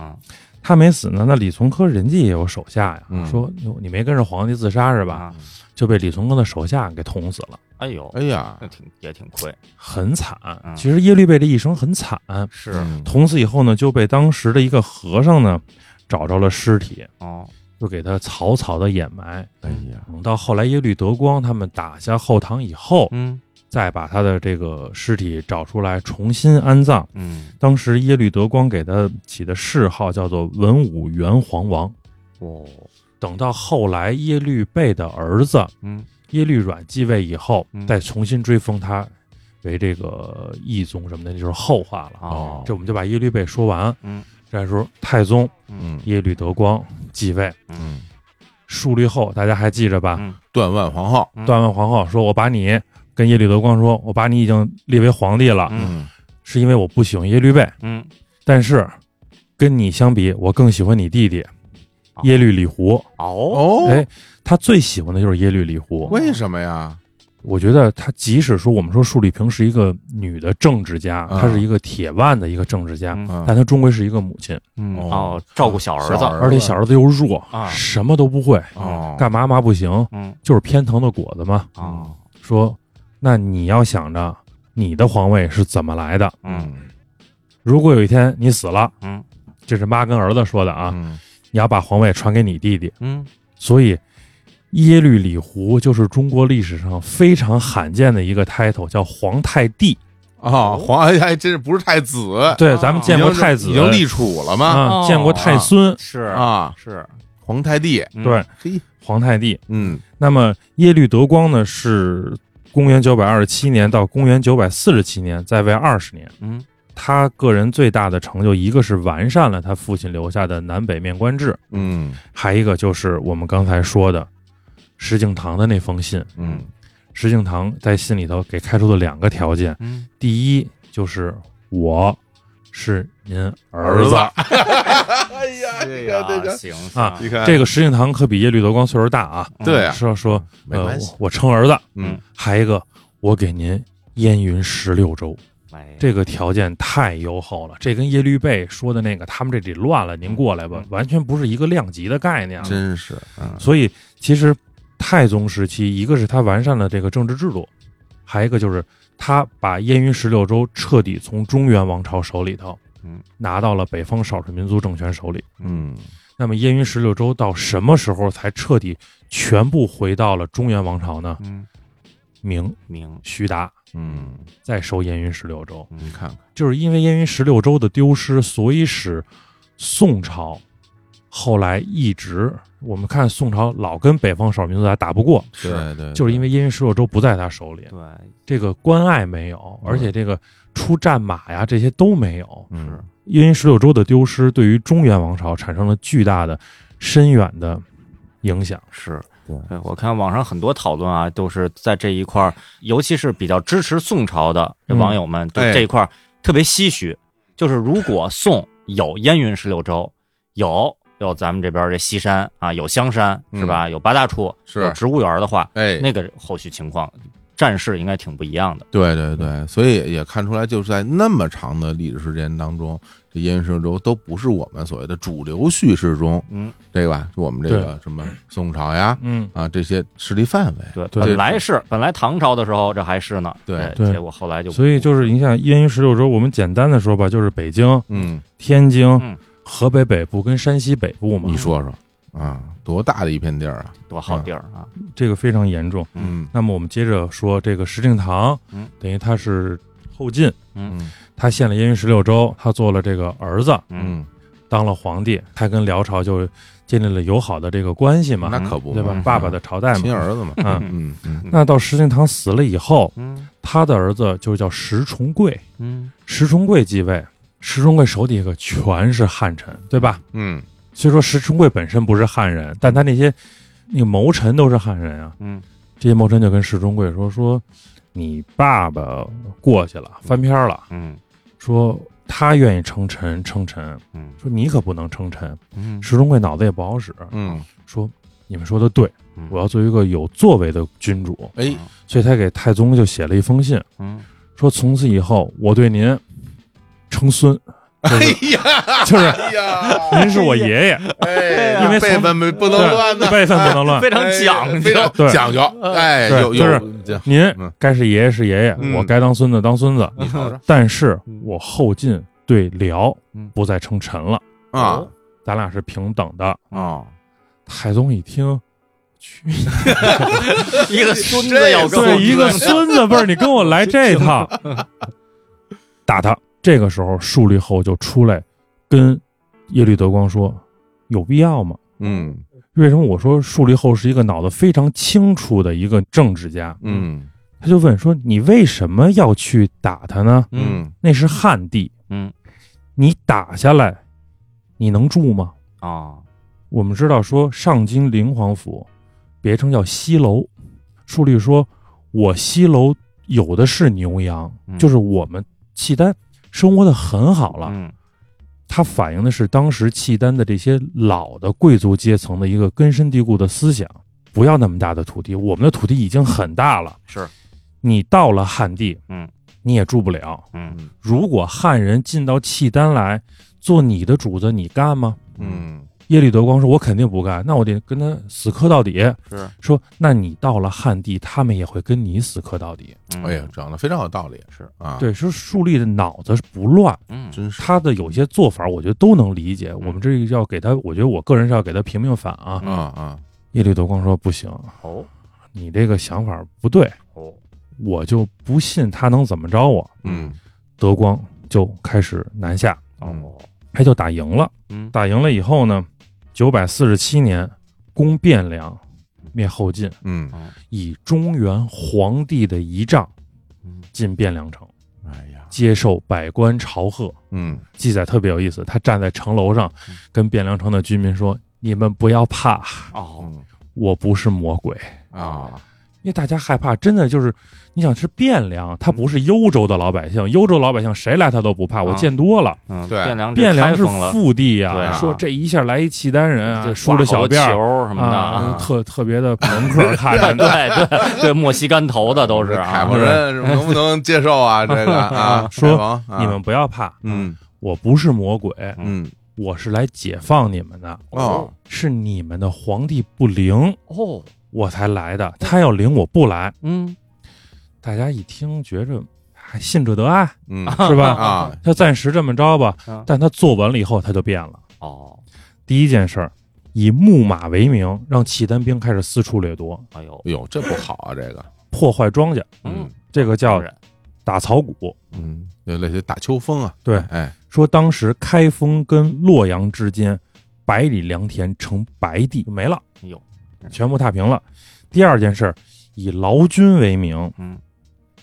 S3: 他没死呢，那李从珂人家也有手下呀。
S1: 嗯
S3: 说哟你没跟着皇帝自杀是吧？
S2: 啊
S3: 就被李从珂的手下给捅死了，
S2: 哎呦，
S1: 哎呀
S2: 那，挺也挺亏，
S3: 很惨
S2: 嗯。
S3: 其实耶律倍这一生很惨，
S2: 是
S1: 嗯
S3: 捅死以后呢，就被当时的一个和尚呢找着了尸体，
S2: 哦
S3: 就给他草草的掩埋。
S1: 哎呀，
S3: 等到后来耶律德光他们打下后唐以后，
S2: 嗯
S3: 再把他的这个尸体找出来重新安葬。
S2: 嗯
S3: 当时耶律德光给他起的谥号叫做文武元皇王。
S2: 哦
S3: 等到后来耶律倍的儿子
S2: 嗯
S3: 耶律阮继位以后，
S2: 嗯
S3: 再重新追封他为这个义宗什么的，那就是后话了。啊
S2: 哦
S3: 这我们就把耶律倍说完。
S2: 嗯，
S3: 这时候太宗
S1: 嗯
S3: 耶律德光继位。
S1: 嗯，
S3: 树立后，大家还记着吧？
S2: 嗯
S1: 断腕皇后，
S2: 嗯
S3: 段问皇后说：“我把你跟耶律德光说，我把你已经立为皇帝了，
S2: 嗯
S1: 嗯
S3: 是因为我不喜欢耶律倍，
S2: 嗯，
S3: 但是跟你相比，我更喜欢你弟弟
S2: 哦
S3: 耶律李胡。
S2: 哦，
S1: 哦，
S3: 哎，他最喜欢的就是耶律李胡。
S1: 为什么呀？
S3: 我觉得他即使说我们说束丽萍是一个女的政治家，
S1: 嗯
S3: 她是一个铁腕的一个政治家，
S2: 嗯
S1: 嗯
S3: 但她终归是一个母亲，
S2: 嗯
S1: 哦
S2: 哦，照顾小儿
S1: 小
S2: 子，
S1: 儿
S3: 而且小儿子又弱，
S2: 啊
S3: 什么都不会，
S1: 哦，
S3: 干嘛嘛不行，
S2: 嗯
S3: 就是偏疼的果子嘛。
S2: 哦，
S3: 说，那你要想着你的皇位是怎么来的，
S2: 嗯
S1: 嗯
S3: 如果有一天你死了，
S2: 嗯
S3: 这是妈跟儿子说的啊，
S1: 嗯
S3: 你要把皇位传给你弟弟，
S2: 嗯
S3: 所以。耶律李胡就是中国历史上非常罕见的一个 title，叫皇太帝。
S1: 哦，皇 哎还真是不是太子，
S3: 对，
S2: 哦
S3: 咱们
S1: 啊已
S3: 见
S1: 经
S3: 过
S1: 是
S3: 太子，
S1: 已经立储了吗？
S3: 啊，
S2: 哦
S3: 见过太孙，
S2: 是
S1: 啊，
S2: 是，
S1: 皇太帝，
S2: 嗯
S3: 对，
S1: 嘿，
S3: 皇太帝。
S1: 嗯
S3: 那么耶律德光呢，是公元九百二十七年到公元九百四十七年，在位二十年。
S2: 嗯
S3: 他个人最大的成就，一个是完善了他父亲留下的南北面官制，
S1: 嗯
S3: 还一个就是我们刚才说的石敬瑭的那封信。
S1: 嗯
S3: 石敬瑭在信里头给开出的两个条件，
S2: 嗯，
S3: 第一就是我是您儿
S1: 儿
S3: 子
S1: 子，哎呀，
S2: 对
S1: 呀，对呀，
S2: 行
S3: 啊
S1: 你看
S3: 这个石敬瑭可比耶律德光岁数大啊，
S1: 对啊，
S3: 说说
S1: 没
S3: 呃
S1: 关系
S3: 我，我称儿子，
S1: 嗯
S3: 还一个，我给您燕云十六州，
S1: 哎
S2: 这
S3: 这个条件太优厚了。这跟耶律倍说的那个他们这里乱了，您过来吧，完全不是一个量级的概念。
S1: 嗯
S3: 啊
S1: 真是，嗯
S3: 所以其实太宗时期，一个是他完善了这个政治制度，还一个就是他把燕云十六州彻底从中原王朝手里头，
S2: 嗯，
S3: 拿到了北方少数民族政权手里。
S1: 嗯
S3: 那么燕云十六州到什么时候才彻底全部回到了中原王朝呢？
S2: 嗯
S3: 明
S2: 明
S3: 徐达
S1: 嗯，
S3: 再收燕云十六州，
S1: 你看看，
S3: 就是因为燕云十六州的丢失，所以使宋朝后来一直我们看宋朝老跟北方少数民族打打不过，
S1: 对对对，
S3: 就是因
S1: 为
S3: 为燕云十六州不在他手里，
S2: 对
S3: 这个关爱没有，而且这个出战马呀这些都没有。
S1: 嗯
S3: 燕云十六州的丢失对于中原王朝产生了巨大的、深远的影响。
S2: 是。
S1: 对
S2: 对，我看网上很多讨论啊，都是在这一块儿，尤其是比较支持宋朝的
S3: 嗯
S2: 网友们，对
S1: 哎
S2: 这一块儿特别唏嘘。就是如果宋有燕云十六州，有有咱们这边儿这西山啊，有香山是吧？有八大处，
S1: 是
S2: 有植物园的话，
S1: 哎，
S2: 那个后续情况战事应该挺不一样的。
S1: 对对对，所以也看出来，就是在那么长的历史时间当中，这燕云十六州都不是我们所谓的主流叙事中，
S2: 嗯，
S1: 对吧？我们这个什么宋朝呀
S3: 嗯，
S1: 啊这些势力范围，
S2: 对，
S3: 对
S2: 本来是本来唐朝的时候这还是呢，
S1: 对
S2: 哎
S3: 对
S2: 结果后来就
S3: 所以就是你像燕云十六州，我们简单的说吧，就是北京、
S1: 嗯，嗯
S3: 天津、
S2: 嗯
S3: 河北北部跟山西北部嘛，
S1: 你说说啊，多大的一片地儿啊，
S2: 多好地儿啊，
S3: 这个非常严重。
S1: 嗯
S3: 那么我们接着说这个石敬瑭，
S2: 嗯
S3: 等于他是后晋，
S1: 嗯
S3: 他献了燕云十六州，他做了这个儿子，
S2: 嗯
S1: 嗯，
S3: 当了皇帝，他跟辽朝就建立了友好的这个关系嘛，
S1: 那可不嘛
S3: 对吧？
S2: 嗯
S3: 爸爸的朝代
S1: 亲
S3: 嘛。
S1: 儿子嘛，
S3: 嗯，
S1: 嗯嗯
S3: 那到石敬瑭死了以后，
S2: 嗯
S3: 他的儿子就叫石重贵，
S2: 嗯
S3: 石重贵继位，石重贵手底下可全是汉臣，对吧？
S1: 嗯
S3: 虽说石重贵本身不是汉人，但他那些那个谋臣都是汉人啊。
S2: 嗯
S3: 这些谋臣就跟石重贵说：“说你爸爸过去了，翻篇儿了，
S2: 嗯
S3: 说他愿意称臣，称臣，
S2: 嗯
S3: 说你可不能称臣。”
S2: 嗯
S3: 石重贵脑子也不好使，
S1: 嗯，
S3: 说：“你们说的对，我要做一个有作为的君主。
S1: 哎，”
S3: 所以他给太宗就写了一封信，
S2: 嗯
S3: 说：“从此以后，我对您称孙，
S1: 哎呀，
S3: 就是
S1: 哎呀，
S3: 您是我爷爷，
S1: 哎，
S3: 因为从
S1: 辈分没不能 乱的，
S3: 对辈分不能乱。
S2: 非常讲
S1: 哎
S2: 究，
S1: 非常
S3: 对
S1: 讲究，哎，
S3: 对
S1: 有有，这
S3: 您
S1: 嗯
S3: 该是爷爷是爷爷，
S1: 嗯
S3: 我该当孙子当孙子。
S1: 你嗯瞅瞅
S3: 但是我后晋对辽
S2: 嗯
S3: 不再称臣了，
S1: 啊
S3: 咱俩是平等的。
S2: 哎
S1: 啊，
S3: 太宗一听，去你
S2: 一个孙子要跟我
S3: 对一个孙子辈儿，你跟我来这 套，打他。这个时候，树立后就出来跟耶律德光说：“有必要吗？
S1: 嗯
S3: 为什么我说树立后是一个脑子非常清楚的一个政治家？，
S1: 嗯
S3: 他就问说：你为什么要去打他呢？
S1: 嗯
S3: 那是汉地，
S2: 嗯
S3: 你打下来，你能住吗？
S2: 啊
S3: 我们知道说上京灵皇府别称叫西楼，书里说我西楼有的是牛羊，
S2: 嗯
S3: 就是我们契丹生活的很好了。
S2: 嗯
S3: 它反映的是当时契丹的这些老的贵族阶层的一个根深蒂固的思想，不要那么大的土地，我们的土地已经很大了。
S2: 是，
S3: 你到了汉地，
S2: 嗯，
S3: 你也住不了。
S2: 嗯
S3: 如果汉人进到契丹来做你的主子，你干吗？
S1: 嗯
S3: 耶律德光说：“我肯定不干，那我得跟他死磕到底。”
S1: 是，
S3: 说：“那你到了汉地，他们也会跟你死磕到底。
S2: 嗯，
S1: 哎呀，讲的非常有道理，
S2: 是
S1: 啊，，
S3: 对，说树立的脑子是不乱，
S2: 嗯，
S1: 真是
S3: 他的有些做法，我觉得都能理解。我们这个要给他，我觉得我个人是要给他平平反啊。
S1: 啊啊，
S3: 耶律德光说：“不行，
S2: 哦
S3: 你这个想法不对，
S2: 哦，
S3: 我就不信他能怎么着我。
S1: 嗯
S3: 德光就开始南下，
S2: 哦，
S3: 他就打赢了。
S2: 嗯
S3: 打赢了以后呢，九百四十七年攻汴梁，灭后晋，
S1: 嗯，
S3: 以中原皇帝的仪仗
S2: 嗯
S3: 进汴梁城，
S1: 哎呀，
S3: 接受百官朝贺。
S1: 嗯
S3: 记载特别有意思，他站在城楼上，
S2: 嗯
S3: 跟汴梁城的居民说：“你们不要怕，
S2: 哦
S1: 嗯
S3: 我不是魔鬼。”
S1: 啊，
S3: 因为大家害怕，真的就是你想是汴梁，它不是幽州的老百姓，幽州老百姓谁来他都不怕，我
S2: 啊
S3: 见多了。
S2: 嗯，
S1: 对
S2: 汴梁
S3: 汴梁
S2: 是
S3: 是腹
S2: 对
S3: 地呀，
S2: 啊
S3: 说这一下来一契丹人啊，
S2: 这
S3: 梳着小辫儿
S2: 球什么的
S3: 啊
S2: 啊，，
S3: 特特别的朋克，看着
S2: 对对对，莫西干头的都是
S1: 凯
S2: 啊
S1: 夫，人能不能接受啊？这个啊，
S3: 说
S1: 凯王啊
S3: 你们不要怕，
S1: 嗯
S3: 我不是魔鬼，
S1: 嗯
S3: 我是来解放你们的，
S1: 哦
S3: 是你们的皇帝不灵，
S2: 哦，
S3: 我才来
S1: 嗯
S3: 的，他要灵我不来。
S2: 嗯，
S3: 大家一听觉着还信这 得爱
S1: 嗯
S3: 是吧？
S1: 啊，
S3: 他暂时这么着吧
S2: 啊，
S3: 但他做完了以后他就变了。
S2: 哦，
S3: 第一件事儿，以牧马为名，让契丹兵开始四处掠夺，
S2: 哎呦，
S1: 哟，这不好啊，这个，
S3: 破坏庄稼，
S1: 嗯
S2: 嗯，
S3: 这个
S2: 当
S3: 叫
S1: 哎
S2: 然
S3: 打草谷。
S1: 嗯，就类似于打秋风啊，
S3: 对
S1: 哎，
S3: 说当时开封跟洛阳之间百里良田成白地，没了，
S2: 哎呦，
S3: 全部踏平了。第二件事儿，以劳军为名，
S2: 嗯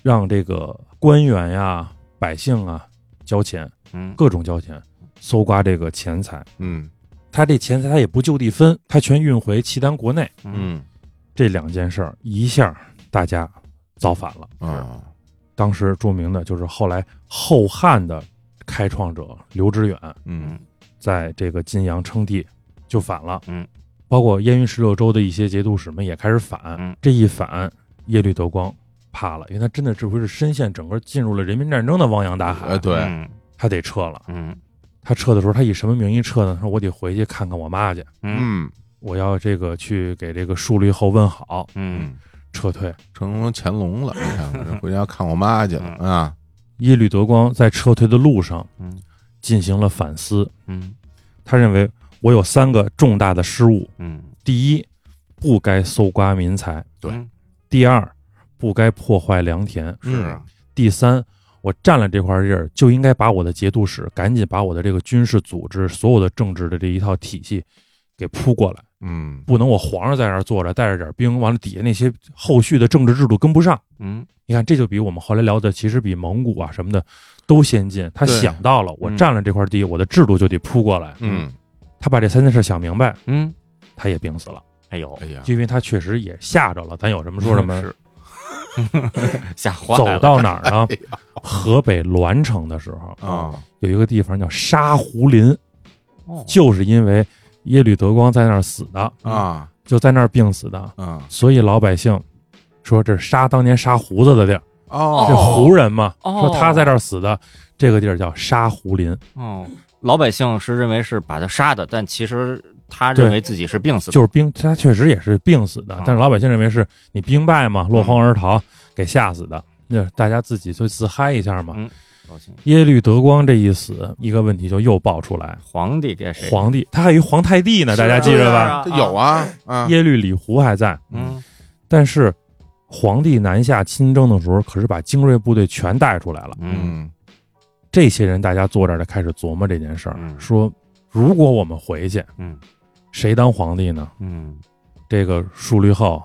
S3: 让这个官员呀、百姓啊交钱，
S2: 嗯，
S3: 各种交钱，搜刮这个钱财。
S1: 嗯
S3: 他这钱财他也不就地分，他全运回契丹国内。
S2: 嗯
S1: 嗯
S3: 这两件事儿一下儿大家造反了。
S1: 啊，
S3: 当时著名的就是后来后汉的开创者刘知远，
S1: 嗯
S3: 在这个晋阳称帝就反了。
S2: 嗯，
S3: 包括燕云十六州的一些节度使们也开始反。
S2: 嗯
S3: 这一反，耶律德光怕了，因为他真的这回是深陷整个进入了人民战争的汪洋大海，
S1: 哎，对，
S2: 嗯
S3: 他得撤了。
S2: 嗯
S3: 他撤的时候，他以什么名义撤呢？他说我得回去看看我妈去，
S2: 嗯
S1: 嗯
S3: 我要这个去给这个树立后问好。
S2: 嗯
S1: 嗯，
S3: 撤退，
S1: 成龙乾隆了，你看看，这回家看我妈去了啊，
S3: 耶律德光在撤退的路上
S2: 嗯
S3: 进行了反思，
S2: 嗯
S3: 他认为我有三个重大的失误：
S2: 嗯，
S3: 第一，不该搜刮民财；
S1: 对
S2: 嗯，
S3: 第二，不该破坏良田；
S1: 嗯
S2: 是啊，
S3: 第三，我占了这块地儿就应该把我的节度使赶紧把我的这个军事组织、所有的政治的这一套体系给扑过来，
S1: 嗯
S3: 不能我皇上在这儿坐着，带着点兵，完了底下那些后续的政治制度跟不上。
S2: 嗯
S3: 你看，这就比我们后来聊的，其实比蒙古啊什么的都先进。他
S1: 对
S3: 想到了，我
S2: 嗯
S3: 占了这块地，我的制度就得扑过来。
S1: 嗯，
S3: 他把这三件事想明白，
S2: 嗯，
S3: 他也病死了，
S2: 哎呦
S1: 哎，呀，
S3: 就因为他确实也吓着了。咱有什么说什么。
S1: 是
S2: 吓坏
S3: 走
S2: 了，
S3: 到哪儿呢？河北栾城的时候，
S1: 啊，
S3: 有一个地方叫沙湖林，
S2: 哦
S3: 就是因为耶律德光在那儿死的，
S1: 啊
S3: 就在那儿病死的，
S1: 啊
S3: 所以老百姓说这是杀当年杀胡子的地儿，这
S1: 哦，
S3: 胡人嘛，
S2: 哦
S3: 说他在这儿死的，这个地儿叫沙湖林，
S2: 哦，老百姓是认为是把他杀的，但其实他认为自己是病死的。
S3: 就是兵，他确实也是病死的
S2: 啊，嗯
S3: 但是老百姓认为是你兵败嘛，落荒而逃给吓死的，那大家自己就自嗨一下嘛。
S2: 嗯高兴
S3: 耶律德光这一死，一个问题就又爆出来，
S2: 皇帝给谁？
S3: 皇帝，他还有一皇太帝呢，
S2: 是
S3: 大
S2: 啊
S3: 家记着
S2: 是
S3: 吧？
S2: 啊
S1: 这有啊啊，
S3: 耶律李胡还在，
S2: 嗯
S3: 但是皇帝南下亲征的时候，可是把精锐部队全带出来了。
S2: 嗯
S1: 嗯
S3: 这些人大家坐这儿就开始琢磨这件事儿，
S2: 嗯
S3: 说如果我们回去，
S2: 嗯
S3: 谁当皇帝呢？
S2: 嗯
S3: 这个树立后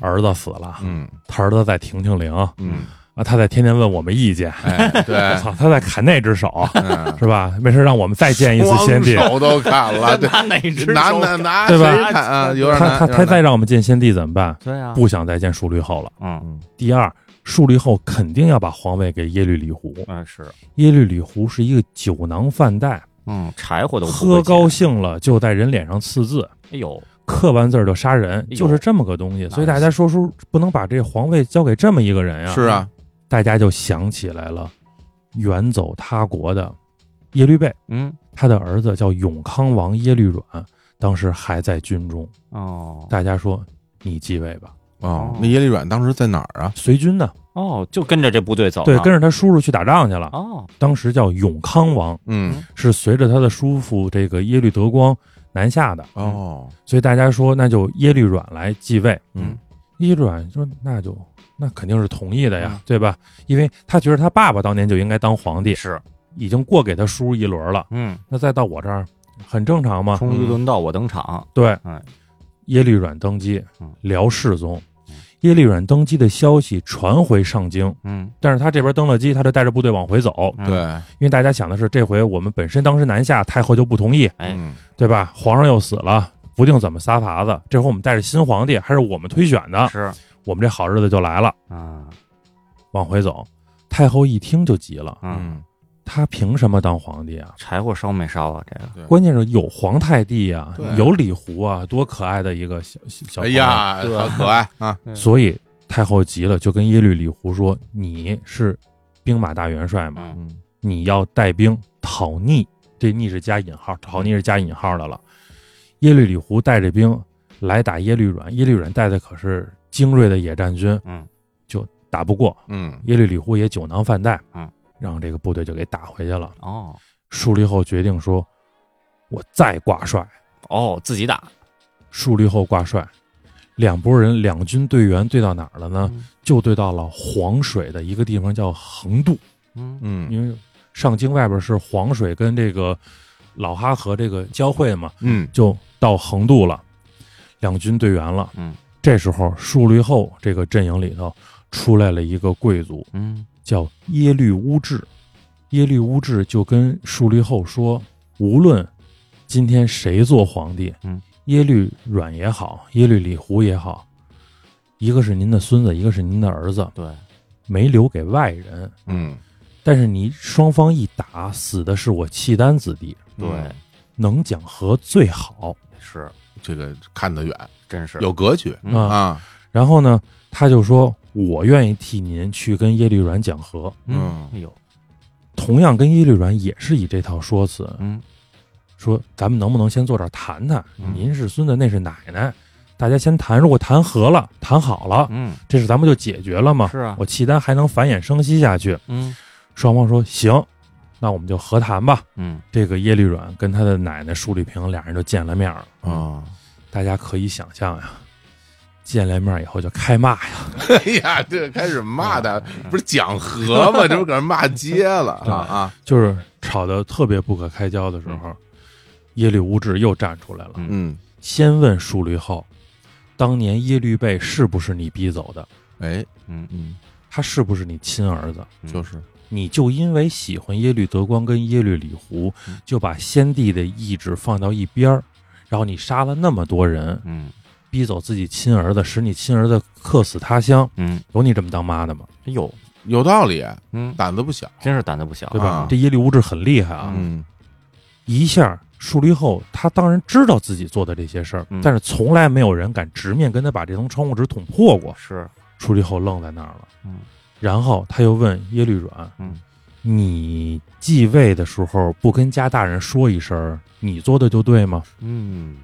S3: 儿子死了，
S1: 嗯
S3: 他儿子在亭亭陵，
S1: 嗯
S3: 啊，他在天天问我们意见，
S1: 哎，
S3: 我
S1: 对，
S3: 操，他在砍那 只手
S1: 嗯，
S3: 是吧？没事，让我们再见一次先帝，
S1: 光手都砍了，对，
S2: 拿哪只手
S1: 拿拿拿
S3: 对吧
S1: 谁砍啊？有点
S3: 他
S1: 难，
S3: 他
S1: 有点
S3: 他
S1: 难
S3: 再让我们见先帝怎么办？
S2: 对啊，
S3: 不想再见树立后了。
S2: 嗯
S3: 第二，树立后肯定要把皇位给耶律李胡。
S2: 嗯是，
S3: 耶律李胡是一个酒囊饭袋，
S2: 嗯柴火都不
S3: 喝
S2: 会
S3: 高
S2: 减，
S3: 兴了就在人脸上刺字，
S2: 哎呦，
S3: 刻完字儿就杀人，
S2: 哎呦
S3: 就是这么个东西。所
S2: 那
S3: 以大
S2: 是
S3: 家说书不能把这皇位交给这么一个人呀。
S1: 是啊，
S3: 大家就想起来了，远走他国的耶律倍，
S2: 嗯
S3: 他的儿子叫永康王耶律阮，当时还在军中。
S2: 哦
S3: 大家说你继位吧，
S1: 哦，那耶利软当时在哪儿啊？
S3: 随军呢？
S2: 哦，就跟着这部队走啊，
S3: 对，跟着他叔叔去打仗去了。
S2: 哦
S3: 当时叫永康王，
S1: 嗯，
S3: 是随着他的叔父这个耶律德光南下的。
S1: 哦，
S3: 所以大家说那就耶律阮来继位。
S1: 嗯，
S3: 耶律阮说那就那肯定是同意的呀，
S2: 嗯
S3: 对吧？因为他觉得他爸爸当年就应该当皇帝，
S2: 是，
S3: 已经过给他叔一轮了，
S2: 嗯，
S3: 那再到我这儿很正常嘛。
S2: 终于
S1: 嗯
S2: 轮到我登场，
S3: 对
S2: 哎，
S3: 耶律阮登基
S2: 嗯，
S3: 辽世宗。耶律阮登基的消息传回上京，
S2: 嗯
S3: 但是他这边登了基，他就带着部队往回走，
S2: 嗯
S1: 对，
S3: 因为大家想的是，这回我们本身当时南下，太后就不同意，
S2: 哎
S1: 嗯
S3: 对吧？皇上又死了，不定怎么撒法子。这回我们带着新皇帝，还是我们推选的，
S2: 是
S3: 我们这好日子就来了。
S2: 啊
S3: 往回走，太后一听就急了，
S2: 嗯，
S1: 嗯，
S3: 他凭什么当皇帝啊？
S2: 柴火烧没烧啊？这个
S3: 关键是有皇太帝啊
S1: 对，
S3: 有李胡啊，多可爱的一个小小小
S1: 哎
S3: 皇帝！
S1: 呀，
S2: 对
S1: 好
S2: 吧
S1: 可爱啊！
S3: 所以太后急了，就跟耶律李胡说：“你是兵马大元帅嘛，
S2: 嗯
S1: 嗯
S3: 你要带兵讨逆，这逆是加引
S2: 嗯
S3: 号，讨逆是加引号的了。耶律李胡带着兵来打耶律阮，耶律阮带的可是精锐的野战军，
S2: 嗯，
S3: 就打不过
S1: 嗯
S3: 耶律李胡也酒囊饭袋，
S2: 嗯，
S3: 让这个部队就给打回去了。
S2: 哦
S3: 树立后决定说，我再挂帅。
S2: 哦自己打，
S3: 树立后挂帅，两拨人两军队员对到哪儿了呢？
S2: 嗯
S3: 就对到了黄水的一个地方，叫横渡。
S2: 嗯
S1: 嗯
S3: 因为上京外边是黄水跟这个老哈河这个交汇嘛，
S1: 嗯，
S3: 就到横渡了，两军队员了。
S2: 嗯，
S3: 这时候树立后这个阵营里头出来了一个贵族，
S2: 嗯
S3: 叫耶律乌质。耶律乌质就跟树立后说，无论今天谁做皇帝，
S2: 嗯，
S3: 耶律阮也好，耶律李胡也好，一个是您的孙子，一个是您的儿子，
S2: 对
S3: 没留给外人。
S1: 嗯
S3: 但是你双方一打，死的是我契丹子弟，
S1: 嗯
S2: 对
S3: 能讲和最好。
S2: 是
S1: 这个看得远，
S2: 真是
S1: 有格局
S2: 嗯
S1: 啊，
S3: 然后呢，他就说，我愿意替您去跟耶律阮讲和。
S2: 嗯
S1: 嗯
S2: 哎呦
S3: 同样跟耶律阮也是以这套说辞，
S2: 嗯
S3: 说咱们能不能先坐这儿谈谈？
S2: 嗯
S3: 您是孙子，那是奶奶，大家先谈。如果谈和了，谈好了，
S2: 嗯
S3: 这事咱们就解决了嘛。
S2: 是啊
S3: 我契丹还能繁衍生息下去。
S2: 嗯
S3: 双方说行，那我们就和谈吧。
S2: 嗯
S3: 这个耶律阮跟他的奶奶舒丽萍俩人就见了面了。
S1: 啊！
S3: 大家可以想象呀，见了面以后就开骂呀，
S1: 哎呀，这开始骂他，不是讲和 吗？这不搁这骂街了嗯 啊啊！
S3: 就是吵得特别不可开交的时候，耶律无质又站出来了，
S2: 嗯
S1: 嗯，
S3: 先问舒律后，当年耶律倍是不是你逼走的？
S1: 哎，
S2: 嗯
S1: 嗯，
S3: 他是不是你亲儿子？
S1: 就是
S3: 你就因为喜欢耶律德光跟耶律李胡
S2: 嗯，
S3: 就把先帝的意志放到一边儿，然后你杀了那么多人，
S2: 嗯
S3: 逼走自己亲儿子，使你亲儿子客死他乡，
S2: 嗯
S3: 有你这么当妈的吗？
S2: 哎呦
S1: 有道理，
S2: 嗯
S1: 胆子不小。
S2: 真是胆子不小
S3: 对吧？
S1: 啊
S3: 这耶律无质很厉害啊，
S1: 嗯
S3: 一下树立后，他当然知道自己做的这些事儿，
S2: 嗯
S3: 但是从来没有人敢直面跟他把这层窗户纸捅破过。
S2: 哦是
S3: 树立后愣在那儿了，
S2: 嗯
S3: 然后他又问耶律阮，
S2: 嗯
S3: 你继位的时候不跟家大人说一声儿，你做的就对吗？
S2: 嗯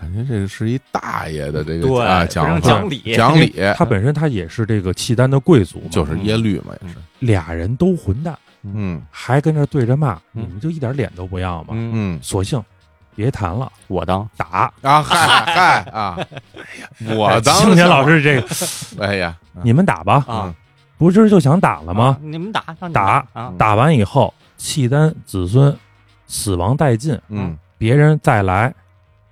S1: 感觉这个是一大爷的这个
S2: 对
S1: 啊，
S2: 非
S1: 讲
S2: 常讲理
S1: 讲理，
S3: 他本身他也是这个契丹的贵族嘛，
S1: 就是耶律嘛，也是。
S3: 俩人都混蛋，
S1: 嗯
S3: 还跟这对着骂，
S2: 嗯
S3: 你们就一点脸都不要吗？
S2: 嗯
S1: 嗯
S3: 索性别谈了，
S2: 我当
S3: 打。
S1: 啊，嗨嗨 啊！我当
S3: 青年老，师这个，
S1: 哎呀，嗯
S3: 你们打吧，
S2: 啊
S3: 不是就想打了吗？
S2: 啊你们打让你们
S3: 打
S1: 嗯
S2: 啊
S3: 打完以后，契丹子孙死亡殆尽，
S1: 嗯
S3: 别人再来，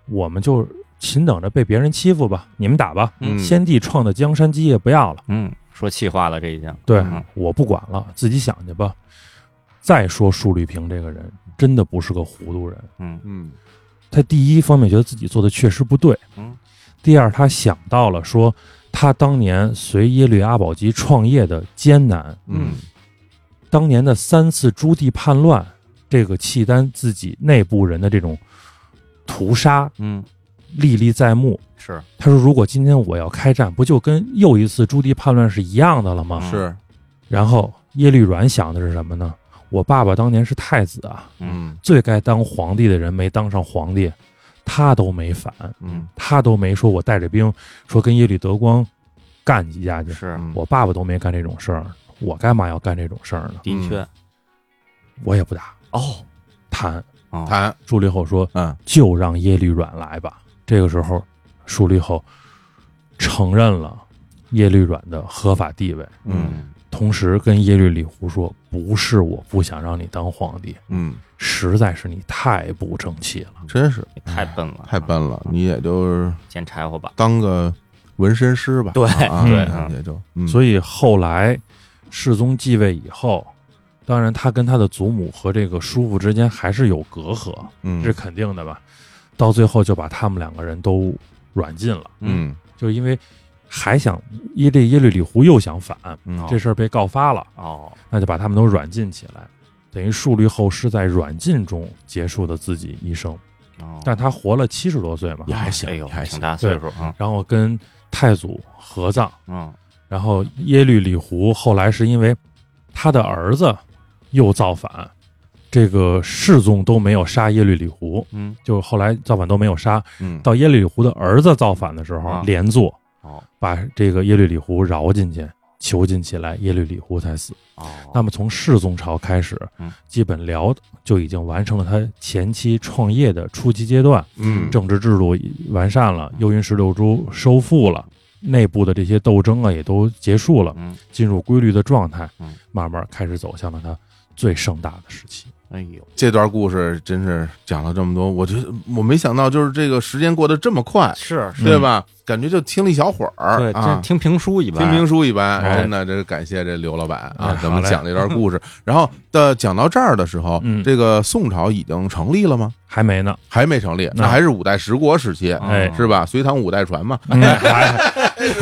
S3: 我们就勤等着被别人欺负吧。你们打吧，
S1: 嗯
S3: 先帝创的江山基业不要了，
S2: 嗯说气话了，这已经
S3: 对
S2: 嗯
S3: 我不管了，自己想去吧。再说舒律平这个人，真的不是个糊涂人。
S2: 嗯
S1: 嗯
S3: 他第一方面觉得自己做的确实不对，
S2: 嗯。
S3: 第二，他想到了说他当年随耶律阿保机创业的艰难，
S1: 嗯
S3: 当年的三次朱棣叛乱，这个契丹自己内部人的这种屠杀
S2: 嗯
S3: 历历在目。
S2: 是
S3: 他说：“如果今天我要开战，不就跟又一次朱棣叛乱是一样的了吗？”
S2: 嗯
S1: 是
S3: 然后耶律阮想的是什么呢？我爸爸当年是太子啊，
S1: 嗯
S3: 最该当皇帝的人没当上皇帝，他都没反，
S1: 嗯
S3: 他都没说我带着兵说跟耶律德光干几架去，
S2: 是，
S1: 嗯
S3: 我爸爸都没干这种事儿，我干嘛要干这种事儿呢？
S2: 的确
S3: 我也不打。
S2: 哦
S3: 谈
S2: 哦
S1: 谈
S3: 舒立后说
S1: 嗯：“
S3: 就让耶律阮来吧。”这个时候，舒立后承认了耶律阮的合法地位，
S1: 嗯
S3: 同时跟耶律李胡说：“不是我不想让你当皇帝，
S1: 嗯，
S3: 实在是你太不争气了。
S1: 真是
S2: 你太笨了，
S1: 哎太笨了，你也就是
S2: 捡柴火吧。
S1: 当个纹身师吧，
S2: 对
S1: 啊
S3: 对
S1: 啊也就嗯
S3: 所以后来世宗继位以后，当然他跟他的祖母和这个叔父之间还是有隔阂，
S1: 嗯
S3: 这是肯定的吧？到最后就把他们两个人都软禁了。
S1: 嗯
S3: 就是因为还想耶这耶律李胡又想反，
S2: 啊
S1: 嗯
S3: 这事儿被告发了，
S2: 哦，
S3: 那就把他们都软禁起来，等于树立后是在软禁中结束的自己一生。
S2: 哦
S3: 但他活了七十多岁嘛，
S1: 也还行
S2: 哎呦
S1: 也还，行
S2: 挺大岁数啊，
S3: 然后跟太祖合葬，
S2: 嗯
S3: 然后耶律李胡后来是因为他的儿子又造反。这个世宗都没有杀耶律李胡，
S2: 嗯，
S3: 就后来造反都没有杀。
S1: 嗯
S3: 到耶律李胡的儿子造反的时候
S2: 啊，
S3: 连坐，
S2: 哦
S3: 把这个耶律李胡饶进去，囚禁起来，耶律李胡才死。
S2: 哦，
S3: 那么从世宗朝开始
S2: 嗯，
S3: 基本辽就已经完成了他前期创业的初期阶段，
S1: 嗯
S3: 政治制度完善了，幽云十六州收复了，内部的这些斗争啊也都结束了，
S2: 嗯，
S3: 进入规律的状态
S2: 嗯，
S3: 慢慢开始走向了他最盛大的时期。
S2: 哎呦，
S1: 这段故事真是讲了这么多，我觉得我没想到，就是这个时间过得这么快，
S2: 是是，
S1: 对吧？感觉就听了一小会儿，
S2: 对，
S1: 啊
S2: 真，听评书一般，
S1: 听评书一般，
S3: 哎
S1: 真的，这是感谢这刘老板
S3: 哎
S1: 啊，咱
S3: 好
S1: 们
S3: 嘞
S1: 讲这段故 事。然后的讲到这儿的时候，
S3: 嗯
S1: 这个宋朝已经成立了吗？
S3: 还没呢，
S1: 还没成立，那嗯
S3: 那
S1: 还是五代十国时期，
S2: 嗯
S3: 哎
S1: 是吧？隋唐五代传嘛，
S3: 嗯 还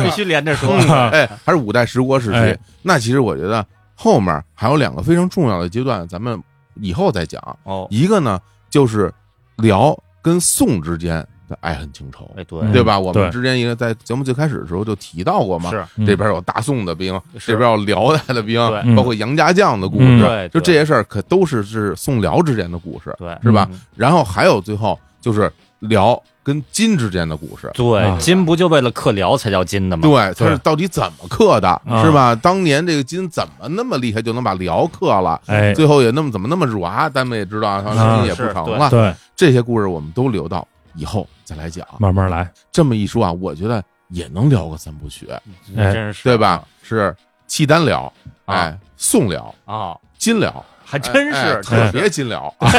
S2: 必须连着说，
S1: 哎，还是五代十国时期
S3: 哎。
S1: 那其实我觉得后面还有两个非常重要的阶段，咱们以后再讲。
S2: 哦，
S1: 一个呢就是辽跟宋之间的爱恨情仇，
S2: 哎对
S3: 嗯
S1: 对吧？我们
S3: 对
S1: 之间一个在节目最开始的时候就提到过嘛，
S2: 是
S3: 嗯
S1: 这边有大宋的兵，
S2: 是
S1: 这边有辽代的兵，
S2: 对
S1: 包括杨家将的故
S3: 嗯
S1: 事
S2: 对，
S1: 就
S2: 对
S1: 这些事儿可都是是宋辽之间的故事。
S2: 对
S1: 是吧？
S2: 嗯
S1: 然后还有最后就是辽跟金之间的故事。
S2: 对，
S3: 啊
S2: 金不就为了克辽才叫金的吗？
S1: 对，它是
S3: 对
S1: 到底怎么克的，
S3: 啊
S1: 是吧？当年这个金怎么那么厉害，就能把辽克了？
S3: 哎，
S1: 最后也那么怎么那么软？咱们也知道，
S3: 啊
S1: 当时也不
S2: 是
S1: 成
S2: 对
S1: 了。
S3: 对，
S1: 这些故事我们都留到以后再来讲。
S2: 嗯
S3: 慢 慢来，
S1: 这么一说啊，我觉得也能聊个三部曲，
S2: 啊
S3: 哎
S2: 真是
S1: 对吧？是契丹辽，
S2: 啊
S1: 哎，宋辽，
S2: 啊，
S1: 金辽，
S2: 还真
S1: 哎哎
S2: 是，
S1: 特
S2: 真
S1: 别
S2: 是
S1: 金辽， 啊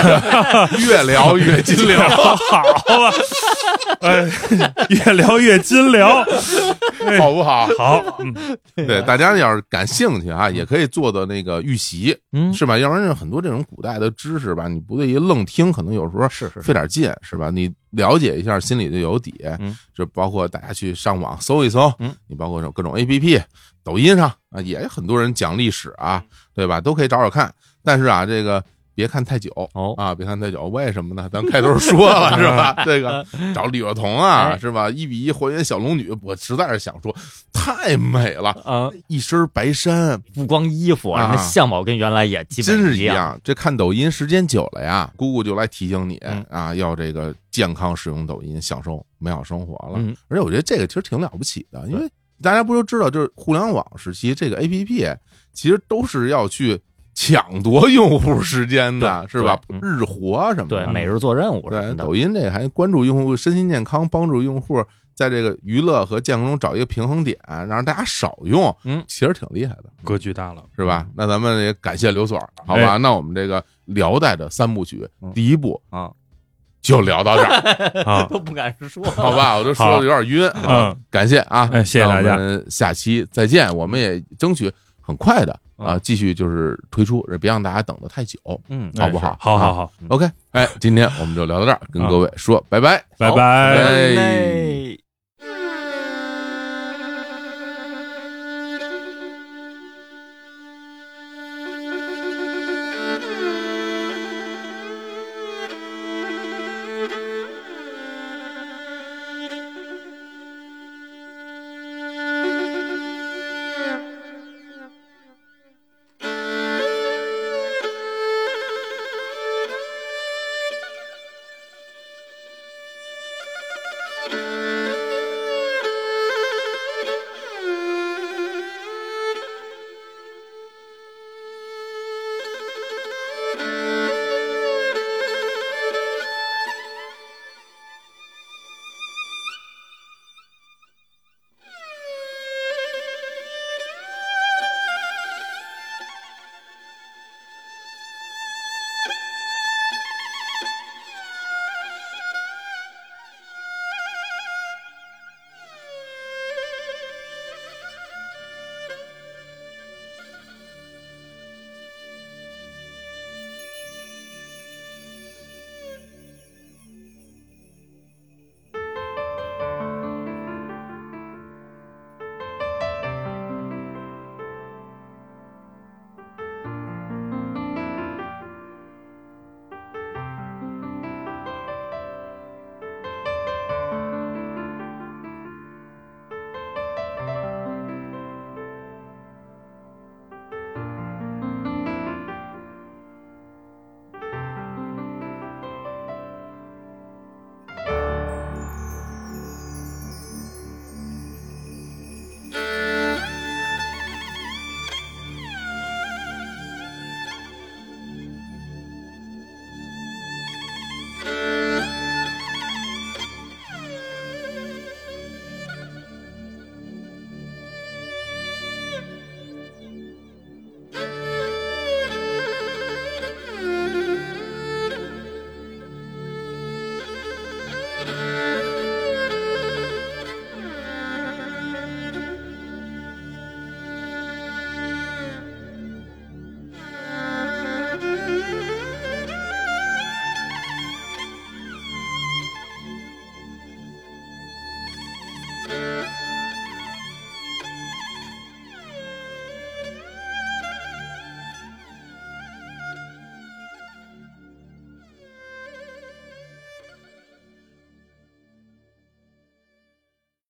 S1: 越聊越金辽。
S3: 好
S1: 啊
S3: 吧，哎， 越聊越金聊，
S1: 好不好？
S3: 好，嗯
S1: 对，大家要是感兴趣啊，也可以做的那个预习，
S2: 嗯
S1: 是吧？要不然很多这种古代的知识吧，你不对一愣听，可能有时候
S2: 是是是
S1: 费点劲，是吧？你了解一下，心里就有底
S2: 嗯。
S1: 就包括大家去上网搜一搜
S2: 嗯，
S1: 你包括有各种 A P P、抖音上啊，也有很多人讲历史啊，
S2: 嗯
S1: 对吧？都可以找找看。但是啊，这个别看太久
S2: 哦
S1: 啊，别看太久，为什么呢？咱开头说了是吧？这个找李若彤啊，
S2: 哎
S1: 是吧？一比一还原小龙女，我实在是想说，太美了，
S2: 呃，
S1: 一身白衫，
S2: 不光衣服，
S1: 啊
S2: 什么相貌跟原来也基
S1: 真
S2: 本
S1: 是
S2: 一
S1: 一。样。这看抖音时间久了呀，姑姑就来提醒你
S2: 嗯
S1: 啊，要这个健康使用抖音，享受美好生活了
S2: 嗯。
S1: 而且我觉得这个其实挺了不起的，因为大家不都知道，就是互联网时期这个 A P P 其实都是要去抢夺用户时间的，
S2: 对
S1: 是吧？
S2: 对嗯
S1: 日活啊什么的，
S2: 对，每日做任务什
S1: 对，
S2: 么的，
S1: 抖音这还关注用户身心健康，帮助用户在这个娱乐和健康中找一个平衡点，让大家少用，
S2: 嗯
S1: 其实挺厉害的，
S3: 格局 大了，
S1: 是吧？那咱们也感谢刘所儿，好吧？那我们这个辽代的三部曲，
S2: 嗯
S1: 第一部
S2: 啊，
S1: 就聊到这儿，
S3: 啊，
S2: 都不敢说。
S1: 好吧？我都说的有点晕啊
S3: 嗯，
S1: 感谢啊，
S3: 哎谢谢大家
S1: 那我们下期再见。我们也争取很快的啊，继续就是推出，别让大家等得太久，哎
S2: 嗯，
S1: 好不好？
S3: 好好
S1: 好
S3: 好，
S1: ，OK，哎，今天我们就聊到这儿，跟各位说拜拜。
S3: 拜
S2: 好
S3: 拜。
S1: 拜
S2: 人类